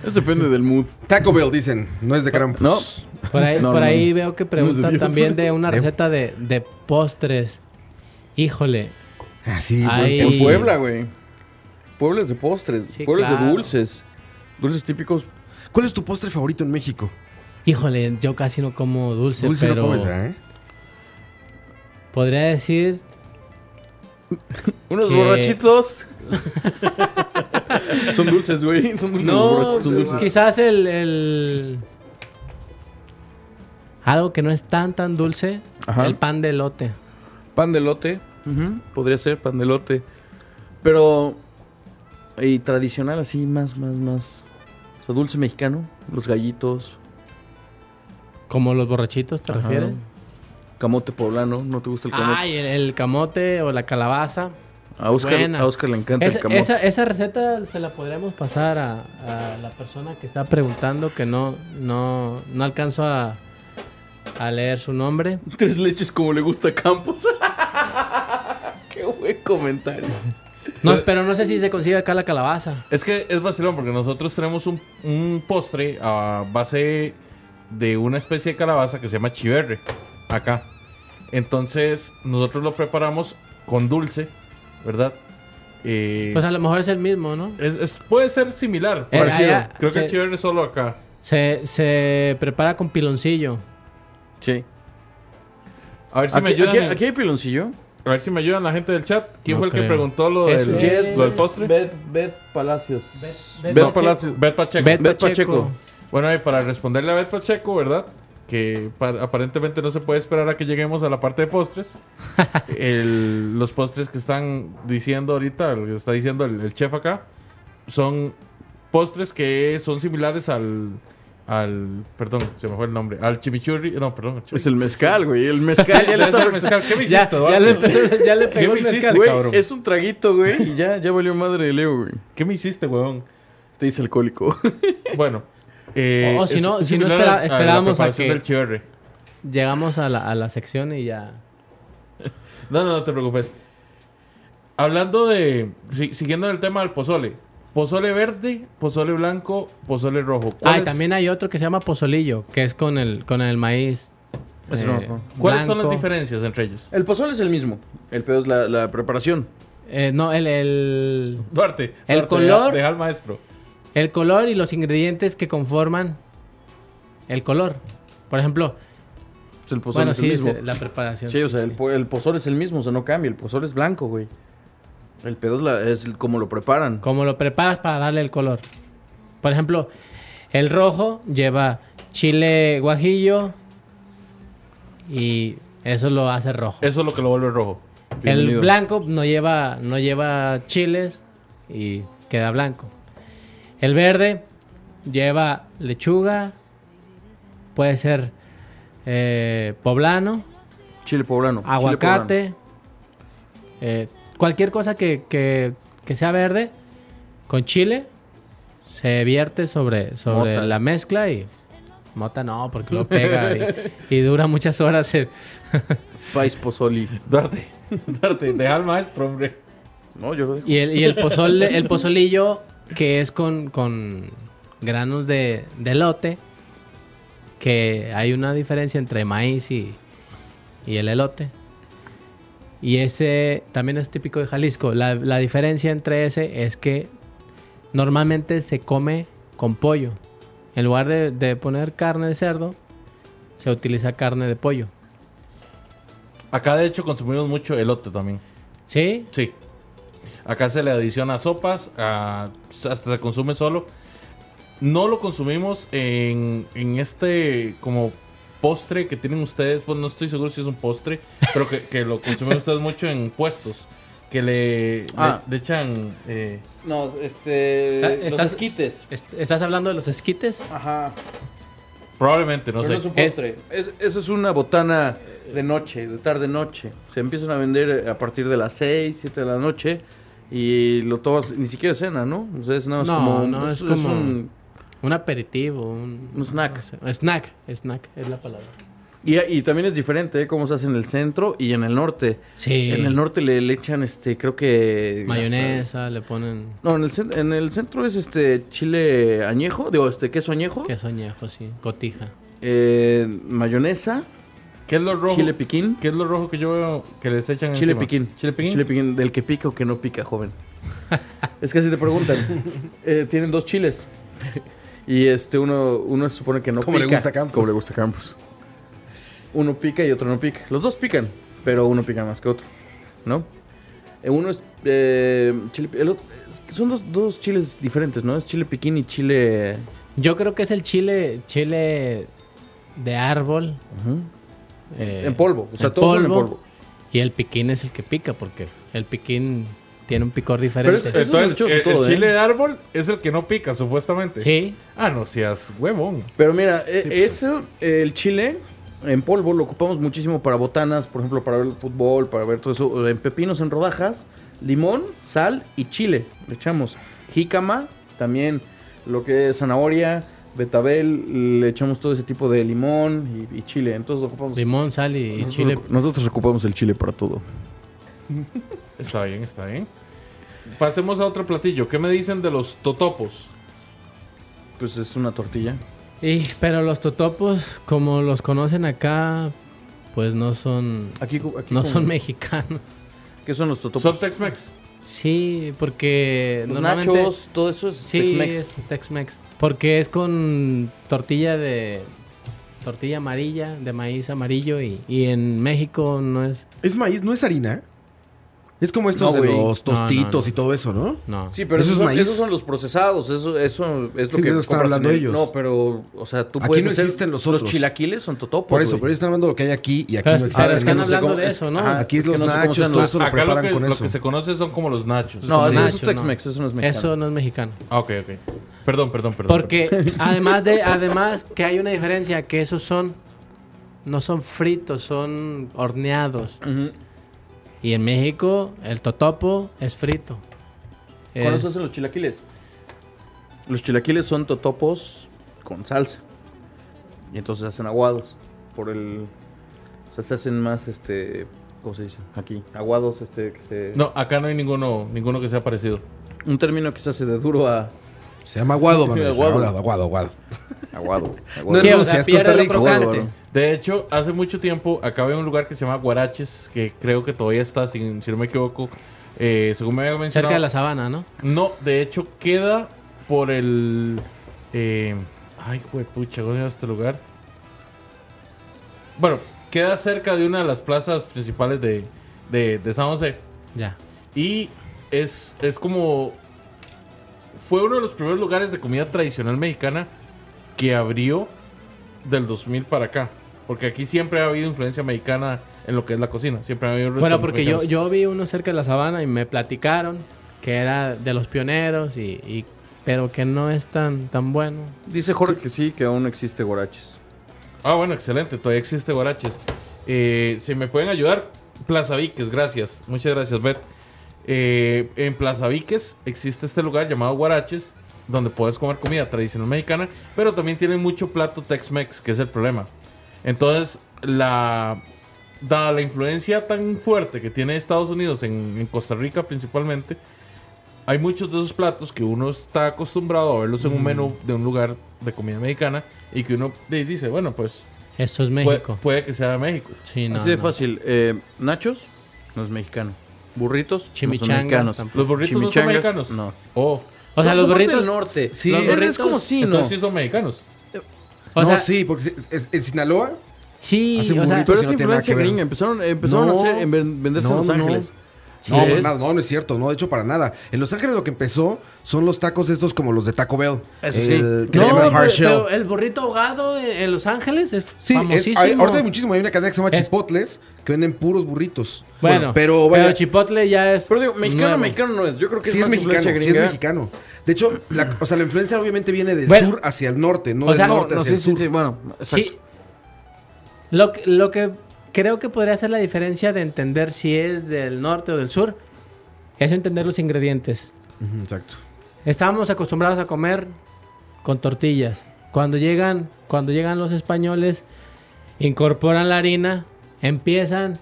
S3: Eso depende del mood.
S4: Taco Bell, dicen. No es de Krampus.
S3: No,
S5: por ahí,
S3: No, no,
S5: por
S3: no.
S5: ahí veo que preguntan
S3: Dios.
S5: también de una
S4: De-
S5: receta de, de postres. Híjole,
S4: Ah, sí, buen
S5: Ay.
S4: postre.
S3: en Puebla, güey. Pueblas de postres,
S5: Sí,
S3: pueblas
S5: claro.
S3: de dulces. Dulces típicos.
S4: ¿Cuál es tu postre favorito en México?
S5: híjole, yo casi no como dulce,
S4: Dulce
S5: pero
S4: no comes, ¿eh?
S5: podría decir
S3: Unos
S5: ¿Qué?
S3: borrachitos. son dulces, güey. Son dulces los
S5: no,
S3: borrachitos, son dulces.
S5: quizás el, el- algo que no es tan tan dulce,
S3: Ajá.
S5: el pan de elote.
S3: Pan de lote. Podría ser pan de lote. Pero. Y tradicional, así, más, más, más. O sea, dulce mexicano. Los gallitos.
S5: Como los borrachitos, ¿te
S3: Ajá.
S5: refieres?
S3: Camote poblano. ¿No te gusta el camote?
S5: Ay, el, el camote o la calabaza.
S3: a, Oscar,
S5: buena.
S3: a Oscar le encanta
S5: Esa,
S3: el camote.
S5: esa- esa receta se la podremos pasar a, a la persona que está preguntando que no, no, no alcanzo a, a leer su nombre.
S3: Tres leches como le gusta a Campos. Qué buen comentario.
S5: No,
S3: Pues,
S5: pero no sé si se consigue acá la calabaza.
S2: Es que es vacilón porque nosotros tenemos un, un postre a base de una especie de calabaza que se llama chiverre acá. Entonces, nosotros lo preparamos con dulce, ¿verdad? Eh,
S5: Pues a lo mejor es el mismo, ¿no?
S2: es- es- puede ser similar,
S5: Eh,
S2: parecido.
S5: allá
S2: Creo que
S5: se-
S2: el chiverre es solo acá.
S5: Se, se prepara con piloncillo.
S3: Sí.
S2: A ver si me
S3: Aquí,
S2: ayudan.
S3: aquí-
S2: en-
S3: aquí hay piloncillo.
S2: A ver si me ayudan la gente del chat. ¿Quién
S5: No
S2: fue el que
S5: creo.
S2: preguntó lo
S5: Eso
S2: del,
S5: es. Jet-
S2: lo del postre? Bet,
S3: Palacios. Bet,
S5: Pacheco.
S3: Palacios.
S2: Pacheco.
S5: Bet
S3: Bet
S5: Pacheco.
S3: Pacheco.
S2: Bueno, y para responderle a Bet Pacheco, ¿verdad? Que pa- aparentemente no se puede esperar a que lleguemos a la parte de postres. El- los postres que están diciendo ahorita, lo que está diciendo el, el chef acá, son postres que son similares al, al. Perdón, se me fue el nombre. Al chimichurri. No, perdón. al
S3: Es
S2: chimichurri.
S3: el mezcal, güey. El mezcal ya le
S2: Ya
S3: está.
S2: está el mezcal. ¿Qué me hiciste,
S5: Ya,
S2: Eduardo?
S5: ya le, empezó- ya le
S2: ¿Qué
S5: pegó
S2: me
S5: el mezcal.
S2: hiciste,
S3: Güey,
S2: cabrón?
S3: es un traguito, güey. Y ya, ya valió madre Leo, güey.
S2: ¿Qué me hiciste, huevón?
S3: Te dice alcohólico.
S2: Bueno. eh,
S5: O- o Oh, si
S2: es-
S5: no-
S2: es
S5: si no
S2: similar a-
S5: espera-
S2: a la
S5: esperábamos a
S2: preparación
S5: que-
S2: del chiverre.
S5: Llegamos a la, a la sección y ya.
S2: No, no, no te preocupes. Hablando de. si- siguiendo el tema del pozole. Pozole verde, pozole blanco, pozole rojo.
S5: Ah, y
S2: ¿Cuáles-
S5: también hay otro que se llama pozolillo, que es con el, con el maíz.
S3: Ese
S5: eh,
S3: no, no.
S2: ¿Cuáles son las
S5: blanco.
S2: diferencias entre ellos?
S3: El pozole es el mismo. El pedo es la, la preparación.
S5: Eh, no, el, el,
S2: Duarte.
S5: El
S2: Duarte,
S5: color-
S2: deja- Deja al maestro.
S5: el color y los ingredientes que conforman el color. Por ejemplo,
S3: Pues el pozole
S5: bueno,
S3: es el
S5: sí,
S3: mismo.
S5: se- la preparación.
S3: Sí, o
S5: sí,
S3: sea, el,
S5: sí.
S3: po- el pozole es el mismo, o sea, no cambia. El pozole es blanco, güey. El pedo es, la- es el- como lo preparan.
S5: Como lo preparas para darle el color. Por ejemplo, el rojo lleva chile guajillo y eso lo hace rojo.
S2: Eso es lo que lo vuelve rojo.
S5: el
S3: bienvenido.
S5: blanco no lleva, no lleva chiles y queda blanco. El verde lleva lechuga, puede ser eh, poblano,
S3: Chile poblano. chile poblano.
S5: aguacate, eh, cualquier cosa que, que- que sea verde con chile se vierte sobre, sobre
S3: Mota.
S5: la mezcla y mota no, porque lo pega y, y dura muchas horas. eh.
S3: Spice pozoli.
S2: Duarte. Duarte, deja al maestro, hombre.
S3: No, yo lo dejo.
S5: Y el, y el, pozole- el pozolillo que es con, con granos de, de elote, que hay una diferencia entre maíz y, y el elote. Y ese también es típico de Jalisco. La, la diferencia entre ese es que normalmente se come con pollo. En lugar de, de poner carne de cerdo, se utiliza carne de pollo.
S2: Acá, de hecho, consumimos mucho elote también.
S5: ¿Sí?
S2: Sí. Acá se le adiciona a sopas, a- hasta se consume solo. No lo consumimos en, en este como postre que tienen ustedes. Pues no estoy seguro si es un postre, pero que, que lo consumen ustedes mucho en puestos. Que le, le-
S3: Ah.
S2: le echan... eh,
S3: No, este.
S5: Ah, ¿Estás-
S3: Los esquites.
S5: Est- ¿Estás hablando de los esquites?
S3: Ajá.
S2: probablemente, no
S3: Pero
S2: sé.
S3: no es un postre. Es- eso es una botana de noche, de tarde-noche. Se empiezan a vender a partir de las 6, 7 de la noche. Y lo tomas, ni siquiera cena, ¿no? O sea, es nada más
S5: No,
S3: como.
S5: no, es como-
S3: un,
S5: Un aperitivo, un,
S3: un snack.
S5: no sé, snack, snack es la palabra.
S3: Y, y también es diferente ¿eh? cómo se hace en el centro y en el norte.
S5: Sí.
S3: En el norte le, le echan, este, creo que...
S5: Mayonesa, le ponen
S3: hasta- no, en el, cen- en el centro es este chile añejo, digo, este queso añejo,
S5: queso añejo, sí, cotija.
S3: eh, mayonesa,
S2: ¿Qué es lo rojo?
S3: chile piquín.
S2: ¿Qué es lo rojo que yo veo que les echan
S3: Chile
S2: encima?
S3: piquín.
S2: Chile piquín.
S3: Chile piquín, del que pica o que no pica, joven. es que así te preguntan. Eh, tienen dos chiles. Y este, uno, uno se supone que no
S4: Como le
S3: pica.
S4: gusta a Campos.
S3: Como le gusta a Campos. Uno pica y otro no pica. Los dos pican, pero uno pica más que otro, ¿no? Eh, Uno es eh, chile... pi- El otro, es que son dos, dos chiles diferentes, ¿no? Es chile piquín y chile...
S5: Yo creo que es el chile, chile de árbol. eh,
S3: en polvo. O sea,
S5: en
S3: todos son en polvo.
S5: Y el piquín es el que pica, porque el piquín tiene un picor
S3: Pero
S5: diferente.
S3: es- es-
S2: Entonces,
S3: delicioso
S2: el,
S3: todo,
S2: el
S3: ¿eh?
S2: chile de árbol es el que no pica, supuestamente.
S5: sí,
S2: Ah, no seas huevón.
S3: Pero mira, e-
S5: pues,
S3: eso, el chile en polvo lo ocupamos muchísimo para botanas, por ejemplo, para ver el fútbol, para ver todo eso, en pepinos en rodajas, limón, sal y chile. Le echamos jícama, también lo que es zanahoria, betabel, le echamos todo ese tipo de limón y, y chile. Entonces lo ocupamos.
S5: limón, sal y, y
S3: nosotros,
S5: chile.
S3: ocu- Nosotros ocupamos el chile para todo.
S2: Está bien, está bien. Pasemos a otro platillo. ¿Qué me dicen de los totopos?
S3: Pues es una tortilla.
S5: Y, pero los totopos, como los conocen acá, pues no son,
S3: Aquí, aquí
S5: no
S3: como-
S5: son mexicanos.
S3: ¿Qué son los totopos?
S2: Son Tex-Mex.
S5: Sí, porque
S3: los
S5: normalmente-
S3: nachos, todo eso es
S5: Sí,
S3: Tex-Mex.
S5: es Tex-Mex. Porque es con tortilla de. Tortilla amarilla, de maíz amarillo. Y, y en México no es.
S4: ¿Es maíz? ¿No es harina? Es como
S3: No,
S4: estos de
S3: güey.
S4: los
S5: No, no,
S4: tostitos
S5: no. Pues,
S4: y todo eso, ¿no?
S5: No.
S3: Sí, pero esos,
S4: ¿Eso es
S3: son,
S4: maíz?
S3: esos son los procesados, eso, eso es lo
S4: Sí,
S3: que
S4: pero
S3: compras
S4: están
S3: en
S4: hablando
S3: el-
S4: ellos.
S3: No, pero, o sea, tú
S4: Aquí
S3: puedes
S4: no
S3: hacer-
S4: existen los
S3: Los
S4: otros.
S3: chilaquiles son totopos,
S4: Por eso, pero
S3: güey.
S4: ellos están hablando de lo que hay aquí y aquí
S5: Pero-
S4: no
S5: pero
S4: existe.
S5: es
S4: no
S5: que están
S4: sé
S5: hablando
S4: cómo-
S5: de
S4: es-
S5: eso, ¿no?
S3: Ajá,
S4: Aquí es los
S3: que no sé cómo
S4: nachos,
S3: sean
S4: todo
S3: los-
S4: eso lo
S2: Acá lo
S4: preparan
S2: que,
S4: con
S2: lo
S4: eso.
S2: que se conoce son como los nachos.
S3: No,
S5: Los
S3: eso, eso
S5: nachos,
S3: es Tex-Mex,
S5: no.
S3: eso no es mexicano.
S5: Eso no es mexicano.
S2: Ah, ok, ok. Pero Perdón, perdón, perdón.
S5: Porque además de además que hay una diferencia que esos son no son fritos, son horneados. Y en México el totopo es frito.
S3: ¿Cuándo
S5: Es-
S3: se hacen los chilaquiles? Los chilaquiles son totopos con salsa. Y entonces se hacen aguados. Por el. O sea, se hacen más este. ¿Cómo se dice? Aquí. Aguados, este. Que se,
S2: No, acá no hay ninguno, ninguno que sea parecido.
S3: Un término que se hace de duro a.
S4: Se llama Aguado, Manuel.
S3: Aguado.
S4: Aguado, aguado, aguado.
S3: Aguado.
S4: No
S3: aguado.
S4: es
S5: ¿Qué? O
S4: Rusia,
S5: sea,
S4: es
S5: pierde
S4: Costa
S5: lo
S4: Rica.
S5: crocante.
S3: Aguado, aguado.
S2: De hecho, hace mucho tiempo acabé en un lugar que se llama Guaraches, que creo que todavía está, sin- si no me equivoco. Eh, según me había mencionado.
S5: cerca de la sabana, ¿no?
S2: No, de hecho queda por el. eh, ay, güey, pucha, ¿cómo se llama este lugar? Bueno, queda cerca de una de las plazas principales de, de, de San José.
S5: Ya.
S2: Y es, es como. Fue uno de los primeros lugares de comida tradicional mexicana que abrió del 2000 para acá. Porque aquí siempre ha habido influencia mexicana en lo que es la cocina. Siempre ha habido
S5: Bueno,
S2: restaurantes
S5: porque yo,
S2: mexicanos.
S5: yo vi uno cerca de la sabana y me platicaron que era de los pioneros y, y- pero que no es tan tan bueno.
S3: Dice Jorge que sí, que aún existe guaraches.
S2: Ah, bueno, excelente. Todavía existe Guaraches. Eh, si me pueden ayudar, Plaza Viques, gracias. Muchas gracias, Bet. Eh, en Plaza Viques existe este lugar llamado Guaraches, donde puedes comer comida tradicional mexicana, pero también tiene mucho plato Tex-Mex, que es el problema. Entonces, la, dada la influencia tan fuerte que tiene Estados Unidos en, en Costa Rica principalmente, hay muchos de esos platos que uno está acostumbrado a verlos en un menú de un lugar de comida mexicana y que uno di- dice, bueno, pues
S5: Esto es
S2: puede,
S5: México.
S2: puede que sea de México.
S5: Sí, no,
S3: Así de
S5: no.
S3: fácil. eh, nachos, no es mexicano. Burritos, no
S5: Chimichangas
S3: son mexicanos.
S5: tampoco.
S2: ¿Los burritos no son
S3: Chimichangas,
S2: mexicanos?
S3: no.
S2: Oh,
S5: O
S3: Son- son
S5: sea, los
S3: parte del
S5: burritos
S3: norte.
S4: Sí.
S5: los
S4: Es-
S3: Es-
S5: burritos-
S3: Es como si, ¿no?
S2: entonces sí son mexicanos.
S5: O
S4: no,
S5: sea,
S4: sí, porque es- es- en Sinaloa
S5: sí,
S4: hacen
S5: o sea,
S4: burritos
S3: Pero
S4: Sí,
S3: es
S4: no tiene nada que
S3: influencia
S4: ver.
S3: gringa. Empezaron, empezaron a
S4: No.
S3: hacer, en ven- venderse
S4: No,
S3: en Los
S4: no, no.
S3: Ángeles.
S5: sí,
S4: No,
S5: es-
S4: para nada, no, no es cierto, no, de hecho para nada. En Los Ángeles lo que empezó son los tacos estos como los de Taco Bell.
S3: Eso sí.
S4: el, que
S5: No,
S4: le llaman hard
S5: pero,
S4: shell.
S5: pero el burrito ahogado en, en Los Ángeles es
S4: Sí, es-
S5: famosísimo.
S4: hay- ahorita hay muchísimo. Hay una cadena que se llama
S5: Es-
S4: Chipotles que venden puros burritos.
S5: Bueno,
S4: pero,
S5: pero,
S4: vaya,
S5: Chipotle ya es.
S3: Pero digo, mexicano,
S5: nuevo.
S3: mexicano no es. Yo creo que
S4: sí
S3: es, más
S4: es mexicano,
S3: influencia
S4: sí es
S3: gringa.
S4: mexicano. De hecho, la, o sea, la influencia obviamente viene del
S5: Bueno.
S4: sur hacia el norte, no
S5: O
S4: del
S5: sea, no,
S4: norte
S3: No,
S4: hacia
S3: sí,
S4: el
S3: sí,
S4: sur.
S3: sí, bueno.
S5: Sí. Lo, que- lo que creo que podría ser la diferencia de entender si es del norte o del sur es entender los ingredientes.
S4: Ujú, Exacto.
S5: Estábamos acostumbrados a comer con tortillas. Cuando llegan, cuando llegan los españoles, incorporan la harina, empiezan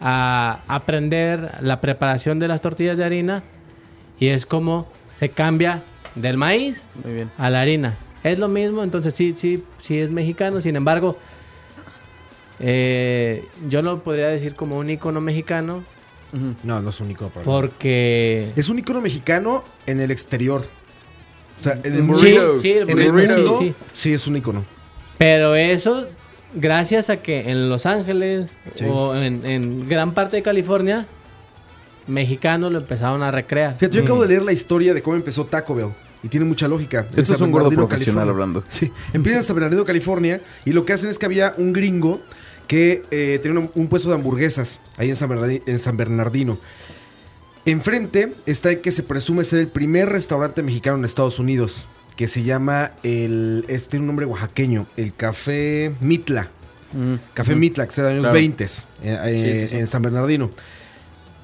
S5: a aprender la preparación de las tortillas de harina y es como se cambia del maíz
S3: Muy bien.
S5: a la harina. Es lo mismo, entonces sí, sí, sí es mexicano. Sin embargo, eh, yo lo podría decir como un icono mexicano
S4: No, no es único. para nada.
S5: porque
S4: Es un icono mexicano en el exterior. O sea, en el
S5: Sí,
S4: burrito.
S5: sí, el
S4: en el
S5: burrito,
S4: mundo,
S5: sí,
S4: Mm. sí,
S5: sí.
S4: es un icono.
S5: Pero eso, gracias a que en Los Ángeles
S4: Sí.
S5: o en, en gran parte de California, mexicanos lo empezaron a recrear.
S4: Fíjate, yo acabo de leer la historia de cómo empezó Taco Bell. Y tiene mucha lógica.
S3: Esto
S4: En
S3: es
S4: San
S3: un gordo
S4: Bernardino,
S3: profesional
S4: California.
S3: hablando.
S4: Sí, empiezan en San Bernardino, California. Y lo que hacen es que había un gringo que eh, tenía un, un puesto de hamburguesas ahí en San, Bernardi- en San Bernardino. Enfrente está el que se presume ser el primer restaurante mexicano en Estados Unidos. Que se llama el. Este tiene un nombre oaxaqueño. El Café Mitla. Café Mitla, que se da en los
S3: Claro.
S4: 20
S3: Sí, sí, sí.
S4: eh, en San Bernardino.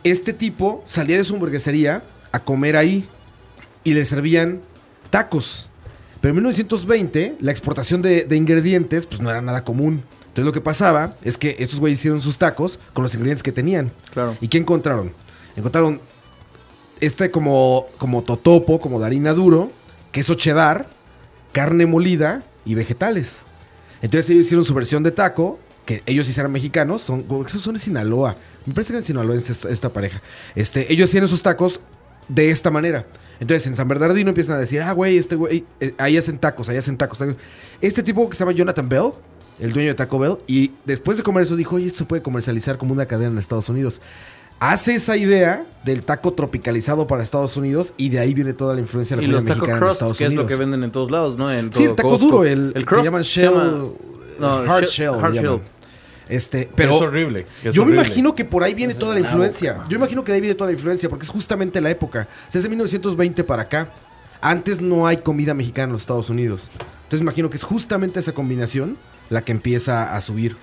S4: Este tipo salía de su hamburguesería a comer ahí y le servían tacos. Pero en 1920 la exportación de, de ingredientes pues no era nada común. Entonces lo que pasaba es que estos güeyes hicieron sus tacos con los ingredientes que tenían.
S3: Claro.
S4: ¿Y qué encontraron? Encontraron este como, como totopo, como de harina duro, queso cheddar, carne molida y vegetales. Entonces ellos hicieron su versión de taco, que ellos sí eran mexicanos, son, bueno, esos son de Sinaloa. Me parece que eran sinaloenses esta pareja. Este, ellos hacían sus tacos de esta manera. Entonces en San Bernardino empiezan a decir, ah, güey, este güey, eh, ahí hacen tacos, ahí hacen tacos. tacos". Este tipo que se llama Jonathan Bell, el dueño de Taco Bell, y después de comer eso dijo, oye, esto se puede comercializar como una cadena en Estados Unidos. Hace esa idea del taco tropicalizado para Estados Unidos y de ahí viene toda la influencia de
S3: Y
S4: la
S3: los
S4: comida
S3: taco
S4: mexicana en
S3: crust,
S4: Estados
S3: que es lo
S4: Unidos.
S3: que venden en todos lados, ¿no? En
S4: Sí,
S3: todo
S4: el taco
S3: Costco.
S4: duro, el,
S3: El
S4: que
S3: crust
S4: llaman
S3: se
S4: shell,
S3: llama- no,
S4: hard
S3: shell-
S4: shell, le
S3: hard
S4: llaman.
S3: shell.
S4: Este, pero
S2: es horrible. que es
S4: yo me
S2: horrible.
S4: imagino que por ahí viene toda la influencia. Yo imagino que de ahí viene toda la influencia porque es justamente la época. O sea, es de 1920 para acá. Antes no hay comida mexicana en los Estados Unidos. Entonces imagino que es justamente esa combinación la que empieza a subir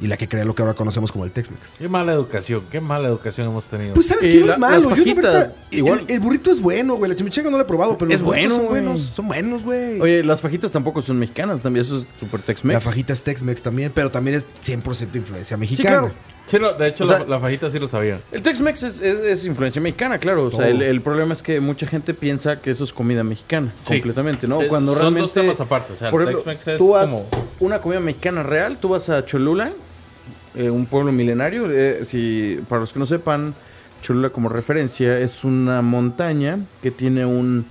S4: y la que crea lo que ahora conocemos como el Tex-Mex.
S2: Qué mala educación, qué mala educación hemos tenido.
S4: Pues sabes
S3: Y
S4: que no
S3: Eh, la-
S4: es malo.
S3: las
S4: Yo, la
S3: fajitas,
S4: verdad,
S3: igual.
S4: El, el burrito es bueno, güey. La chimichanga no la he probado, pero
S3: Es
S4: los
S3: bueno,
S4: burritos son
S3: güey.
S4: buenos. Son buenos, güey.
S3: Oye, las fajitas tampoco son mexicanas, también eso es super
S4: La
S3: Tex-Mex.
S4: fajita es Tex-Mex también, pero también es 100% influencia
S3: Sí,
S4: mexicana.
S3: claro.
S2: Sí, no, de hecho,
S3: O
S2: la,
S3: sea-
S2: la fajita sí lo sabía.
S3: El Tex-Mex es, es- es influencia mexicana, claro. O sea,
S4: Todo.
S2: Oh.
S3: el, el problema es que mucha gente piensa que eso es comida mexicana,
S2: Sí.
S3: completamente, ¿no?
S2: Eh,
S3: Cuando
S2: son
S3: realmente.
S2: dos temas aparte, o sea, el
S3: por ejemplo,
S2: Tex-Mex es
S3: tú vas
S2: como-
S3: una comida mexicana real, tú vas a Cholula, eh, un pueblo milenario. eh, si para los que no sepan, Cholula como referencia es una montaña que tiene un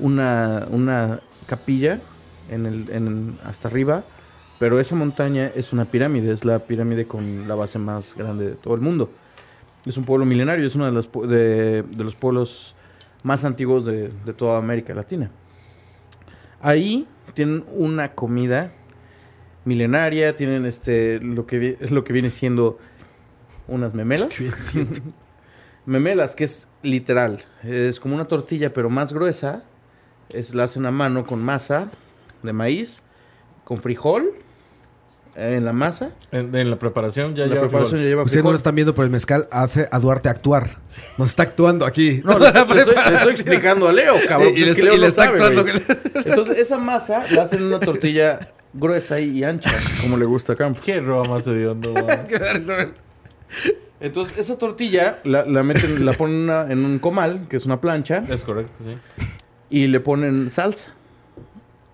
S3: una, una capilla en el, en, hasta arriba, pero esa montaña es una pirámide, es la pirámide con la base más grande de todo el mundo. Es un pueblo milenario, es uno de los, pue- de, de los pueblos más antiguos de, de toda América Latina. Ahí tienen una comida milenaria, tienen este lo que, vi- lo que viene siendo unas memelas. memelas, que es literal, es como una tortilla pero más gruesa, es, la hacen a mano con masa de maíz, con frijol eh, en la masa.
S2: En, en la preparación ya
S3: la
S2: lleva
S3: preparación
S2: frijol.
S3: ya lleva
S4: Ustedes no
S3: frijol.
S4: lo están viendo, pero el mezcal hace a Duarte actuar. Nos está actuando aquí.
S3: No, le, le estoy, le estoy explicando a Leo, cabrón.
S4: Y-
S3: pues
S4: y le
S3: es que
S4: está-
S3: Leo
S4: y le
S3: no
S4: está
S3: sabe,
S4: actuando
S3: güey. Entonces, esa masa la hacen en una tortilla gruesa y y ancha, como le gusta a Campos.
S2: Qué roba más hediondo, güey.
S3: Entonces, esa tortilla la, la meten, la ponen una- en un comal, que es una plancha,
S2: Es correcto, sí.
S3: y le ponen salsa.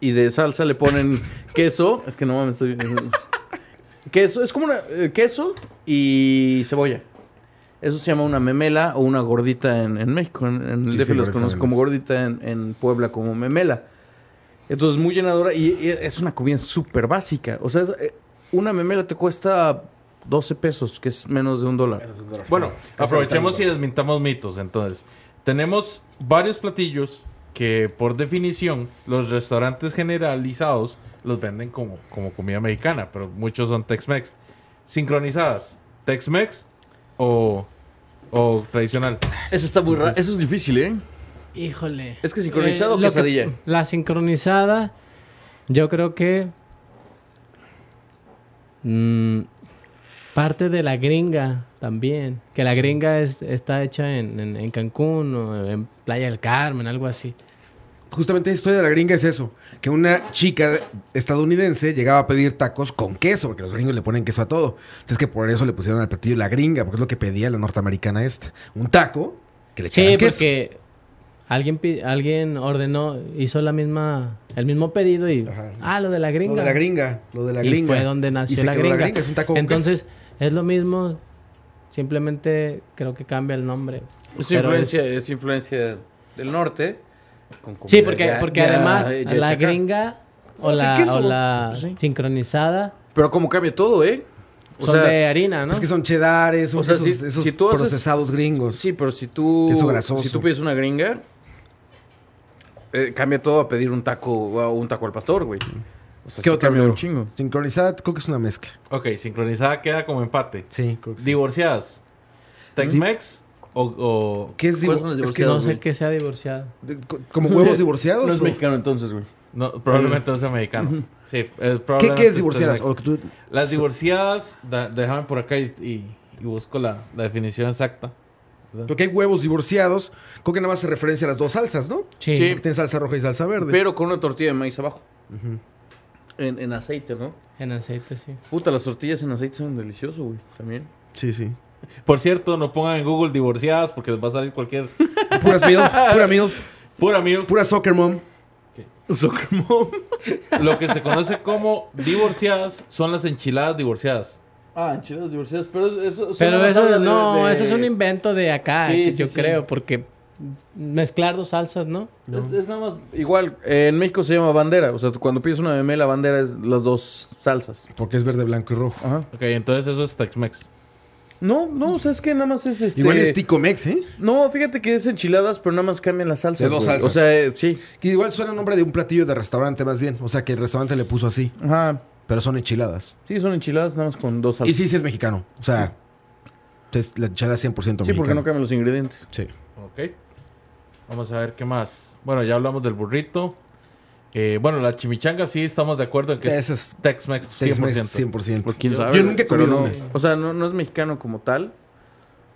S3: Y de salsa le ponen queso. Es que no mames, estoy. queso, es como una. eh, queso y cebolla. Eso se llama una memela o una gordita en, en México. En, en el
S4: Sí,
S3: DF
S4: sí,
S3: los
S4: por
S3: conozco
S4: esas
S3: como
S4: memelas.
S3: gordita, en, en Puebla como memela. Entonces, muy llenadora y, y es una comida súper básica. O sea, es, eh, una memela te cuesta 12 pesos, que es menos de un dólar.
S2: Bueno, aprovechemos y desmintamos mitos. Entonces, tenemos varios platillos que, por definición, los restaurantes generalizados los venden como, como comida mexicana, pero muchos son Tex-Mex. Sincronizadas, Tex-Mex o, o tradicional.
S3: Eso está muy raro. Eso es difícil, ¿eh?
S5: Híjole. Eh,
S3: ¿Es que sincronizado o
S5: lo que-
S3: quesadilla?
S5: la sincronizada, yo creo que. mm, parte de la gringa también. Que la gringa es- está hecha en, en- en Cancún o en Playa del Carmen, algo así.
S4: Justamente la historia de la gringa es eso. Que una chica estadounidense llegaba a pedir tacos con queso, porque los gringos le ponen queso a todo. Entonces que por eso le pusieron al platillo la gringa, porque es lo que pedía la norteamericana esta. Un taco que le echaran
S5: Sí,
S4: queso.
S5: porque alguien, pi- alguien ordenó, hizo la misma, el mismo pedido y.
S4: Ajá.
S5: Ah, lo de la gringa.
S4: Lo de la gringa. Lo de la
S5: y
S4: gringa.
S5: fue donde
S4: Y
S5: nació
S4: se
S5: la,
S4: quedó
S5: gringa.
S4: Es un taco con
S5: Entonces, es lo mismo. Simplemente creo que cambia el nombre.
S3: Es
S5: Pero
S3: influencia, es... influencia del norte. con comida
S5: Sí, porque,
S3: ya-
S5: porque
S3: ya-
S5: además
S3: ya hecha
S5: la
S3: acá.
S5: gringa o
S3: Pues
S4: Sí,
S5: la,
S4: queso.
S5: o la
S3: Sí.
S5: sincronizada
S3: Pero como cambia todo, ¿eh? O
S5: son
S3: sea,
S5: de harina, ¿no?
S4: Es Pues que son chedares, son
S3: o sea,
S4: esos,
S3: si-
S4: esos
S3: si tú haces-
S4: procesados gringos.
S3: sí, pero si tú.
S4: Queso grasoso.
S3: Si tú pides una gringa. eh, cambia todo a pedir un taco o un taco al pastor, güey. O sea,
S4: ¿Qué
S3: pues, sí
S4: otra,
S3: cambia
S4: Leo?
S3: un chingo.
S4: Sincronizada creo que es una mezcla.
S2: Ok, sincronizada queda como empate.
S4: Sí, creo que sí.
S2: Divorciadas, Tex-Mex o, o-
S4: ¿Qué es,
S3: ¿Cuáles
S4: divor-
S3: son los
S4: es que-
S3: divorciados?
S5: no sé
S3: güey.
S5: qué sea divorciado.
S4: de- co- ¿Como huevos divorciados?
S3: No es
S4: o-
S3: mexicano entonces, güey.
S2: no, probablemente no sea mexicano. Sí, eh,
S4: ¿Qué,
S2: probablemente
S4: ¿Qué es divorciadas?
S2: Tex-Mex.
S4: O que tú-
S2: Las divorciadas, da- déjame por acá y, y- y busco la, la definición exacta.
S4: Porque hay huevos divorciados. Creo que nada más se referencia a las dos salsas, ¿no?
S5: Sí.
S3: Sí.
S4: Porque tiene salsa roja y salsa verde.
S3: Pero con una tortilla de maíz abajo. en, en aceite, ¿no?
S5: En aceite, sí.
S3: Puta, las tortillas en aceite son deliciosas, güey. También.
S4: Sí, sí.
S2: Por cierto, no pongan en Google divorciadas porque les va a salir cualquier
S4: Puras milf, pura milf,
S2: pura mil.
S4: pura soccer mom.
S2: Lo que se conoce como divorciadas son las enchiladas divorciadas.
S3: Ah, enchiladas divorciadas, pero eso- eso... son
S5: Pero
S3: las
S5: eso
S3: hablas de-
S5: no,
S3: Pues de-
S5: eso es un invento de acá,
S3: Sí,
S5: que
S3: sí,
S5: yo
S3: sí.
S5: creo, porque mezclar dos salsas, ¿no?
S3: Es, es nada más... Igual, eh, en México se llama bandera. O sea, cuando pides una memela, bandera es las dos salsas.
S4: Porque es verde, blanco y rojo.
S3: Ajá.
S2: Ok, entonces eso es Tex-Mex.
S3: No, no, o sea, es que nada más es este...
S4: Igual es Tico Mex, ¿eh?
S3: No, fíjate que es enchiladas, pero nada más cambian las salsas.
S4: De dos
S3: güey.
S4: salsas.
S3: O sea, eh, sí.
S4: Que igual suena nombre de un platillo de restaurante más bien. O sea, que el restaurante le puso así.
S3: Ajá.
S4: Pero son enchiladas.
S3: Sí, son enchiladas nada más con dos
S4: Y
S3: salsas.
S4: sí, sí es mexicano. O sea, es la enchilada 100% mexicana.
S3: sí, porque no cambian los ingredientes.
S4: Sí.
S2: Ok. Vamos a ver qué más. Bueno, ya hablamos del burrito. Eh, bueno, la chimichanga sí estamos de acuerdo en que
S4: Esa es
S2: es Tex-Mex 100%.
S4: Tex-Mex 100%.
S3: Pues quién
S4: Yo-
S3: sabe.
S4: Yo nunca he
S3: pero
S4: comido
S3: no-
S4: una.
S3: O sea, no, no es mexicano como tal.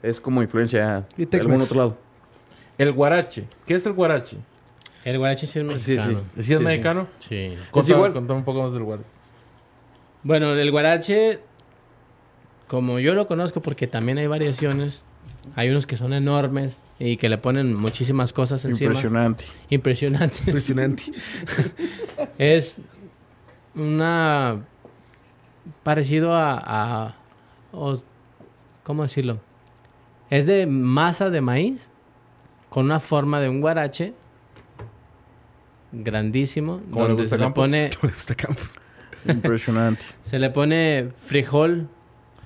S3: Es como influencia
S4: Y
S3: de algún
S4: Tex-Mex.
S3: otro lado.
S2: El guarache. ¿Qué es el guarache?
S5: El guarache sí es mexicano.
S2: ¿Sí es mexicano?
S5: Sí.
S2: Contame-
S3: igual.
S2: contame un poco más del guarache.
S5: Bueno, el guarache, como yo lo conozco, porque también hay variaciones, hay unos que son enormes y que le ponen muchísimas cosas encima.
S3: Impresionante.
S5: Impresionante.
S4: Impresionante.
S5: es una parecido a, a- o- cómo decirlo es de masa de maíz con una forma de un guarache grandísimo
S2: Como le
S5: donde
S2: gusta
S5: se le
S2: Campos.
S5: pone
S4: Este campus.
S3: Impresionante.
S5: se le pone frijol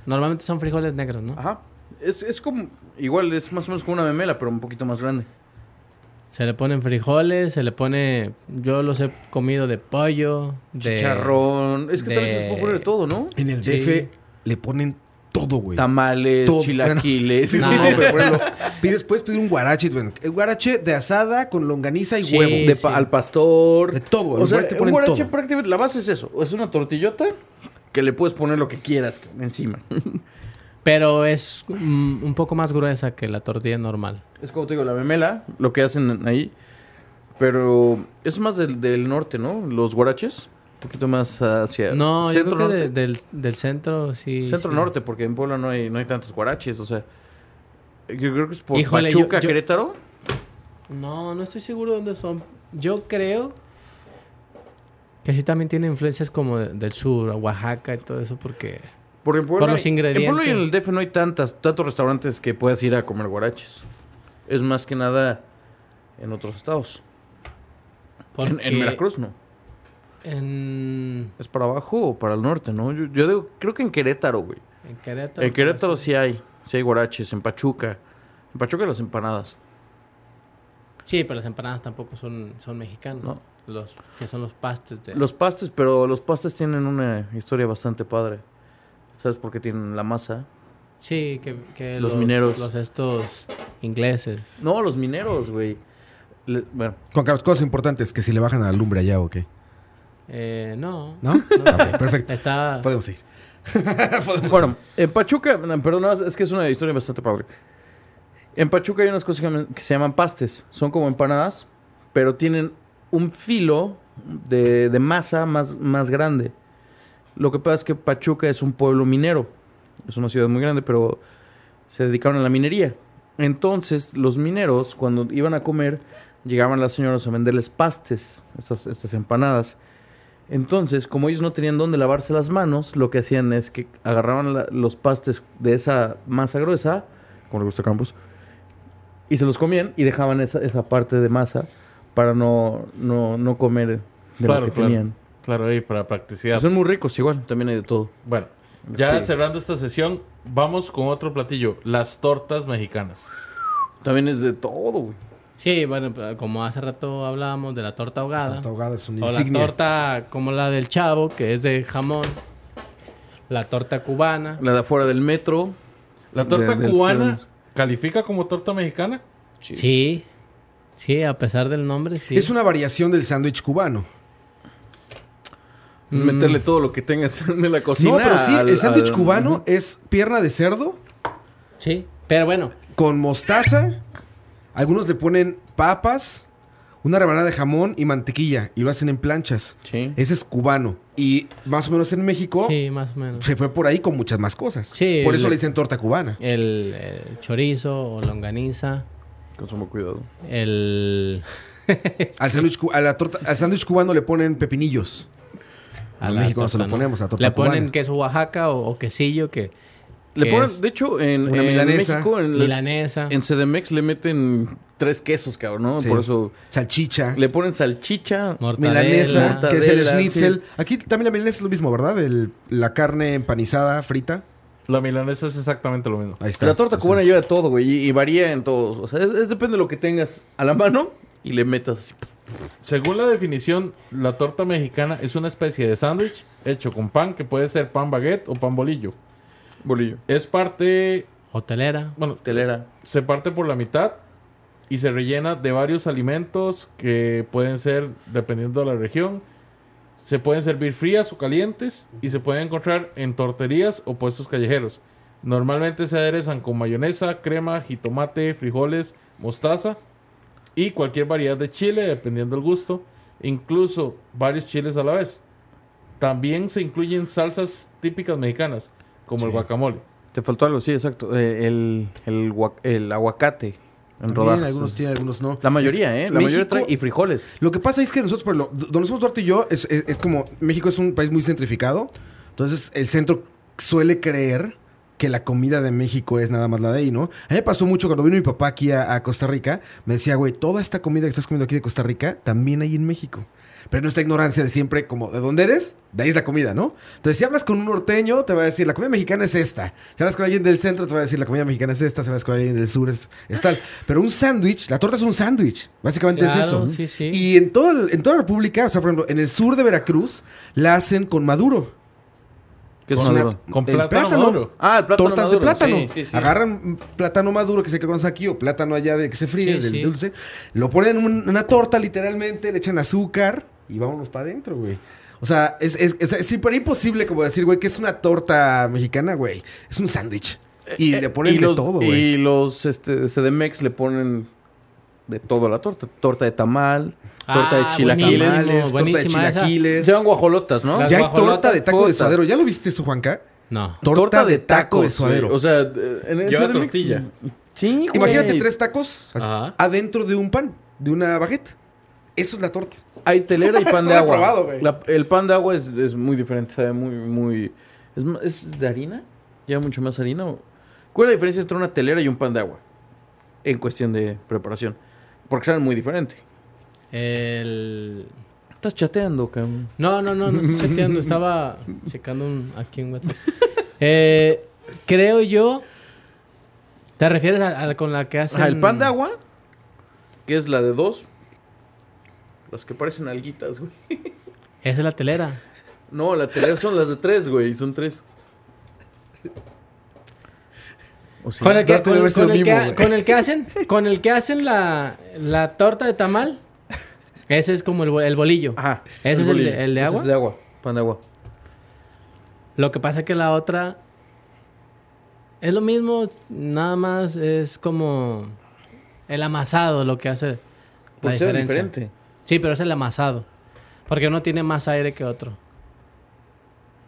S5: normalmente son frijoles negros no
S3: Ajá. Es, es como. Igual es más o menos como una memela, pero un poquito más grande.
S5: se le ponen frijoles se le pone yo los he comido de pollo de
S3: Chicharrón. Es que tal vez
S5: de-
S3: es poco de todo, ¿no?
S4: En el
S5: Sí.
S4: DF le ponen todo, güey.
S3: Tamales,
S4: Todo.
S3: chilaquiles.
S4: Sí, sí,
S5: No.
S4: no, pero por ejemplo, pides, puedes pedir un guarache, güey. El guarache de asada con longaniza y
S5: Sí.
S4: huevo.
S3: de pa- al pastor.
S4: De todo,
S3: O
S4: el
S3: sea,
S4: guarache
S3: un
S4: ponen
S3: guarache
S4: todo.
S3: prácticamente la base es eso. Es una tortillota que le puedes poner lo que quieras cabrón, encima.
S5: pero es mm, un poco más gruesa que la tortilla normal
S3: Es como te digo, la memela, lo que hacen ahí. Pero es más del, del norte, ¿no? Los guaraches. Un poquito más hacia
S5: No, yo creo que de-
S3: norte.
S5: del, del centro sí.
S3: Centro
S5: sí.
S3: norte, porque en Puebla no hay, no hay tantos guaraches. O sea, yo creo que es por
S5: Híjole, yo-
S3: Pachuca,
S5: yo-
S3: Querétaro.
S5: No, no estoy seguro de dónde son. Yo creo que sí también tiene influencias como de- del sur, Oaxaca y todo eso, porque.
S3: Porque en Puebla,
S5: los
S3: En Puebla y en
S5: ingredientes.
S3: el DF no hay tantas, tantos restaurantes que puedas ir a comer guaraches. Es más que nada en otros estados. En- En,
S5: porque
S3: Veracruz no.
S5: En,
S3: ¿Es para abajo o para el norte, no? Yo, yo digo, creo que en Querétaro, güey.
S5: en Querétaro.
S3: En Querétaro sí hay. Sí hay guaraches. En Pachuca. En Pachuca las empanadas.
S5: Sí, pero las empanadas tampoco son, son mexicanas.
S3: No.
S5: Los que son los pastes de.
S3: Los pastes, pero los pastes tienen una historia bastante padre. ¿Sabes por qué tienen la masa?
S5: sí, que, que
S3: los mineros.
S5: Los estos ingleses.
S3: No, los mineros, güey. Le- bueno,
S4: Con Carlos, cosas importantes que si le bajan a la lumbre allá o qué.
S5: Eh, no.
S4: ¿No? Ok, perfecto.
S5: Está.
S4: Podemos ir.
S3: Bueno, en Pachuca, no, perdón, no, es que es una historia bastante padre. En Pachuca hay unas cosas que, llaman- que se llaman pastes. Son como empanadas, pero tienen un filo de, de masa más, más grande. Lo que pasa es que Pachuca es un pueblo minero. Es una ciudad muy grande, pero se dedicaron a la minería. Entonces, los mineros, cuando iban a comer, llegaban las señoras a venderles pastes, estas, estas empanadas. Entonces, como ellos no tenían dónde lavarse las manos, lo que hacían es que agarraban la- los pastes de esa masa gruesa, como le gusta a Campos, y se los comían y dejaban esa, esa parte de masa para no, no, no comer de
S2: claro,
S3: lo que
S2: claro.
S3: tenían.
S2: Claro, ahí para practicidad.
S3: Son muy ricos igual, también hay de todo.
S2: Bueno, ya
S3: Sí.
S2: cerrando esta sesión, vamos con otro platillo, las tortas mexicanas.
S3: También es de todo, güey.
S5: Sí, bueno, pero como hace rato hablábamos de la torta ahogada.
S4: Torta ahogada es una
S5: O la
S4: insignia.
S5: torta como la del chavo, que es de jamón. La torta cubana.
S3: La de afuera del metro.
S2: La torta
S3: De- del
S2: cubana
S3: sur.
S2: califica como torta mexicana.
S5: Sí. sí. a pesar del nombre, sí.
S4: Es una variación del sándwich cubano.
S3: Es meterle todo lo que tengas de la cocina.
S4: no, pero sí,
S3: al-
S4: el sándwich
S3: al-
S4: cubano
S3: Ujú.
S4: es pierna de cerdo
S5: Sí. Pero bueno,
S4: con mostaza. Algunos le ponen papas, una rebanada de jamón y mantequilla y lo hacen en planchas.
S3: Sí.
S4: Ese es cubano. Y más o menos en México
S5: sí, más o menos.
S4: se fue por ahí con muchas más cosas.
S5: Sí,
S4: por eso
S5: le-
S4: le dicen torta cubana.
S5: El, el chorizo o longaniza.
S3: Con sumo cuidado.
S5: El.
S4: Al sándwich cu- a la torta- al sándwich cubano le ponen pepinillos.
S5: a
S4: En
S5: la
S4: México no se
S5: torta,
S4: lo ponemos, la torta
S5: Le ponen
S4: cubana.
S5: queso Oaxaca o, o quesillo, que.
S3: Le
S5: que
S3: ponen,
S5: es
S3: de hecho, en,
S4: Una
S3: en
S4: milanesa.
S3: México, en, la-
S5: milanesa.
S3: en CDMX le meten tres quesos, cabrón, ¿no?
S4: Sí.
S3: Por eso
S4: Salchicha,
S3: le ponen salchicha.
S5: mortadela.
S4: milanesa, que es el
S3: Mortadela,
S4: schnitzel.
S3: sí.
S4: Aquí también la milanesa es lo mismo, ¿verdad? El- la carne empanizada, frita.
S2: La milanesa es exactamente lo mismo.
S4: Ahí está.
S3: La torta
S4: Entonces,
S3: cubana lleva todo, güey, y, y varía en todos. O sea, es, es depende de lo que tengas a la mano y le metas así.
S2: Según la definición, la torta mexicana es una especie de sándwich hecho con pan, que puede ser pan baguette o pan bolillo.
S3: Bolillo.
S2: Es parte,
S5: Hotelera.
S2: bueno,
S3: Telera.
S2: se parte por la mitad y se rellena de varios alimentos que pueden ser, dependiendo de la región, se pueden servir frías o calientes y se pueden encontrar en torterías o puestos callejeros. Normalmente se aderezan con mayonesa, crema, jitomate, frijoles, mostaza y cualquier variedad de chile, dependiendo del gusto, incluso varios chiles a la vez. También se incluyen salsas típicas mexicanas, como el guacamole.
S3: Te faltó algo, sí, exacto. Eh, el, el, gua- el aguacate en
S4: También
S3: rodajas.
S4: algunos tienen, algunos no.
S3: La mayoría,
S4: Es-
S3: ¿eh? La mayoría
S4: México-
S3: trae y frijoles.
S4: Lo que pasa es que nosotros, por lo- Don Luis Duarte y yo, es, es- es como México es un país muy centrificado. Entonces, el centro suele creer que la comida de México es nada más la de ahí, ¿no? A mí me pasó mucho cuando vino mi papá aquí a, a Costa Rica. Me decía, güey, toda esta comida que estás comiendo aquí de Costa Rica también hay en México. Pero nuestra ignorancia de siempre, como, ¿de dónde eres? De ahí es la comida, ¿no? Entonces, si hablas con un norteño, te va a decir, la comida mexicana es esta. Si hablas con alguien del centro, te va a decir, la comida mexicana es esta. Si hablas con alguien del sur, es, es tal. Pero un sándwich, la torta es un sándwich. Básicamente es
S5: Claro,
S4: eso.
S5: sí, sí.
S4: Y y en, todo el- en toda la República, o sea, por ejemplo, en el sur de Veracruz, la hacen con maduro.
S3: ¿Qué es
S4: Con
S3: maduro?
S4: una-
S2: Con
S4: el
S2: plátano maduro.
S3: Ah, el plátano
S4: Tortas
S3: maduro,
S4: de plátano.
S3: sí, sí, sí.
S4: Agarran plátano maduro que se conoce aquí o plátano allá de que se fríe,
S5: Sí,
S4: del
S5: sí.
S4: dulce. Lo ponen en un- una torta literalmente, le echan azúcar y vámonos para adentro, güey. O sea, es, es, es, es súper imposible como decir, güey, que es una torta mexicana, güey. Es un sándwich. Y le ponen de
S3: los,
S4: todo, güey.
S3: eh, Y los este, CDMX le ponen de todo a la torta. Torta de tamal, torta de
S5: Ah,
S3: chilaquiles.
S5: buenísimo.
S4: Tamales, torta de
S5: buenísima esa.
S4: chilaquiles.
S3: Se llaman guajolotas, ¿no?
S5: Las
S4: Ya hay
S5: guajolotas,
S4: torta de taco de
S3: puta.
S4: suadero. ¿Ya lo viste eso, Juanca?
S5: No.
S4: Torta, de taco de
S3: sí.
S4: suadero.
S3: O sea, eh, en el
S2: Lleva
S3: CDMX.
S2: tortilla.
S3: Sí, güey.
S4: Imagínate tres tacos as-
S2: Ajá.
S4: adentro de un pan, de una baguette. Eso es la torta.
S3: Hay telera y pan
S4: Esto
S3: de
S4: lo he
S3: agua.
S4: probado, güey.
S3: La- el pan de agua es, es muy diferente, sabe muy, muy... ¿Es, ma- es de harina? ¿Lleva mucho más harina? o- ¿Cuál es la diferencia entre una telera y un pan de agua? En cuestión de preparación. Porque saben muy diferente.
S5: El...
S3: Estás chateando, cabrón.
S5: No, no, no, no estoy chateando. Estaba checando un- aquí en WhatsApp. Eh, creo yo. ¿Te refieres a, a la con la que hacen.
S3: Ajá, el pan de agua, que es la de dos. Las que parecen alguitas, güey.
S5: Esa es la telera.
S3: No, la telera son las de tres, güey. Son tres. O sea,
S5: Con el que,
S4: Duarte
S5: con,
S4: debe ser
S5: con el
S4: mimo,
S5: que ha-
S4: güey.
S5: con el que hacen, con el que hacen la, la torta de tamal. Ese es como el, bo- el bolillo.
S3: Ajá.
S5: ¿Ese es el de-
S3: bolillo.
S5: el de
S3: Ese
S5: agua?
S3: Es de agua, pan de agua.
S5: Lo que pasa que la otra es lo mismo, nada más es como el amasado lo que hace la
S3: Pues sabe
S5: diferencia.
S3: diferente.
S5: Sí, pero es el amasado. Porque uno tiene más aire que otro.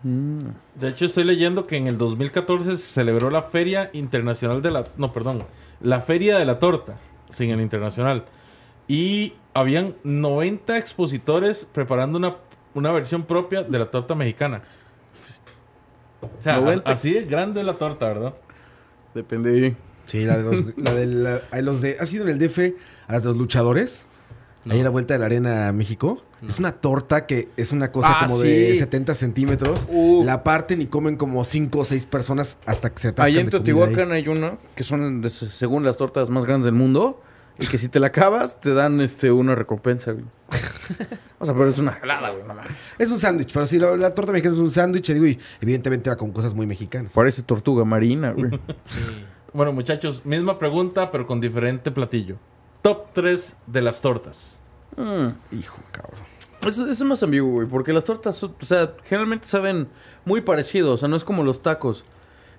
S2: De hecho, estoy leyendo que en el 2014 se celebró la Feria Internacional de la... No, perdón. La Feria de la Torta, sin el Internacional. Y habían 90 expositores preparando una, una versión propia de la torta mexicana. O sea, a-
S3: 90.
S2: así de grande es la torta, ¿verdad?
S3: Depende de...
S4: Sí, la de los, la de la- a los de. ¿Has ido en el DF a las de los luchadores? Ahí en la vuelta de la arena a México. Es una torta que es una cosa
S3: Ah,
S4: como de
S3: sí.
S4: 70 centímetros.
S3: Uh.
S4: La parten y comen como 5 o 6 personas hasta que se atascan.
S3: Ahí en
S4: de comida ahí.
S3: Teotihuacán hay una que son, de- según las tortas más grandes del mundo, y que si te la acabas, te dan este, una recompensa, güey. O sea, pero es una jalada, güey, no mames.
S4: Es un sándwich, pero sí, la, la torta mexicana es un sándwich. Digo, y evidentemente va con cosas muy mexicanas.
S3: Parece tortuga marina, güey.
S2: Bueno, muchachos, misma pregunta, pero con diferente platillo. Top 3 de las tortas.
S4: Hijo, cabrón.
S3: Mm. Eso, eso es más ambiguo, güey, porque las tortas, son- o sea, generalmente saben muy parecidos, o sea, no es como los tacos.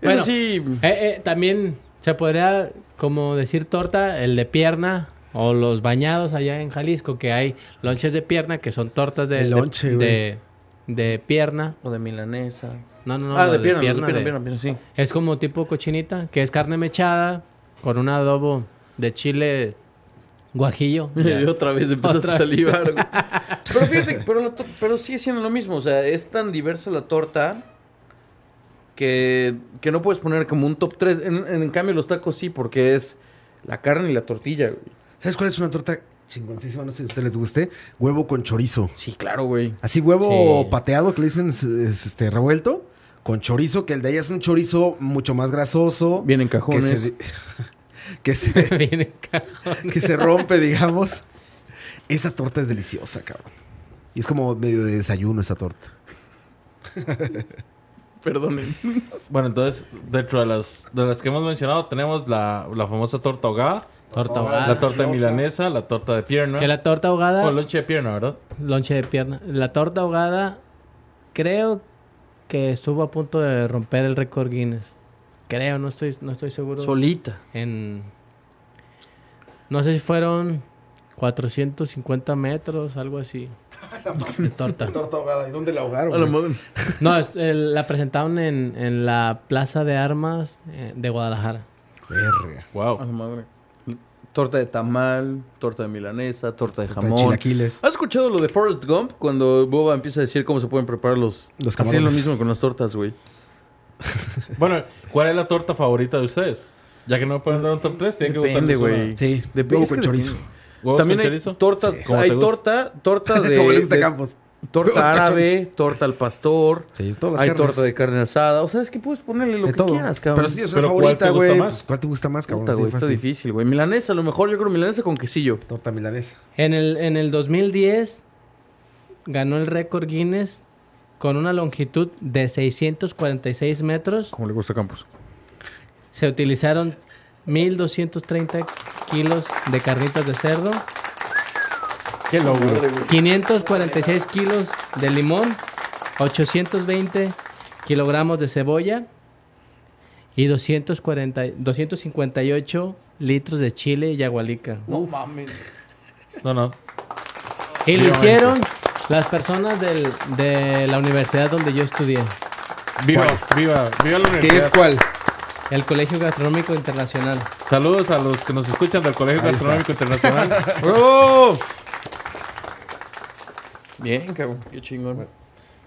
S5: Bueno.
S3: Eso sí,
S5: Eh, eh, también se podría como decir torta, el de pierna o los bañados allá en Jalisco, que hay lonches de pierna que son tortas de,
S4: El
S5: de-
S4: lonche, güey.
S5: de, de pierna.
S3: o de milanesa.
S5: No, no, no.
S3: ah,
S5: lo
S3: de pierna, los de
S5: pierna,
S3: pierna,
S5: de-
S3: pierna, pierna, sí.
S5: Es como tipo cochinita, que es carne mechada con un adobo de chile guajillo.
S3: Y otra vez empezaste
S5: Otra
S3: a
S5: vez.
S3: salivar. güey. pero fíjate, que- pero, la tor- pero sigue siendo lo mismo. O sea, es tan diversa la torta que, que no puedes poner como un top 3. En, en cambio, los tacos sí, porque es la carne y la tortilla. güey.
S4: ¿Sabes cuál es una torta chingoncísima? No sé si a ustedes les guste. Huevo con chorizo.
S3: Sí, claro, güey.
S4: Así huevo
S5: Sí.
S4: pateado que le dicen es- es, este revuelto con chorizo, que el de ella es un chorizo mucho más grasoso.
S3: Vienen
S4: que se,
S3: cajones.
S4: di- que se,
S5: Viene cajón.
S4: que se rompe, digamos. Esa torta es deliciosa, cabrón. Y es como medio de desayuno esa torta. eh.
S3: Perdonen.
S2: Bueno, entonces, dentro de las, de las que hemos mencionado, tenemos la, la famosa torta ahogada,
S5: Torta ahogada.
S2: La torta milanesa, la torta de pierna.
S5: Ah, Que la torta
S2: O
S5: ahogada,
S2: lonche de pierna, ¿verdad?
S5: lonche de pierna. La torta ahogada creo que estuvo a punto de romper el récord Guinness. Creo, no estoy, no estoy seguro.
S3: Solita.
S5: en no sé si fueron 450 metros, algo así. De torta.
S4: Torta ahogada. ¿Y dónde la ahogaron? güey?
S5: No, es- eh, la presentaron en, en la Plaza de Armas eh, de Guadalajara.
S3: A
S2: Wow.
S3: la madre. Torta de tamal, torta de milanesa, torta de
S4: Torta de
S3: jamón.
S4: chilaquiles.
S3: ¿Has escuchado lo de Forrest Gump? Cuando Boba empieza a decir cómo se pueden preparar los...
S4: Los
S3: Así es lo
S4: camarones.
S3: mismo con las tortas, güey.
S2: Bueno, ¿cuál es la torta favorita de ustedes? Ya que no me pueden dar un top 3, tienen que
S3: Depende,
S2: votarles una.
S3: güey.
S4: Sí,
S3: Depende.
S4: luego
S3: es que
S4: con chorizo.
S3: depende.
S2: ¿Huevos
S3: También
S2: con
S3: hay
S2: chorizo?
S3: torta,
S2: Como te
S3: hay
S2: gusta.
S3: torta, torta de,
S4: Como le gusta a
S3: de-
S4: Campos.
S3: torta
S4: Huevos con
S3: árabe,
S4: chorizo.
S3: torta al pastor,
S4: Sí, todas las
S3: hay
S4: carnes.
S3: torta de carne asada, o sea, es que puedes ponerle lo
S4: De
S3: que
S4: todo.
S3: quieras, cabrón.
S4: Pero si tienes
S2: Pero
S4: una
S2: ¿cuál te
S4: favorita,
S2: gusta
S4: güey.
S2: más?
S4: pues, ¿Cuál te gusta más, cabrón?
S3: Puta,
S4: Sí,
S3: güey, está
S4: fácil.
S3: difícil, güey. Milanesa, a lo mejor yo creo milanesa con quesillo.
S4: Torta milanesa.
S5: En el, en el 2010 ganó el récord Guinness con una longitud de 646 metros.
S3: Como le gusta a Campos.
S5: Se utilizaron 1.230 kilos de carnitas de cerdo.
S2: Qué logro.
S5: 546 kilos de limón, 820 kilogramos de cebolla y 240, 258 litros de chile y agualica.
S2: No, no.
S5: Y
S2: Viva
S5: lo hicieron las personas del- de la universidad donde yo estudié,
S2: Viva, viva, viva la
S4: ¿Qué es
S2: universidad.
S4: cuál?
S5: el Colegio Gastronómico Internacional.
S2: Saludos a los que nos escuchan del Colegio Gastronómico Internacional.
S3: ¡Bro! Bien, cabrón. Qué chingón.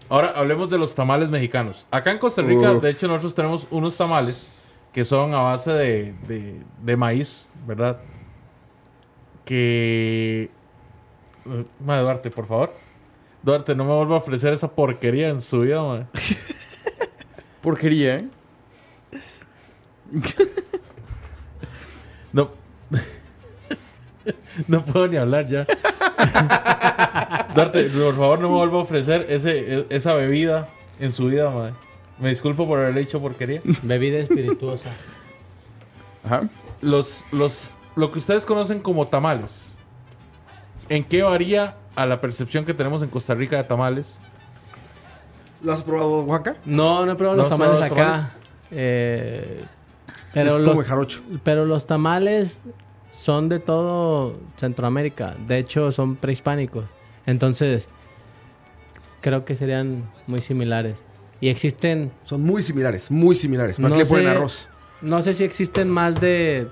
S2: Ahora hablemos de los tamales mexicanos. Acá en Costa Rica,
S3: Uf.
S2: de hecho, nosotros tenemos unos tamales que son a base de, de- de maíz, ¿verdad? Que. Eh, Ma, Duarte, por favor. Duarte, no me vuelva a ofrecer esa porquería en su vida, ma.
S3: Porquería, ¿eh?
S2: No. no puedo ni hablar ya. Duarte, por favor, no me vuelva a ofrecer ese, e- esa bebida en su vida, madre. Me disculpo por haberle dicho porquería.
S5: Bebida espirituosa.
S3: Ajá.
S2: Los, los, lo que ustedes conocen como tamales, ¿en qué varía a la percepción que tenemos en Costa Rica de tamales?
S4: ¿Lo has probado, Oaxaca?
S5: No, no he probado
S2: ¿No
S5: los
S2: has
S5: tamales
S2: probado los
S5: acá. Eh, pero
S4: es como
S5: los,
S4: el jarocho.
S5: Pero los tamales son de todo Centroamérica. De hecho, son prehispánicos. Entonces, creo que serían muy similares. Y existen.
S4: Son muy similares, muy similares. ¿Para
S5: no
S4: qué le ponen
S5: sé-
S4: arroz?
S5: No sé si existen más de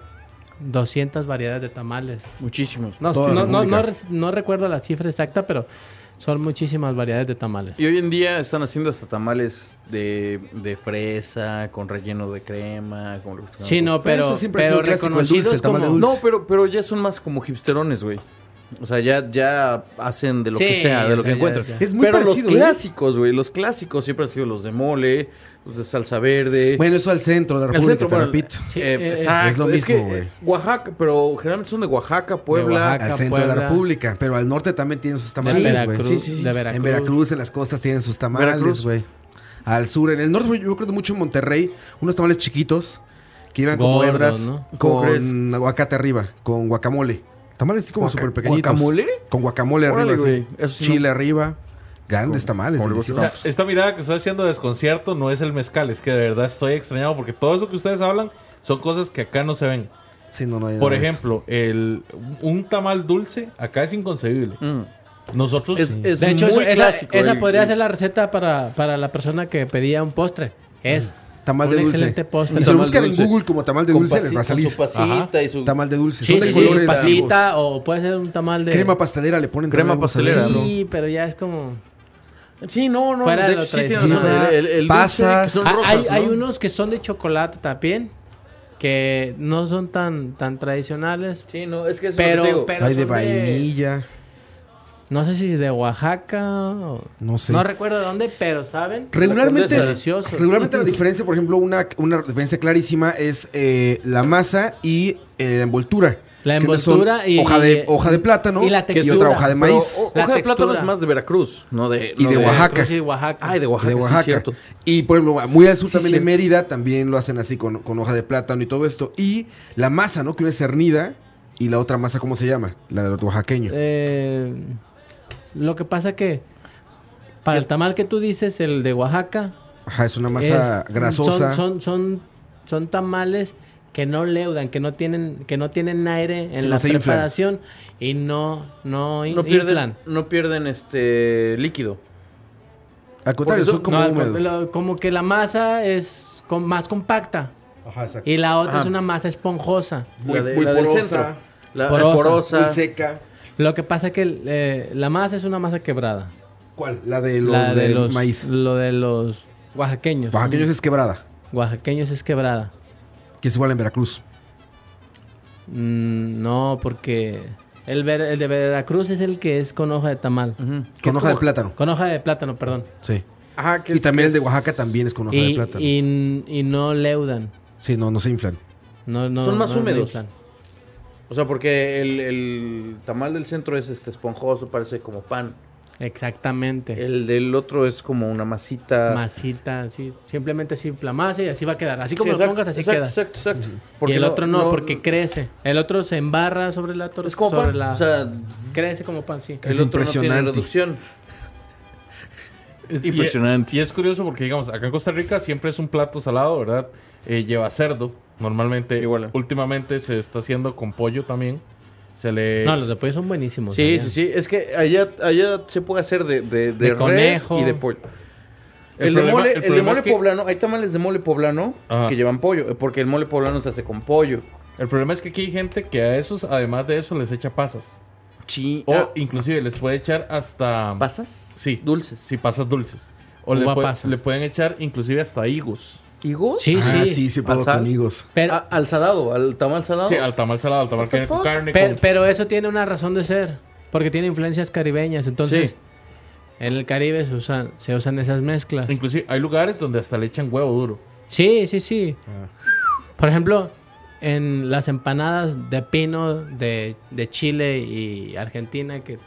S5: 200 variedades de tamales.
S3: Muchísimos.
S5: No,
S4: Todas
S5: no,
S4: son
S5: no, no
S4: únicas.
S5: re- no recuerdo la cifra exacta, pero son muchísimas variedades de tamales.
S3: Y hoy en día están haciendo hasta tamales de, de fresa, con relleno de crema, como le gusta a
S5: Sí,
S3: Campos.
S5: no,
S4: Pero
S5: pero,
S4: eso siempre ha
S5: pero
S4: sido clásico, el dulce,
S5: reconocidos
S4: el tamal de
S5: como-
S4: dulce.
S3: No, pero, pero ya son más como hipsterones, güey. O sea, ya, ya hacen de lo que
S5: Sí,
S3: sea, de lo
S5: o sea,
S3: que
S5: ya-
S3: encuentren.
S5: ya.
S4: Es muy
S3: pero
S4: parecido, ¿eh?
S3: los clásicos, güey. Los clásicos siempre han sido los de mole, los de salsa verde.
S4: Bueno, eso al centro de la
S3: el
S4: República,
S3: centro,
S4: te
S3: bueno,
S4: repito.
S5: Sí,
S3: eh,
S5: eh,
S3: exacto.
S4: es lo
S3: que,
S4: mismo, güey.
S3: eh, Oaxaca, pero generalmente son de Oaxaca, Puebla.
S5: Oaxaca.
S4: Al centro de la
S5: Puebla.
S4: República. Pero al norte también tienen sus
S5: de
S4: tamales, güey.
S5: Veracruz,
S3: Sí, sí, sí.
S5: de Veracruz.
S4: En Veracruz, en las costas tienen sus
S3: Veracruz.
S4: tamales, güey. Al sur, en el norte, yo me acuerdo mucho en Monterrey, unos tamales chiquitos que iban como
S5: Gordos,
S4: hebras
S5: ¿no?
S3: ¿Cómo crees?
S4: con aguacate arriba, con guacamole. Tamales así como
S3: Guaca-
S4: súper pequeñitos.
S3: ¿guacamole?
S4: Con guacamole
S3: Órale,
S4: arriba, así.
S3: güey, eso sí
S4: Chile arriba. Grandes tamales.
S3: como le gusta
S4: deliciosos.
S2: O sea, esta mirada que estoy haciendo de desconcierto no es el mezcal, es que de verdad estoy extrañado porque todo eso que ustedes hablan son cosas que acá no se ven.
S4: Sí, no, no hay
S2: Por
S4: nada de
S2: ejemplo, el, un tamal dulce acá es inconcebible.
S3: Mm.
S2: Nosotros
S3: Es, es
S5: De hecho,
S3: muy
S5: eso- esa,
S3: clásico, eh.
S5: esa
S3: el-
S5: podría ser la receta para, para la persona que pedía un postre. Es
S4: eso. Tamal de
S5: un
S4: dulce.
S5: excelente postre.
S4: Y si lo
S3: Tamal
S4: buscan en
S3: dulce.
S4: Google como tamal de
S3: con
S4: dulce,
S3: pasi-
S4: les va a salir.
S3: Con su pasita y su
S4: Tamal de dulce.
S5: Sí,
S4: Son de
S5: sí, sí,
S4: colores
S5: pasita o puede ser un tamal de...
S4: vivos. Crema pastelera le ponen
S3: Crema
S4: también, vamos a
S5: este, Sí,
S3: pastelera,
S4: decirlo.
S5: pero ya es como...
S3: Sí, no, no.
S5: Fuera
S3: de hecho,
S5: de lo
S3: sí tienes razón.
S4: tradicional.
S3: El, el- el
S4: Pasas.
S3: dulce, que
S5: Ah,
S3: son rosas,
S5: hay,
S3: ¿no?
S5: hay unos que son de chocolate también, que no son tan, tan tradicionales,
S3: Sí, no, es que eso es lo
S5: pero...
S3: que te digo.
S5: pero
S4: Hay de
S5: son
S4: vainilla.
S5: No sé si de Oaxaca o-
S4: No sé.
S5: No recuerdo de dónde, pero ¿saben?
S4: Regularmente,
S3: Condesa.
S5: Delicioso.
S4: regularmente la diferencia, por ejemplo, una, una diferencia clarísima es eh, la masa y eh, la envoltura.
S5: La
S4: Que no son
S5: envoltura y-
S4: hoja de
S5: y-
S4: hoja de plátano
S5: y la
S4: otra
S5: textura.
S4: hoja de
S3: Pero,
S4: maíz
S3: o-
S5: La
S3: hoja de plátano
S5: textura.
S3: es más de Veracruz, no de,
S4: Y
S3: no
S4: de Oaxaca.
S5: Creo que sí, Oaxaca.
S3: Ay, de Oaxaca,
S4: de
S3: sí,
S4: Oaxaca.
S3: cierto.
S4: y por ejemplo, muy al sur
S3: Sí,
S4: también en
S3: cierto.
S4: Mérida también lo hacen así con, con hoja de plátano y todo esto y la masa, ¿no? Que una es cernida y la otra masa, ¿cómo se llama? La del oaxaqueño.
S5: Eh, lo que pasa que para el tamal que tú dices, el de Oaxaca,
S4: Ajá, es una masa
S5: es-
S4: grasosa.
S5: Son, son, son, son tamales que no leudan, que no tienen, que no tienen aire en
S4: Sí, no
S5: la
S4: se inflan.
S5: preparación y no, no, in-
S3: No pierden,
S5: inflan.
S3: no pierden este líquido.
S4: Al contrario,
S3: Por eso-
S4: son como
S5: No, al
S4: húmedos.
S5: contra- lo- como que la masa es con- más compacta
S4: Ajá, exacto.
S5: y la otra
S3: Ajá.
S5: es una masa esponjosa.
S4: Muy,
S3: la de-
S4: muy
S3: la del
S4: porosa,
S3: centro. La
S5: Porosa.
S3: porosa.
S4: muy seca.
S5: Lo que pasa es que eh, la masa es una masa quebrada.
S4: ¿Cuál? La de los
S5: la
S4: de
S5: de los
S4: maíz.
S5: Lo de los oaxaqueños.
S4: Oaxaqueños es quebrada,
S5: Oaxaqueños es quebrada.
S4: que es igual en Veracruz.
S5: Mm, no, porque el, ver- el de Veracruz es el que es con hoja de tamal.
S3: Ujú. Que
S4: Con
S3: es
S4: hoja de
S3: como-
S4: plátano.
S5: Con hoja de plátano, perdón.
S4: Sí.
S3: Ajá, que
S4: Y
S3: es-
S4: también el
S3: que
S4: de Oaxaca
S3: es-
S4: también es con hoja de
S5: Y,
S4: plátano.
S5: y n- y no leudan.
S4: Sí, no, no se inflan.
S5: No, no,
S3: Son más
S5: no- no
S3: húmedos.
S5: inflan.
S3: O sea, porque el, el tamal del centro es este esponjoso, parece como pan.
S5: Exactamente.
S3: El del otro es como una masita.
S5: Masita, así. Simplemente así inflamase y así va a quedar. Así
S3: Sí,
S5: como lo
S3: exacto,
S5: pongas, así
S3: exacto,
S5: queda.
S3: Exacto, exacto.
S5: y el otro no, porque crece. El otro se embarra sobre la torta.
S3: es como
S5: sobre
S3: pan.
S5: la-
S3: O sea,
S5: crece como pan, sí.
S3: el
S4: Es
S3: otro no tiene
S4: impresionante.
S3: reducción.
S2: Es-
S6: Impresionante.
S2: Y, y es curioso porque, digamos, acá en Costa Rica siempre es un plato salado, ¿verdad? Eh, lleva cerdo, normalmente.
S3: Igual.
S2: Últimamente se está haciendo con pollo también. Se le...
S5: No, los de pollo son buenísimos.
S3: Sí,
S5: Pues allá.
S3: sí, sí. Es que allá, allá se puede hacer de, de, de
S5: De
S3: res
S5: conejo.
S3: y de pollo.
S2: El
S3: El,
S2: problema-
S3: de
S2: el
S3: mole, el de
S2: problema
S3: mole
S2: es que-
S3: poblano, hay tamales de mole poblano
S2: Ajá.
S3: que llevan pollo, porque el mole poblano se hace con pollo.
S2: El problema es que aquí hay gente que a esos, además de eso, les echa pasas.
S3: Chi
S2: O
S3: ah,
S2: inclusive les puede echar hasta...
S3: ¿Pasas?
S2: Sí.
S3: Dulces.
S2: Sí, pasas dulces. O
S5: Uva
S2: le, pue-
S5: pasa.
S2: le pueden echar inclusive hasta higos.
S3: ¿Higos?
S5: Sí,
S4: ah,
S5: sí.
S4: sí, sí, puedo
S3: Pasal.
S4: con higos.
S5: Pero,
S3: A- al salado, al tamal salado.
S2: Sí, al tamal salado, al tamal que
S3: Oh. the
S2: viene con
S3: fuck?
S2: carne.
S5: Pe-
S2: con-
S5: pero eso tiene una razón de ser, porque tiene influencias caribeñas. Entonces,
S3: Sí.
S5: en el Caribe se usan, se usan esas mezclas.
S2: Inclusive hay lugares donde hasta le echan huevo duro.
S5: Sí, sí, sí. Por ejemplo, en las empanadas de pino de, de Chile y Argentina, que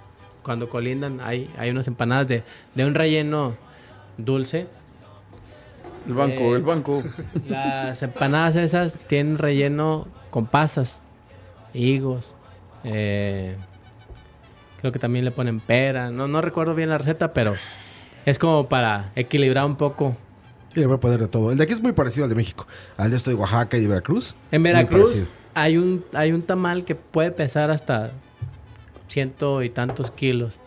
S5: cuando colindan hay, hay unas empanadas de, de un relleno dulce.
S3: el banco,
S5: Eh.
S3: el banco.
S5: Las empanadas esas tienen relleno con pasas, higos. eh, creo que también le ponen pera. No, no recuerdo bien la receta, pero es como para equilibrar un poco.
S4: Sí, le voy a poner de todo. El de aquí es muy parecido al de México. Al de esto de Oaxaca y de Veracruz.
S5: En
S4: Muy
S5: Veracruz
S4: parecido.
S5: hay un, hay un tamal que puede pesar hasta ciento y tantos kilos.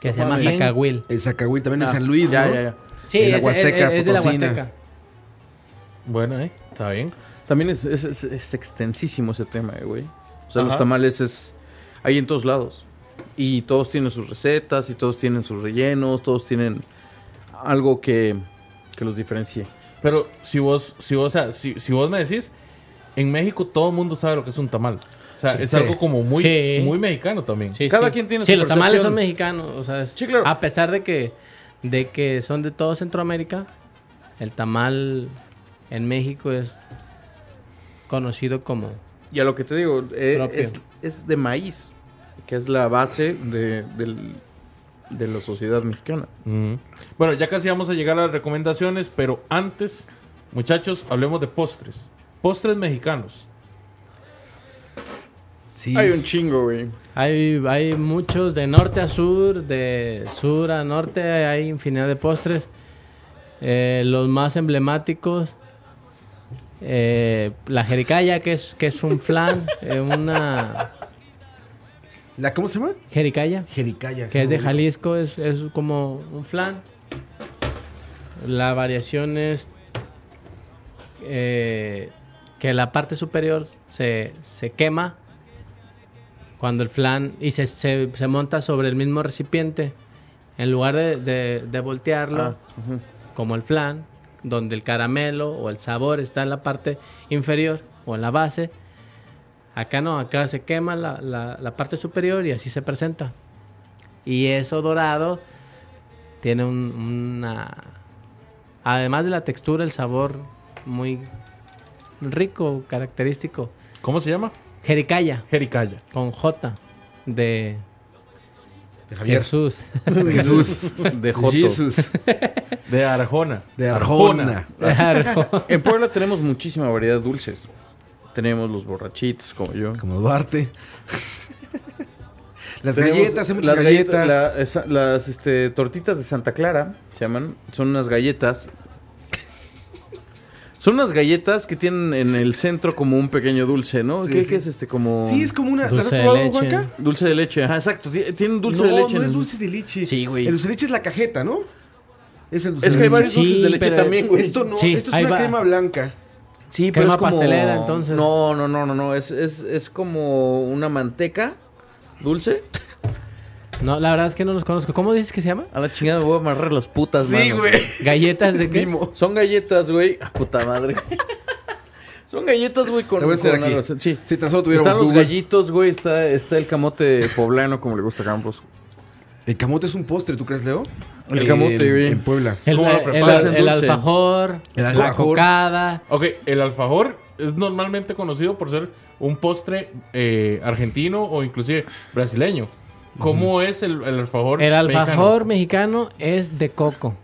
S5: Que se llama
S3: mames.
S5: zacahuil.
S4: El Zacahuil también
S3: Ah,
S4: es San Luis,
S3: ya,
S4: ¿no?
S3: ya, ya.
S5: Sí,
S4: En la
S5: es, es-
S4: Huasteca
S5: es de la
S4: Potosina.
S5: Huasteca.
S2: Bueno, ¿eh? Está bien.
S3: También es, es- es- es extensísimo ese tema, eh, güey. O sea, los
S2: Ajá.
S3: tamales es. Hay en todos lados. Y todos tienen sus recetas, y todos tienen sus rellenos, todos tienen algo que, que los diferencie.
S2: Pero si vos, si vos, o sea, si, si vos me decís, en México todo el mundo sabe lo que es un tamal. O sea, es
S4: sí.
S2: algo como muy,
S5: Sí.
S2: muy mexicano también.
S5: Sí,
S3: Cada
S5: sí.
S3: quien tiene
S5: Sí,
S3: su
S5: los tamales
S3: percepción.
S5: son mexicanos. O sea, es-
S3: Sí, claro.
S5: a pesar de que, de que son de todo Centroamérica, el tamal en México es conocido como.
S3: Ya lo que te digo, eh,
S5: Propio.
S3: es, es de maíz, que es la base de, del- de la sociedad mexicana.
S2: Ujú. Bueno, ya casi vamos a llegar a las recomendaciones, pero antes, muchachos, hablemos de postres. Postres mexicanos.
S4: Sí.
S3: Hay un chingo, güey.
S5: Hay, hay muchos de norte a sur, de sur a norte, hay infinidad de postres. Eh, los más emblemáticos, eh, la jericaya, que es, que es un flan, eh, una
S4: ¿La, ¿Cómo se llama?
S5: jericaya.
S4: Jericaya.
S5: que es de Jalisco, es, es como un flan. La variación es eh, que la parte superior se, se quema cuando el flan y se, se- se monta sobre el mismo recipiente. En lugar de, de- de voltearlo, como el flan, donde el caramelo o el sabor está en la parte inferior o en la base, acá no, acá se quema la- la- la parte superior y así se presenta. Y eso dorado tiene un- una... Además de la textura, el sabor muy rico, característico.
S2: ¿Cómo se llama?
S5: Jericaya,
S2: Jericaya.
S5: con J, de
S4: De Javier.
S5: Jesús.
S4: Jesús.
S3: De Joto.
S4: Jesús.
S2: De Arjona.
S4: De Arjona.
S5: Claro.
S3: En Puebla tenemos muchísima variedad de dulces. Tenemos los borrachitos como yo.
S4: Como Duarte. las
S3: Tenemos
S4: galletas, hay muchas
S3: las
S4: galletas.
S3: galleta- la- esa- las este, tortitas de Santa Clara, se llaman. Son unas galletas. Son unas galletas que tienen en el centro como un pequeño dulce, ¿no?
S4: Sí,
S3: ¿Qué,
S4: sí.
S3: qué es este? Como...
S4: Sí, es como una. ¿Las has
S5: Dulce de
S4: probado,
S5: leche.
S4: Juanca?
S3: Dulce de leche, ajá, exacto. Ti- Tiene un dulce
S4: no,
S3: de leche.
S4: no
S3: en-
S4: es dulce de leche.
S3: Sí, güey.
S4: El dulce de leche es la cajeta, ¿no? Es el dulce
S3: Es
S4: de
S3: que hay
S4: leche.
S3: varios dulces
S5: Sí,
S3: de leche
S5: pero-
S3: también, güey.
S4: Esto no,
S5: Sí,
S4: esto es
S5: ahí
S4: una
S5: va.
S4: crema blanca.
S3: Sí,
S5: Crema pastelera, entonces.
S3: No, no, no, no, no. Es, es, es como una manteca dulce.
S5: No, la verdad es que no los conozco. ¿Cómo dices que se llama?
S3: A la chingada me voy a amarrar las putas manos,
S5: Galletas de qué?
S3: Son galletas, güey. Ah, puta madre. Son galletas, güey, con...
S4: Te voy a hacer
S3: con
S4: aquí.
S3: algo así. Sí.
S4: Si tan solo tuviéramos
S3: Están los
S4: Google.
S3: gallitos, güey. Está, está el camote poblano, como le gusta a Campos.
S4: El camote es un postre, ¿tú crees, Leo?
S3: El
S4: En-
S3: camote,
S5: Eh,
S3: güey.
S4: En Puebla.
S5: El,
S2: ¿Cómo lo
S5: el-
S2: preparas
S5: el-
S3: en
S5: el
S3: dulce?
S5: alfajor,
S4: El
S5: la
S4: alfajor.
S5: cocada.
S2: Ok, el alfajor es normalmente conocido por ser un postre eh, argentino o inclusive brasileño. ¿Cómo es el, el alfajor?
S5: El
S2: mexicano?
S5: alfajor mexicano es de coco.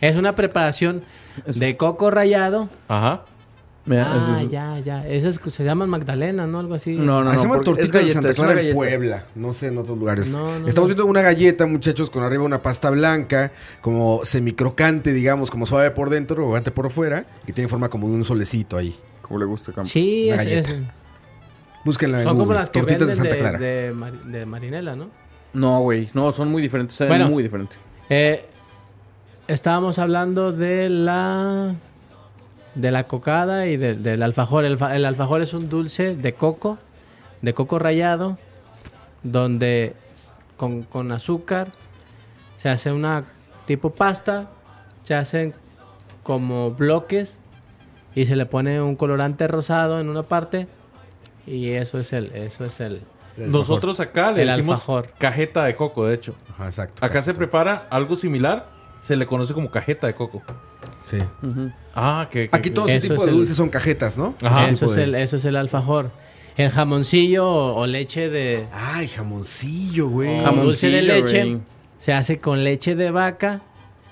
S5: Es una preparación de coco rallado.
S2: Ajá.
S3: Mira,
S5: Ah,
S3: es-
S5: ya, ya. Esas que se llaman Magdalena, ¿no? Algo así.
S3: No, no, no.
S4: Ah, se llama
S3: porque es
S4: tortita de
S3: galleta,
S4: Santa
S3: es una
S4: Clara en
S3: galleta.
S4: Puebla, no sé en otros lugares.
S5: No, no,
S4: Estamos
S5: no.
S4: viendo una galleta, muchachos, con arriba una pasta blanca, como semicrocante, digamos, como suave por dentro, crocante por fuera, que tiene forma como de un solecito ahí.
S3: Como le gusta a Campos.
S5: Sí,
S4: Una
S5: es- es-
S4: galleta. Búsquenla en
S5: son como
S4: Google,
S5: las que
S4: tortitas de
S5: venden
S4: Santa
S5: de,
S4: Clara.
S5: de Mar- de marinela, ¿no?
S3: No, güey. No, son muy diferentes. Saben
S5: Bueno.
S3: muy diferentes.
S5: Eh, estábamos hablando de la de la cocada y de- del alfajor. El, fa- el alfajor es un dulce de coco, de coco rallado, donde con, con azúcar se hace una tipo pasta, se hacen como bloques y se le pone un colorante rosado en una parte y eso es el eso es el
S2: Nosotros acá le
S5: El
S2: decimos
S5: alfajor.
S2: cajeta de coco, de hecho.
S4: Ajá, exacto.
S2: Acá se prepara algo similar, se le conoce como cajeta de coco.
S4: Sí.
S2: Ah, que... que-
S4: Aquí
S2: que-
S4: todo ese
S5: Eh, Eso
S4: tipo
S5: es
S4: de
S5: el-
S4: dulces son cajetas, ¿no?
S2: Ajá.
S4: Ese
S5: eso
S4: tipo
S5: es
S4: de-
S5: el eso es el alfajor. El jamoncillo o- o leche de
S4: Ay, jamoncillo, güey.
S5: Jamón dulce de
S3: Jamoncillo,
S5: leche
S3: güey.
S5: se hace con leche de vaca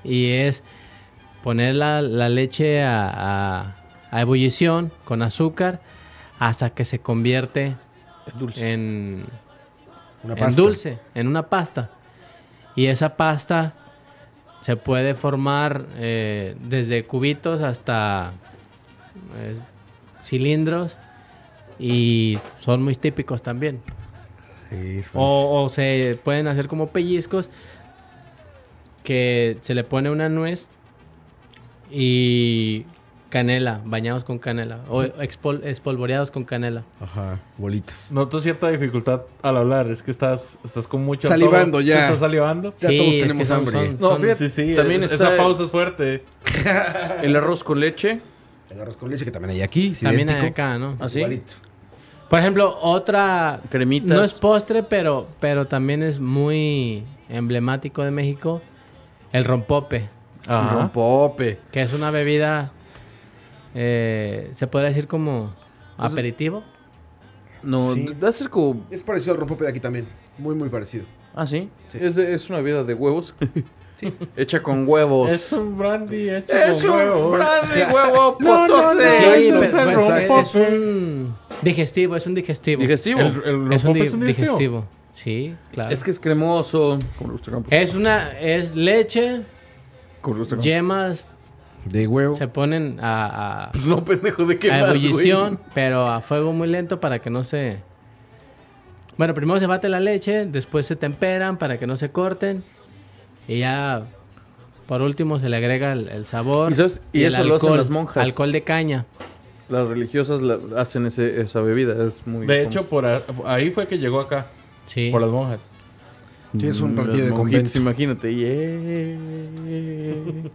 S5: y es poner la, la leche a, a- a ebullición con azúcar hasta que se convierte en,
S4: Una
S5: en
S4: pasta.
S5: dulce, en una pasta. Y esa pasta se puede formar eh, desde cubitos hasta eh, cilindros y son muy típicos tamén.
S4: Sí, eso es.
S5: O, o se pueden hacer como pellizcos que se le pone una nuez y canela, bañados con canela o expol- espolvoreados con canela.
S4: Ajá, bolitos.
S2: Noto cierta dificultad al hablar, es que estás, estás con mucha...
S4: Salivando
S2: todo-
S4: ya.
S2: Estás salivando.
S4: Ya
S5: Sí,
S4: todos
S5: es que
S4: tenemos
S5: son-
S4: hambre.
S5: son-
S3: No,
S5: son-
S2: Sí,
S3: fíjate.
S2: sí,
S3: También
S2: es-
S3: está-
S2: esa pausa es fuerte.
S3: Eh, El arroz con leche.
S4: El arroz con leche que también hay aquí. es
S5: también hay
S4: idéntico.
S5: acá, ¿Ah, ¿no?
S3: Así.
S4: Igualito.
S5: Por ejemplo, otra
S3: Cremitas.
S5: no es postre, pero pero también es muy emblemático de México, el rompope,
S3: Ah.
S2: Ajá.
S3: Rompope.
S5: que es una bebida eh, se podría decir como
S4: Pues,
S5: aperitivo.
S3: No,
S4: Sí.
S3: va a ser como...
S4: Es parecido al rompope de aquí también. Muy, muy parecido.
S3: Ah, sí.
S4: Sí.
S3: Es, de- es una vida de huevos. Hecha con huevos.
S2: Es un brandy hecho
S3: Es
S2: con
S3: un
S2: huevos.
S3: brandy huevo potote.
S2: Sí,
S5: Sí, pues,
S2: eso
S5: pero-
S2: es el
S5: pero es-
S2: rompope.
S5: es un digestivo, es un digestivo. Ah.
S3: Digestivo.
S2: El, el
S5: Es un,
S2: rompope
S5: di-
S2: es un digestivo.
S5: digestivo. Sí, claro.
S3: Es que es cremoso. Como le gusta a Campos.
S5: es una es leche,
S3: Como le gusta a Campos.
S5: yemas
S4: De huevo.
S5: se ponen a, a-
S3: Pues no, pendejo, ¿de qué
S5: a
S3: más, güey?
S5: Ah, ebullición, pero a fuego muy lento para que no se Bueno, primero se bate la leche, después se temperan para que no se corten y ya por último se le agrega el, el sabor
S3: Y sabes- y
S5: el
S3: eso lo hacen las monjas.
S5: Alcohol de caña.
S3: Las religiosas la- hacen ese- esa bebida. Es muy...
S2: De hecho, por a- ahí fue que llegó acá,
S5: Sí.
S2: por las monjas.
S4: Sí, es un
S3: Mm, Las
S4: partido de
S3: monjitas,
S4: convento.
S3: Imagínate. yeah.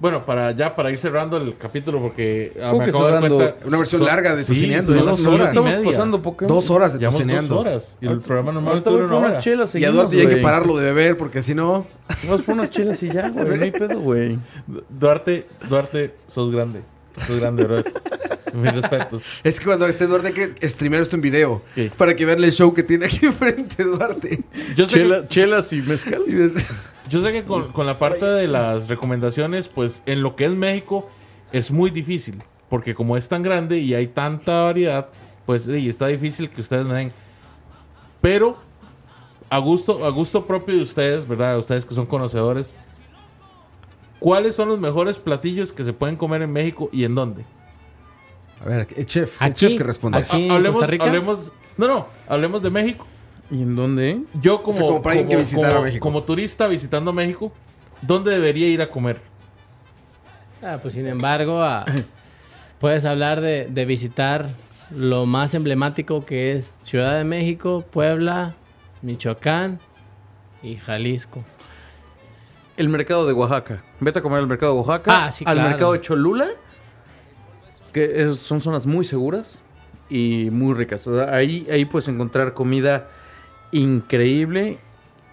S2: Bueno, para ya para ir cerrando el capítulo porque ah,
S3: ¿Cómo
S2: me
S3: que
S2: acabo de dar
S3: cerrando?
S2: cuenta
S4: Una versión larga de
S2: sí,
S4: Tocineando,
S2: son
S4: ¿eh?
S2: dos horas y
S4: Dos horas.
S3: Estamos
S2: media.
S3: pasando poco.
S4: Dos horas de
S2: Llevamos dos
S4: tocineando.
S2: horas y el programa normal
S3: Ahorita voy
S2: dura
S3: por
S2: una hora.
S3: unas chelas.
S4: Y a
S3: seguimos,
S4: Duarte ya hay que
S3: güey.
S4: pararlo de beber porque si no.
S3: Vamos por unas chelas y ya, güey. No hay pedo, güey.
S2: Du- Duarte, Duarte, sos grande. Sos grande, bro. Mis respetos.
S4: Es que cuando esté Duarte hay que streamear esto en video.
S2: Sí.
S4: Para que vean el show que tiene aquí enfrente Duarte.
S2: Yo sé, que,
S3: chelas y mezcal.
S4: Y ves-
S2: yo sé que con, con la parte de las recomendaciones, pues en lo que es México es muy difícil. porque como es tan grande y hay tanta variedad, pues y está difícil que ustedes me den. Pero a gusto, a gusto propio de ustedes, ¿verdad? Ustedes que son conocedores, ¿cuáles son los mejores platillos que se pueden comer en México y en dónde?
S4: A ver, el chef, el
S5: Aquí,
S4: chef que responde.
S5: aquí. ¿Sí, en
S2: hablemos,
S5: Costa Rica?
S2: hablemos, no, no, hablemos de México.
S3: ¿Y en dónde?
S2: Yo como,
S4: como para alguien que visitara
S2: como-
S4: México.
S2: como turista visitando México, ¿dónde debería ir a comer?
S5: Ah, pues sin embargo, ah, puedes hablar de, de visitar lo más emblemático que es Ciudad de México, Puebla, Michoacán y Jalisco.
S3: El mercado de Oaxaca. Vete a comer al mercado de Oaxaca.
S5: Ah, sí,
S3: al
S5: claro.
S3: mercado de Cholula. Que es- son zonas muy seguras y muy ricas. O sea, ahí, ahí puedes encontrar comida increíble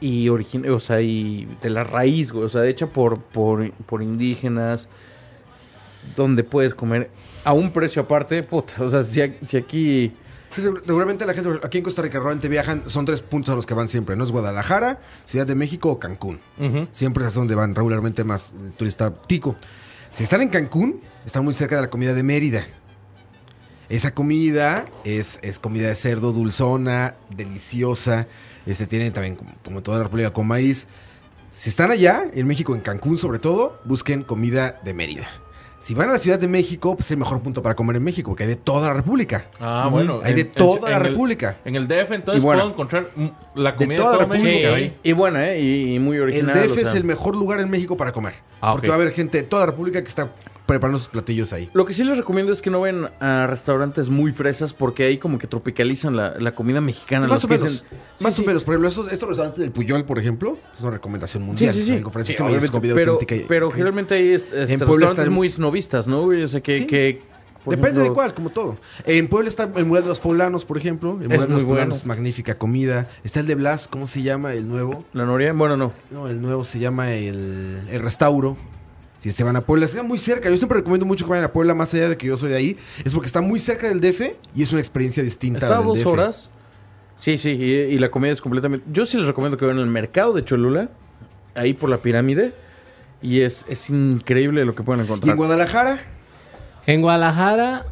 S3: y origin o sea, y de la raíz, güey. O sea, hecha por, por, por indígenas. Donde puedes comer a un precio aparte. Puta, o sea, si, a- si aquí.
S4: Sí, regu- regularmente la gente aquí en Costa Rica realmente viajan, son tres puntos a los que van siempre, ¿no? Es Guadalajara, Ciudad de México o Cancún.
S2: Ujú.
S4: Siempre es a donde van regularmente más el turista tico. Si están en Cancún, están muy cerca de la comida de Mérida. Esa comida es, es comida de cerdo dulzona, deliciosa. Este tiene también, como, como en toda la República, con maíz. Si están allá, en México, en Cancún sobre todo, busquen comida de Mérida. Si van a la Ciudad de México, pues es el mejor punto para comer en México, porque hay de toda la República.
S2: Ah, bueno.
S4: Hay de
S2: en- en-
S4: toda la
S2: en el-
S4: República.
S2: en el DF entonces
S3: Y bueno.
S2: puedo encontrar mm, la comida de
S4: toda
S2: toda,
S4: la
S2: México.
S5: República.
S2: ahí.
S3: Y bueno, ¿eh? Y, y muy
S4: El
S3: original.
S4: DF
S3: o sea.
S4: es el mejor lugar en México para comer.
S2: Ah,
S4: porque
S2: ok.
S4: va a haber gente de toda la República que está preparando sus platillos ahí.
S3: Lo que sí les recomiendo es que no vayan a restaurantes muy fresas porque ahí como que tropicalizan la, la comida mexicana. los
S4: Más o
S3: que
S4: menos.
S3: dicen- Sí,
S4: más
S3: sí.
S4: o menos. Por ejemplo, estos, estos restaurantes del Puyol, por ejemplo, es una recomendación
S3: Sí,
S4: mundial.
S3: sí,
S4: O sea,
S3: sí.
S4: en conferencias
S3: Sí,
S4: me dicen
S3: obviamente,
S4: comida
S3: pero,
S4: auténtica y-
S3: pero generalmente hay est- este,
S4: En Puebla
S3: restaurantes
S4: están-
S3: muy snobistas, ¿no? güey? O sea, que...
S4: Sí.
S3: que, por
S4: Depende de
S3: ejemplo,
S4: cuál, como todo. En Puebla está el Mural de los Poblanos, por ejemplo. El
S3: Es
S4: Mural de
S3: muy
S4: los Poblanos
S3: bueno.
S4: es magnífica comida. Está el de Blas, ¿cómo se llama? El nuevo.
S3: La noria, bueno, no.
S4: No, el nuevo se llama el, el Restauro. Si se van a Puebla, está muy cerca. Yo siempre recomiendo mucho que vayan a Puebla, más allá de que yo soy de ahí. Es porque está muy cerca del DF y es una experiencia distinta.
S3: Está a
S4: del
S3: dos
S4: DF.
S3: horas. Sí, sí, y, y la comida es completamente... Yo sí les recomiendo que vayan al mercado de Cholula, ahí por la pirámide, y es, es increíble lo que pueden
S4: Y en
S3: encontrar.
S4: Guadalajara,
S5: En Guadalajara,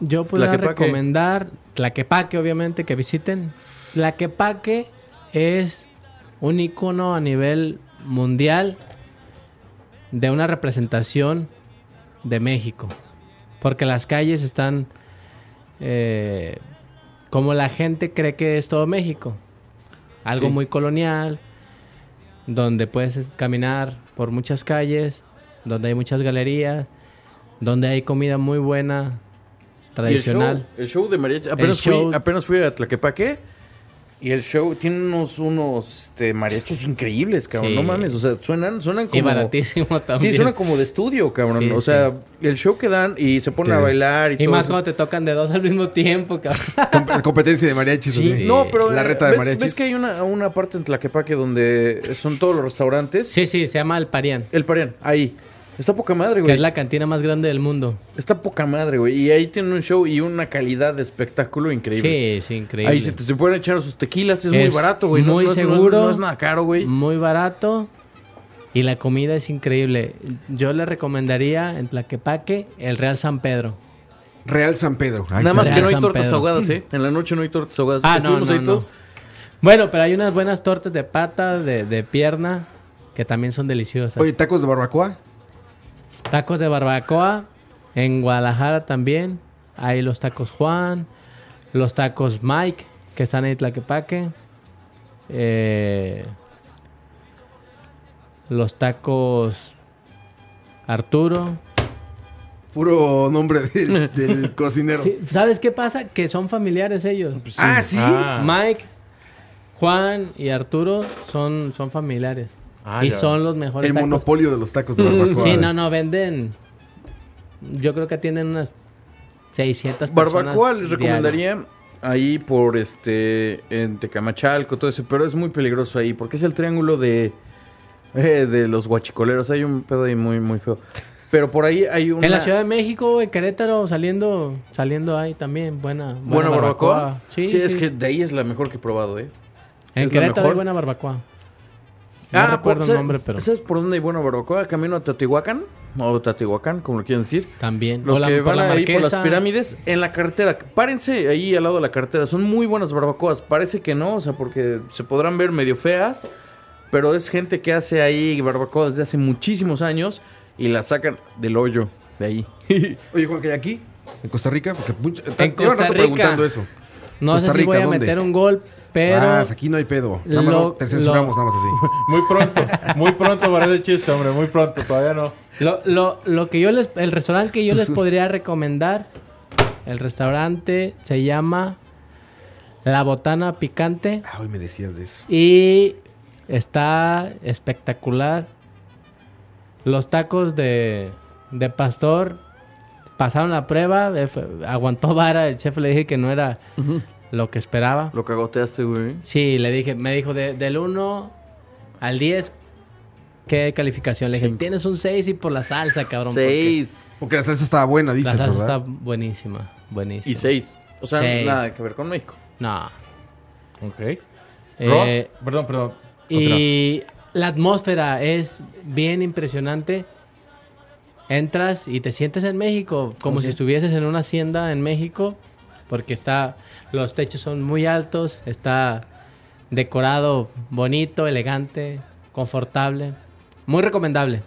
S5: yo podría
S3: Tlaquepaque.
S5: recomendar Tlaquepaque, obviamente, que visiten. Tlaquepaque es un icono a nivel mundial de una representación de México. Porque las calles están eh, como la gente cree que es todo México. Algo
S3: Sí.
S5: muy colonial, donde puedes es- caminar por muchas calles, donde hay muchas galerías, donde hay comida muy buena,
S3: Y el show-
S5: tradicional.
S3: El show, de mariachi. Apenas,
S5: show-
S3: Fui, apenas fui a Tlaquepaque. Y el show tiene unos, unos este, mariachis increíbles, cabrón.
S5: Sí.
S3: No mames. O sea, suenan, suenan como.
S5: Y baratísimo también.
S3: Sí, suenan como de estudio, cabrón.
S5: Sí,
S3: o sea, el show que dan y se ponen
S4: Sí.
S3: a bailar y,
S5: y
S3: todo
S5: más
S3: eso.
S5: cuando te tocan de dos al mismo tiempo, cabrón.
S4: es com- la competencia de mariachis.
S3: Sí,
S4: ¿no?
S3: no, pero.
S4: La
S3: eh,
S4: reta de
S3: ¿ves,
S4: mariachis.
S3: ves que hay una, una parte en Tlaquepaque donde son todos los restaurantes?
S5: Sí, sí, se llama El Parián,
S3: El Parián, ahí. Está poca madre,
S5: que
S3: güey.
S5: es la cantina más grande del mundo.
S3: Está poca madre, güey. Y ahí tienen un show y una calidad de espectáculo increíble.
S5: Sí, es increíble.
S3: Ahí se, te- se pueden echar sus tequilas, es, muy
S5: Es
S3: barato, güey.
S5: muy
S3: no, no es- no es-
S5: seguro.
S3: no es nada caro, güey.
S5: Muy barato. Y la comida es increíble. Yo le recomendaría en Tlaquepaque el Real San Pedro.
S4: Real San Pedro. Ahí
S3: nada
S4: está.
S3: más que no hay
S5: San
S3: tortas
S5: Pedro.
S3: ahogadas, ¿eh? En la noche no hay tortas ahogadas.
S5: Ah, no,
S3: Estuvimos
S5: no,
S3: ahí todos.
S5: no. Bueno, pero hay unas buenas tortas de pata, de, de pierna, que también son deliciosas.
S4: Oye, tacos de barbacoa.
S5: Tacos de barbacoa. En Guadalajara también. Hay los tacos Juan. Los tacos Mike, que están en Tlaquepaque. eh, los tacos Arturo.
S4: Puro nombre del, del cocinero.
S5: Sí, ¿Sabes qué pasa? Que son familiares ellos.
S4: Ah, sí.
S2: Ah.
S5: Mike, Juan y Arturo son, son familiares.
S2: Ah,
S5: y
S2: ya.
S5: son los mejores.
S4: el
S5: tacos. Mm,
S4: monopolio de los tacos de barbacoa.
S5: Sí, no, no, venden. Yo creo que atienden unas 600 personas.
S3: Barbacoa les
S5: diario.
S3: recomendaría ahí por este. En Tecamachalco, todo eso. Pero es muy peligroso ahí porque es el triángulo de. eh, de los guachicoleros. Hay un pedo ahí muy, muy feo. Pero por ahí hay una.
S5: En la Ciudad de México, en Querétaro, saliendo saliendo ahí también. Buena,
S3: Buena barbacoa. Sí,
S5: Sí, sí.
S3: es que de ahí es la mejor pues, eh, que he probado, ¿eh?
S5: En
S3: es la
S5: Querétaro
S3: mejor.
S5: hay buena barbacoa. No recuerdo
S3: por-
S5: el
S3: Ah, ¿sabes-
S5: nombre, pero
S3: ¿Sabes por dónde hay buena barbacoa? Camino a Teotihuacán. O Teotihuacán, como lo quieran decir.
S5: también.
S3: eh, Los
S5: O la-
S3: que
S5: por
S3: van
S5: la
S3: ahí por las
S5: Marquesa.
S3: pirámides en la carretera. Párense ahí al lado de la carretera. Son muy buenas barbacoas. Parece que no, o sea, porque se podrán ver medio feas. Pero es gente que hace ahí barbacoas desde hace muchísimos años y la sacan del hoyo de ahí.
S4: Oye, Juan, ¿qué hay aquí? ¿En Costa Rica? Porque mucho-
S5: En
S4: llevan
S5: Costa
S4: rato
S5: Rica.
S4: preguntando eso.
S5: No
S3: pues
S5: sé
S4: Costa
S5: si voy
S4: Rica,
S5: a
S4: ¿dónde?
S5: meter un gol, pero
S4: ah, aquí no hay pedo. Nada más
S5: lo-
S4: no, te censuramos nada más así.
S2: Muy pronto, muy pronto para ese chiste, hombre, muy pronto, todavía no.
S5: lo, lo- lo que yo les, el restaurante que yo
S4: Tú
S5: les
S4: su-
S5: podría recomendar, el restaurante se llama La Botana Picante
S4: Ah, hoy me decías de eso.
S5: y está espectacular. Los tacos de, de pastor pasaron la prueba, eh, fue- aguantó vara, el chef le dije que no era lo que esperaba.
S3: Lo cagoteaste, güey.
S5: Sí, le dije, me dijo de- del 1 al 10, ¿qué calificación? Le dije,
S3: Cinco.
S5: tienes un 6 y por la salsa, cabrón. porque
S3: Seis.
S4: Porque la salsa estaba buena,
S5: La
S4: dices,
S5: salsa está
S4: ¿verdad?
S5: buenísima, buenísima.
S3: Y seis. O sea,
S5: Seis.
S3: nada que ver con México.
S5: No.
S2: Ok. Ro,
S5: Eh,
S2: perdón, perdón. continúa.
S5: y la atmósfera es bien impresionante. Entras y te sientes en México, como si estuvieses en una hacienda en México, porque está, los techos son muy altos, está decorado bonito, elegante, confortable, muy recomendable.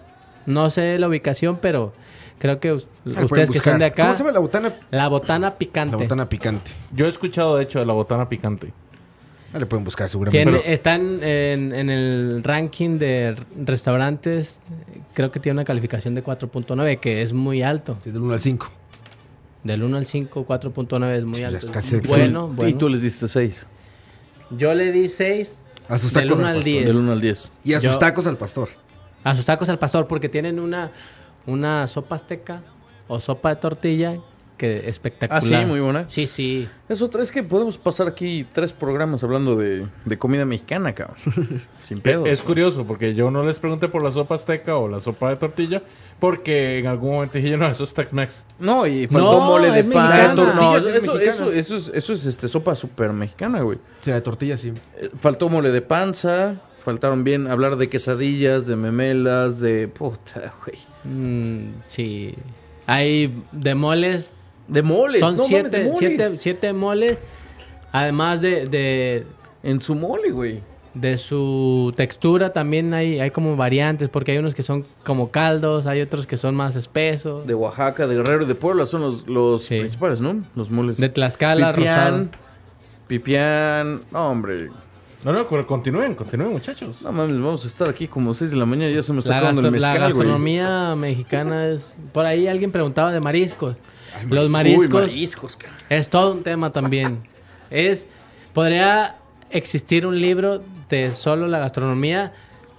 S5: No sé la ubicación, pero creo que us-
S4: Ah, lo pueden
S5: ustedes que son
S4: buscar.
S5: de acá,
S4: ¿Cómo se llama la botana?
S5: la botana picante.
S4: La botana picante.
S2: Yo he escuchado, de hecho, de la botana picante.
S4: Ah, le pueden buscar seguramente.
S5: Tiene-
S4: Pero-
S5: están en, en el ranking de r- restaurantes, eh, creo que tiene una calificación de 4.9, que es muy alto.
S4: Sí, del 1 al 5.
S5: Del 1 al 5, 4.9 es muy
S4: Sí,
S5: alto.
S4: ya casi
S5: Es bueno,
S3: Y
S5: bueno.
S3: tú les diste seis.
S5: Yo le di 6
S4: A sus
S5: del
S4: tacos
S5: 1
S4: al
S5: al
S4: pastor.
S5: 10.
S3: Del uno al diez.
S4: Y a sus
S5: Yo-
S4: tacos al pastor.
S5: A sus tacos al pastor, porque tienen una, una sopa azteca o sopa de tortilla que espectacular.
S3: Ah, sí, muy buena.
S5: Sí, sí.
S3: Es otra, es que podemos pasar aquí tres programas hablando de, de comida mexicana, cabrón. Sin
S2: Eh,
S3: pedo.
S2: Es curioso, porque yo no les pregunté por la sopa azteca o la sopa de tortilla, porque en algún momento dije, no, eso es Tex-Mex.
S3: No, y faltó
S5: No,
S3: mole de
S5: es
S3: pan.
S5: mexicana.
S3: No, no,
S4: Tortillas
S3: eso,
S4: es
S3: eso,
S4: mexicana.
S3: eso, eso es, eso es, este, sopa super mexicana, güey.
S4: Sí, la tortilla sí.
S3: Eh, Faltó mole de panza. Faltaron bien hablar de quesadillas, de memelas, de. Puta, güey.
S5: Mm, sí. Hay de moles
S3: De moles,
S5: Son
S3: no mames, de
S5: siete,
S3: moles.
S5: siete, siete moles, además de, de,
S3: En su mole, güey.
S5: de su textura también hay, hay como variantes, porque hay unos que son como caldos, hay otros que son más espesos,
S3: De
S5: de,
S3: Oaxaca, de Guerrero y de Puebla son los, los
S5: Sí.
S3: principales, ¿no? Los moles.
S5: Tlaxcala, rosado.
S3: Pipián. No, hombre.
S2: No, no, pero continúen, continúen, muchachos.
S3: No mames, vamos a estar aquí como 6 de la mañana. Ya se me está
S5: La,
S3: acabando
S5: gastro-
S3: el
S5: la
S3: mezcal, güey.
S5: gastronomía mexicana es... Por ahí alguien preguntaba de mariscos. Los
S3: Uy,
S5: mariscos
S3: mariscos, cabrón.
S5: es todo un tema también. es Podría existir un libro de solo la gastronomía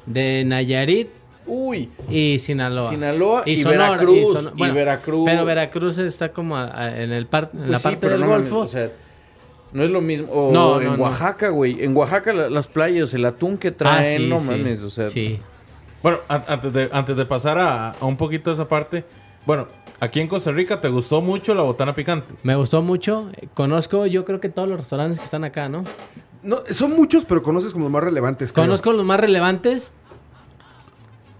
S5: de Nayarit
S3: Uy.
S5: Y Sinaloa.
S3: Sinaloa y Veracruz, y Veracruz.
S5: Pero Veracruz está como a- a- en, el par- en
S3: Pues
S5: la
S3: sí,
S5: parte
S3: pero
S5: del
S3: no mames,
S5: Golfo.
S3: o sea, no es lo mismo. O
S5: No,
S3: en
S5: no, no.
S3: Oaxaca, güey. En Oaxaca la- las playas, el atún que
S5: Ah,
S3: traen, no mames, o sea.
S5: sí.
S2: Bueno, an- antes de, antes de pasar a, a un poquito esa parte, bueno, aquí en Costa Rica te gustó mucho la botana picante.
S5: Me gustó mucho. Conozco, yo creo que todos los restaurantes que están acá, ¿no?
S4: No, son muchos, pero conoces como los más relevantes. creo.
S5: Conozco los más relevantes.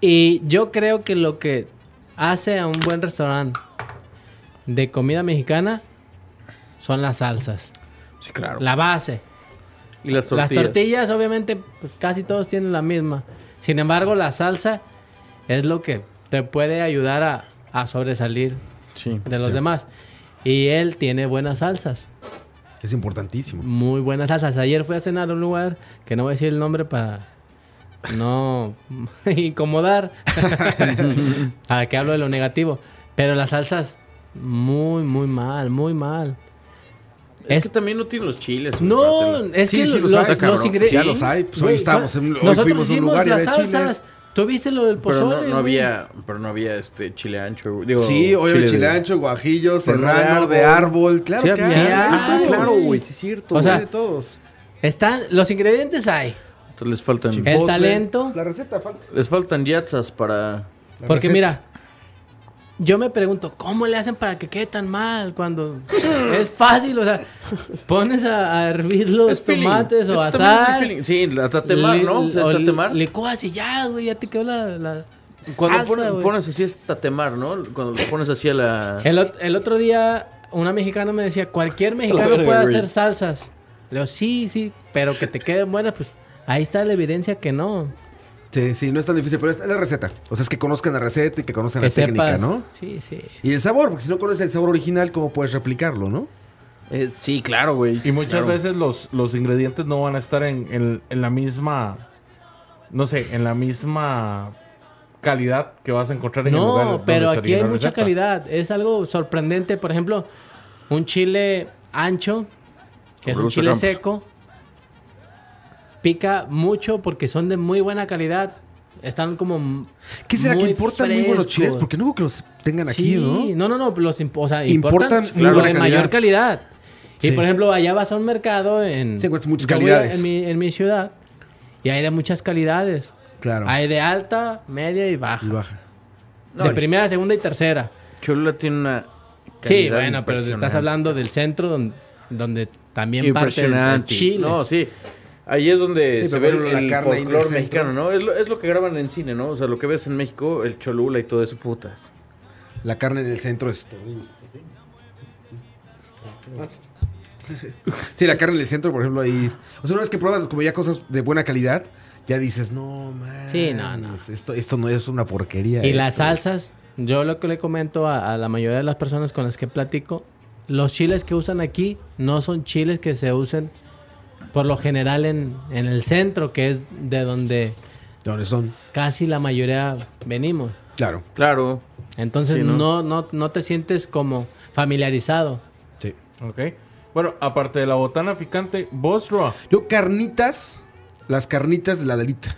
S5: Y yo creo que lo que hace a un buen restaurante de comida mexicana son las salsas.
S3: Sí, claro.
S5: La base.
S3: y las tortillas.
S5: Las tortillas, obviamente, pues casi todos tienen la misma. Sin embargo, la salsa es lo que te puede ayudar a, a sobresalir
S3: Sí.
S5: de los demás. Y él tiene buenas salsas,
S4: Es importantísimo.
S5: muy buenas salsas. Ayer fui a cenar a un lugar que no voy a decir el nombre para no incomodar a que hablo de lo negativo. Pero las salsas, muy, muy mal, muy mal.
S3: Es,
S5: Es-
S3: que también no tienen los chiles. güey, para
S5: No,
S3: hacerlo.
S5: es
S4: Sí,
S5: que
S4: sí,
S5: los,
S4: los hay, cabrón.
S5: los ingredientes.
S4: Ya los hay. Pues hoy
S5: Güey,
S4: estábamos en- hoy
S5: nosotros
S4: fuimos a un
S5: hicimos
S4: lugar y
S5: las
S4: había chiles.
S5: salsas. ¿Tú viste lo del
S3: Pero
S5: pozole?
S3: no, no
S5: güey?
S3: había, pero no había este chile ancho. güey. Digo,
S4: Sí, hoy el
S3: de-
S4: chilancho, guajillo, serrano,
S3: árbol.
S4: de árbol. Claro
S3: Sí,
S4: que
S3: había.
S4: hay.
S5: Sí,
S3: Ah,
S5: hay.
S3: claro, güey, sí es cierto.
S5: O sea,
S3: güey.
S4: de todos.
S5: Están, los ingredientes hay.
S3: Entonces les faltan,
S5: El talento.
S4: La receta falta.
S3: les faltan yatzas para.
S4: La
S5: Porque
S4: receta.
S5: mira, Yo me pregunto, ¿cómo le hacen para que quede tan mal? Cuando es fácil, o sea, pones a, a hervir los
S3: Es feeling.
S5: tomates
S3: Es
S5: o a
S3: también es el
S5: sal,
S3: feeling. Sí, la tatemar,
S5: li-
S3: ¿no? O sea, es
S5: o li-
S3: tatemar.
S5: Licuas y ya, güey, ya te quedó la, la
S3: Cuando
S5: salsa,
S3: pones,
S5: güey.
S3: pones así es tatemar, ¿no? Cuando lo pones así a la...
S5: El, ot- el otro día, una mexicana me decía, cualquier mexicano
S3: verga,
S5: puede
S3: güey.
S5: hacer salsas. Le digo, sí, sí, pero que te queden buenas, pues ahí está la evidencia que no.
S4: Sí, sí, no es tan difícil, pero es la receta. O sea, es que conozcan la receta y que conozcan
S5: Que
S4: la técnica,
S5: sepas.
S4: ¿no?
S5: Sí, sí.
S4: Y el sabor, porque si no conoces el sabor original, ¿cómo puedes replicarlo, no?
S3: Eh, sí, claro, güey.
S2: Y muchas
S3: Claro.
S2: veces los, los ingredientes no van a estar en, en- en la misma, no sé, en la misma calidad que vas a encontrar en el lugar.
S5: No,
S2: donde
S5: pero
S2: se
S5: aquí hay
S2: originó la
S5: mucha
S2: receta.
S5: calidad. Es algo sorprendente. Por ejemplo, un chile ancho, que es un chile seco, pica mucho porque son de muy buena calidad. Están como. m-
S4: ¿Qué será
S5: muy
S4: que importan muy buenos
S5: frescos.
S4: chiles? Porque no creo que los tengan aquí,
S5: Sí,
S4: ¿no?
S5: No, no, no, los imp- o sea,
S4: Importan
S5: importan,
S4: muy
S5: lo
S4: buena
S5: de mayor calidad.
S4: Sí.
S5: Y por ejemplo, allá vas a un mercado en.
S4: Sí, encuentras muchas
S5: yo voy a-
S4: calidades.
S5: En mi, en mi ciudad. Y hay de muchas calidades.
S4: Claro.
S5: Hay de alta, media y baja.
S4: Y baja.
S5: de primera, segunda y tercera.
S3: Cholula tiene una...
S5: Sí,
S3: calidad
S5: bueno, pero estás
S3: impresionante.
S5: hablando del centro donde, donde también parte el- el
S3: Impresionante.
S5: chile.
S3: No, sí. Ahí es donde
S4: Sí,
S3: se ve
S4: pero la
S3: el,
S4: carne ahí en el
S3: folclore
S4: centro.
S3: mexicano, ¿no? Es lo, es lo que graban en cine, ¿no? O sea, lo que ves en México, el Cholula y todo eso, putas.
S4: La carne en el centro es Sí, la carne en el centro, por ejemplo, ahí. O sea, una vez que pruebas como ya cosas de buena calidad, ya dices, no, man.
S5: Sí, no, no.
S4: Esto, esto no es una porquería.
S5: Y las
S4: esto".
S5: salsas, yo lo que le comento a, a la mayoría de las personas con las que platico, los chiles que usan aquí no son chiles que se usen por lo general en, en el centro, que es de donde
S4: ¿Dónde son?
S5: casi la mayoría venimos.
S4: Claro.
S3: Claro.
S5: Entonces
S3: Sí, ¿no?
S5: ¿no? No, no te sientes como familiarizado.
S4: Sí.
S2: Ok. Bueno, aparte de la botana picante, vos, Roa,
S4: Yo, carnitas, las carnitas de la delita.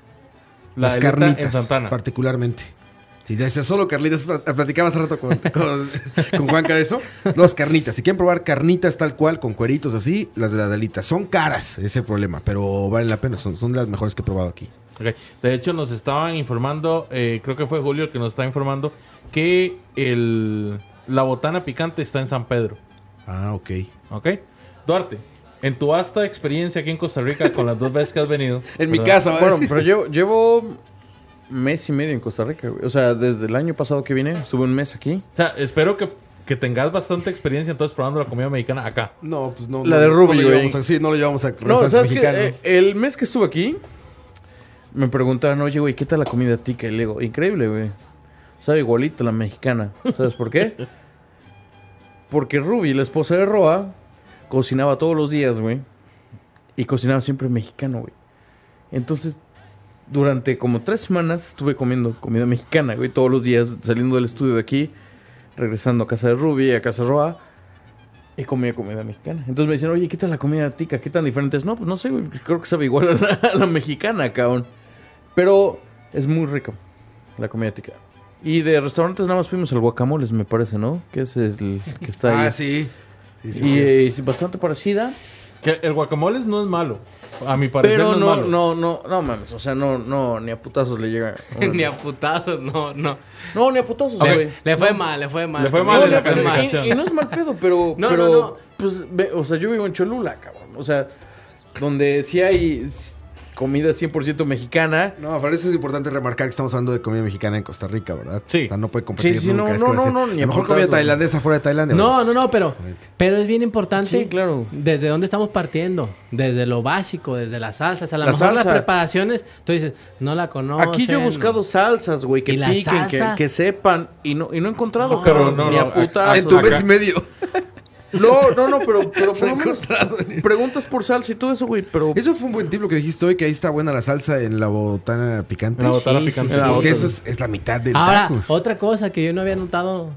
S2: la
S4: las
S2: delita
S4: carnitas,
S2: en Santana.
S4: particularmente. Si ya decía solo carnitas, pl- platicaba hace rato con, con, con Juanca de eso. Dos carnitas. Si quieren probar carnitas tal cual, con cueritos así, las de la Dalita. Son caras, ese es el problema, pero valen la pena. Son, son de las mejores que he probado aquí.
S2: Ok. De hecho, nos estaban informando, eh, creo que fue Julio el que nos está informando, que el, la botana picante está en San Pedro.
S4: Ah, ok.
S2: ¿Ok? Duarte, en tu vasta experiencia aquí en Costa Rica con las dos veces que has venido.
S4: En mi
S2: ¿verdad?
S4: casa,
S3: Bueno, pero yo llevo mes y medio en Costa Rica, güey. O sea, desde el año pasado que vine, estuve un mes aquí.
S2: O sea, espero que, que tengas bastante experiencia entonces probando la comida mexicana acá.
S4: No, pues no.
S3: La
S4: no-
S3: de
S4: no
S3: Ruby,
S4: lo
S3: güey.
S4: llevamos a- sí, no lo llevamos a
S3: No,
S4: restaurantes
S3: ¿sabes qué?
S4: mexicanos.
S3: Eh, el mes que estuve aquí, me preguntaban, oye, güey, ¿qué tal la comida tica? Y le digo, increíble, güey. Sabe igualito a la mexicana. ¿Sabes por qué? Porque Ruby, la esposa de Roa, cocinaba todos los días, güey. Y cocinaba siempre mexicano, güey. Entonces, durante como tres semanas estuve comiendo comida mexicana, güey. Todos los días, saliendo del estudio de aquí, regresando a casa de Ruby, a casa de Roa. Y comía comida mexicana. Entonces me decían, oye, ¿qué tal la comida tica? ¿Qué tan diferente es? No, pues no sé, güey. Creo que sabe igual a la, a la mexicana, cabrón. Pero es muy rico la comida tica. Y de restaurantes nada más fuimos al guacamoles, me parece, ¿no? Que ese es el que está ahí.
S4: Ah, sí. Sí, sí,
S3: y
S4: sí.
S3: eh, es bastante parecida.
S2: Que el guacamole no es malo. A mi parecer
S3: Pero
S2: no,
S3: no,
S2: es malo.
S3: no, no, no mames. O sea, no, no, ni a putazos le llega.
S5: Ni a putazos, no, no.
S3: No, ni a putazos,
S2: Ok.
S3: güey.
S5: Le fue mal, le fue mal.
S2: Le fue
S3: No,
S2: mal en
S3: le-
S2: la calificación.
S3: y, y no es mal pedo, pero.
S5: No,
S3: pero
S5: no, no.
S3: Pues, ve, o sea, yo vivo en Cholula, cabrón. O sea, donde sí hay s- comida 100% mexicana.
S4: No, pero eso es importante remarcar que estamos hablando de comida mexicana en Costa Rica, ¿verdad?
S2: Sí.
S4: O sea, no puede competir
S3: Sí, sí,
S4: nunca.
S3: no,
S4: es
S3: no,
S4: como
S3: no,
S4: decir,
S3: no, ni
S4: la
S3: a
S4: mejor
S3: putazos.
S4: comida tailandesa fuera de Tailandia.
S5: No,
S4: ¿verdad?
S5: no, no, pero, pero es bien importante
S3: Sí, claro.
S5: desde dónde estamos partiendo, desde lo básico, desde las salsas. A lo
S3: La
S5: mejor
S3: salsa.
S5: las preparaciones, tú dices, no la conozco.
S3: Aquí yo he buscado salsas, güey, que
S5: Y la
S3: piquen, que,
S5: salsa.
S3: que sepan. Y no, y no he encontrado,
S2: No,
S3: cabrón.
S2: no,
S3: ni
S2: no,
S3: a putazos.
S4: En tu
S3: Acá-
S4: mes y medio.
S3: No, no, no, pero, pero por lo menos
S4: encontrado.
S3: preguntas por salsa y todo eso, güey. Pero
S4: Eso fue un buen tip lo que dijiste hoy, que ahí está buena la salsa en la botana picante.
S2: En la botana
S5: Sí, sí,
S2: picante.
S5: sí.
S2: En la
S4: Porque
S2: botana.
S4: eso es, es la mitad del
S5: Ahora,
S4: taco.
S5: otra cosa que yo no había notado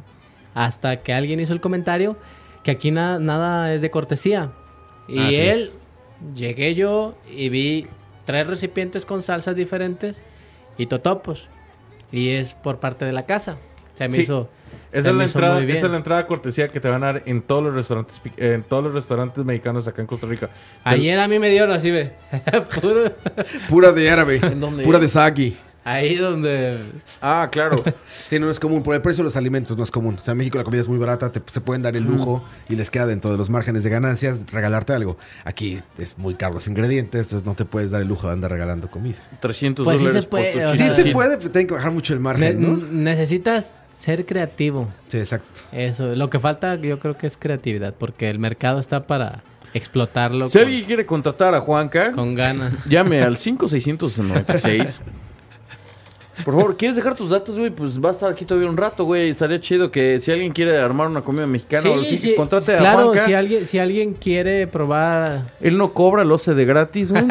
S5: hasta que alguien hizo el comentario, que aquí na- nada es de cortesía. Y
S4: Ah, sí.
S5: él, llegué yo y vi tres recipientes con salsas diferentes y totopos. Y es por parte de la casa. Se me
S2: Sí.
S5: hizo...
S2: Esa
S5: se
S2: es,
S5: me
S2: la
S5: hizo
S2: entrada,
S5: muy bien.
S2: esa es la entrada cortesía que te van a dar en todos los restaurantes pic- eh, en todos los restaurantes mexicanos acá en Costa Rica.
S5: Ayer a mí me dieron así, ve. Puro-
S4: Pura de árabe.
S3: dónde?
S4: Pura de saki.
S5: Ahí donde.
S3: Ah, claro.
S4: Sí, no es común. Por el precio de los alimentos no es común. O sea, en México la comida es muy barata, te- se pueden dar el lujo y les queda dentro de los márgenes de ganancias regalarte algo. Aquí es muy caro los ingredientes, entonces no te puedes dar el lujo de andar regalando comida.
S3: 300
S5: Pues sí
S3: dólares
S5: se puede,
S3: por
S5: o
S3: tu
S4: Sí,
S5: sea,
S3: chile.
S4: se puede, pero tienen que bajar mucho el
S5: Ne-
S4: margen, ¿no?
S5: Necesitas ser creativo.
S4: Sí, exacto.
S5: Eso. Lo que falta, yo creo que es creatividad, porque el mercado está para explotarlo
S3: Si
S5: con,
S3: alguien quiere contratar a Juanca,
S5: con ganas.
S3: llame al 5696. Por favor, ¿quieres dejar tus datos, güey? Pues va a estar aquí todavía un rato, güey. Estaría chido que si alguien quiere armar una comida mexicana o algo así, que contrate a
S5: claro,
S3: Juanca.
S5: si alguien, si alguien quiere probar.
S3: Él no cobra, lo hace de gratis, güey.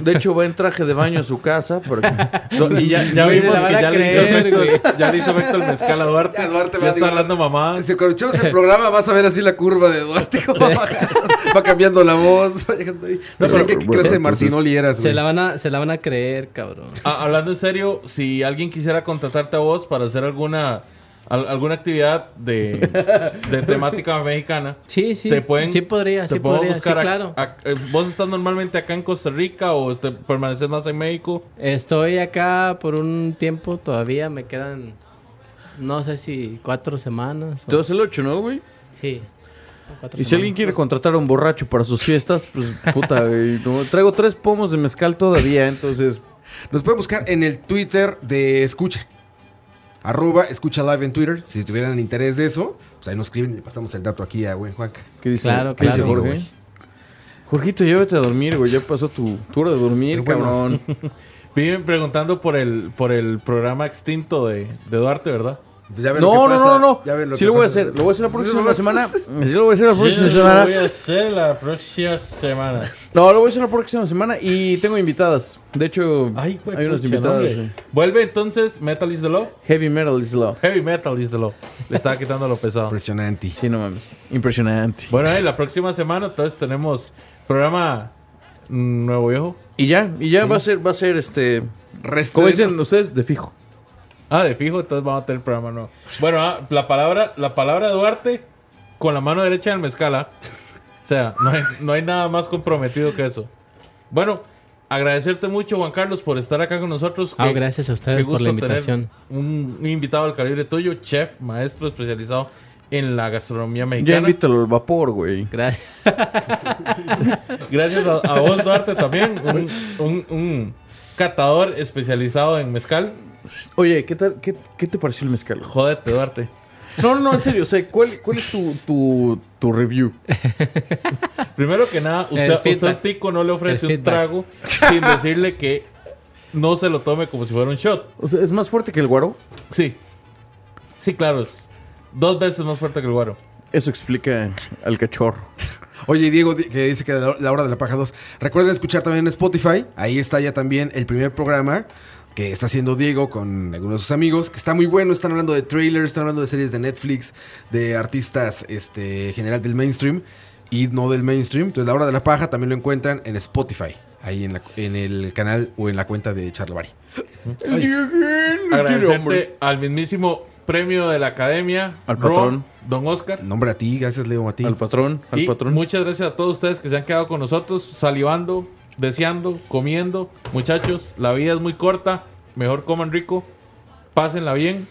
S3: De hecho, va en traje de baño a su casa. para que-
S2: No, y ya, ya
S5: No se
S2: vimos
S5: la van
S2: que
S5: a
S2: ya,
S5: creer,
S2: le hizo
S5: güey.
S2: efecto, ya le hizo efecto el mezcal a Duarte.
S4: Ya
S2: Ya,
S4: Duarte va a
S2: está
S4: decir-
S2: hablando mamá.
S4: Si escuchamos el programa vas a ver así la curva de Duarte, cómo va, bajando, va cambiando la voz. va llegando ahí. No, sé
S3: pero-
S4: qué, qué clase de
S3: entonces-
S4: Martinoli eras,
S5: Se
S4: güey.
S5: la van a, se la van a creer, cabrón.
S2: Ah, hablando en serio, si alguien quisiera contratarte a vos para hacer alguna al- alguna actividad de, de temática mexicana,
S5: Sí, sí.
S2: te pueden
S5: sí podría,
S2: te
S5: sí
S2: pueden
S5: podría, sí,
S2: buscar a-
S5: claro.
S2: a- eh, vos estás normalmente acá en Costa Rica o te permaneces más en México.
S5: Estoy acá por un tiempo todavía, me quedan no sé si cuatro semanas. o-
S3: Te das el 8, ¿no, güey?
S5: sí. cuatro
S3: Y
S5: semanas.
S3: si alguien quiere contratar a un borracho para sus fiestas, pues puta, güey. no, Traigo tres pomos de mezcal todavía, entonces.
S4: Nos pueden buscar en el Twitter de Escucha. Arroba Escucha Live en Twitter. Si tuvieran interés de eso, pues ahí nos escriben y pasamos el dato aquí a buen Juanca.
S3: ¿Qué dice?
S5: Claro,
S3: ¿Qué dice
S5: claro.
S3: Jorge? Jorgito, llévate a dormir, güey. Ya pasó tu, tu hora de dormir,
S4: Pero bueno.
S3: cabrón.
S2: Viven preguntando por el por el programa extinto de, de Duarte, ¿verdad?
S4: Pues ya ven
S3: No,
S4: lo que
S3: no,
S4: pasa,
S3: no, no,
S4: ya ven
S3: no.
S4: lo
S3: Sí
S4: que
S3: lo voy a
S4: pasa.
S3: hacer. Lo voy a hacer la
S4: Sí,
S3: próxima
S4: lo vas a
S3: semana.
S4: hacer.
S3: Sí lo voy a hacer la próxima semana.
S2: hacer la próxima semana.
S3: No, lo voy a hacer la próxima semana y tengo invitadas. De hecho,
S2: Ay, güey,
S3: hay unas
S2: pucha, no,
S3: invitadas.
S2: hombre.
S3: sí.
S2: Vuelve entonces Metal is the Law.
S3: Heavy metal is love.
S2: Heavy Metal is the Law. Le estaba quitando lo pesado.
S4: Impresionante.
S3: Sí, no mames. Impresionante.
S2: Bueno, ahí la próxima semana entonces tenemos programa mm, Nuevo Viejo.
S3: Y ya, y ya va a ser, va a ser este.
S4: Resto
S3: Como dicen ustedes, de fijo.
S2: Ah, de fijo, entonces vamos a tener programa nuevo. Bueno, ah, la palabra la palabra de Duarte con la mano derecha del mezcal. ¿ah? O sea, no hay, no hay nada más comprometido que eso. Bueno, agradecerte mucho, Juan Carlos, por estar acá con nosotros.
S5: Ah,
S2: Qué-
S5: gracias a
S2: qué
S5: ustedes por
S2: gusto
S5: la
S2: tener
S5: invitación.
S2: Un, un invitado al calibre tuyo, chef, maestro especializado en la gastronomía
S3: Ya
S2: mexicana.
S3: invítalo al vapor, güey.
S5: Gracias.
S2: Gracias a, a vos, Duarte, también. Un, un- un catador especializado en mezcal.
S3: Oye, ¿qué, tal, qué, qué te pareció el mezcal?
S2: Jódete, Duarte.
S3: No, no, no, en serio. O sea, ¿cuál, cuál es tu, tu, tu review?
S2: Primero que nada,
S5: El
S2: usted, usted
S5: feedback.
S2: al tico no le ofrece
S5: El
S2: un
S5: feedback.
S2: trago sin decirle que no se lo tome como si fuera un shot.
S3: O sea, ¿es más fuerte que el guaro?
S2: Sí. Sí, claro. Es dos veces más fuerte que el guaro.
S3: Eso explica al cachorro.
S4: Oye, y Diego, di- que dice que la la hora de la paja 2. Recuerden escuchar también en Spotify. Ahí está ya también el primer programa que está haciendo Diego con algunos de sus amigos, que está muy bueno. Están hablando de trailers, están hablando de series de Netflix, de artistas este, general del mainstream y no del mainstream. Entonces, la hora de la paja también lo encuentran en Spotify. Ahí en, la- en el canal o en la cuenta de Charlabari.
S2: Agradecerte al mismísimo premio de la academia.
S3: Al
S2: Ro,
S3: patrón.
S2: Don Oscar.
S4: Nombre a ti, gracias Leo, a ti.
S3: Al patrón, al
S2: y
S3: patrón.
S2: muchas gracias a todos ustedes que se han quedado con nosotros, salivando, deseando, comiendo. Muchachos, la vida es muy corta. Mejor coman rico, pásenla bien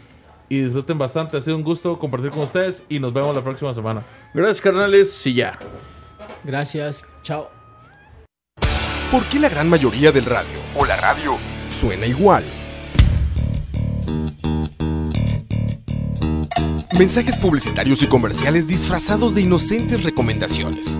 S2: y disfruten bastante. Ha sido un gusto compartir con ustedes y nos vemos la próxima semana.
S3: Gracias, carnales. Sí, ya.
S5: Gracias. Chao.
S1: ¿Por qué la gran mayoría del radio o la radio suena igual? Mensajes publicitarios y comerciales disfrazados de inocentes recomendaciones.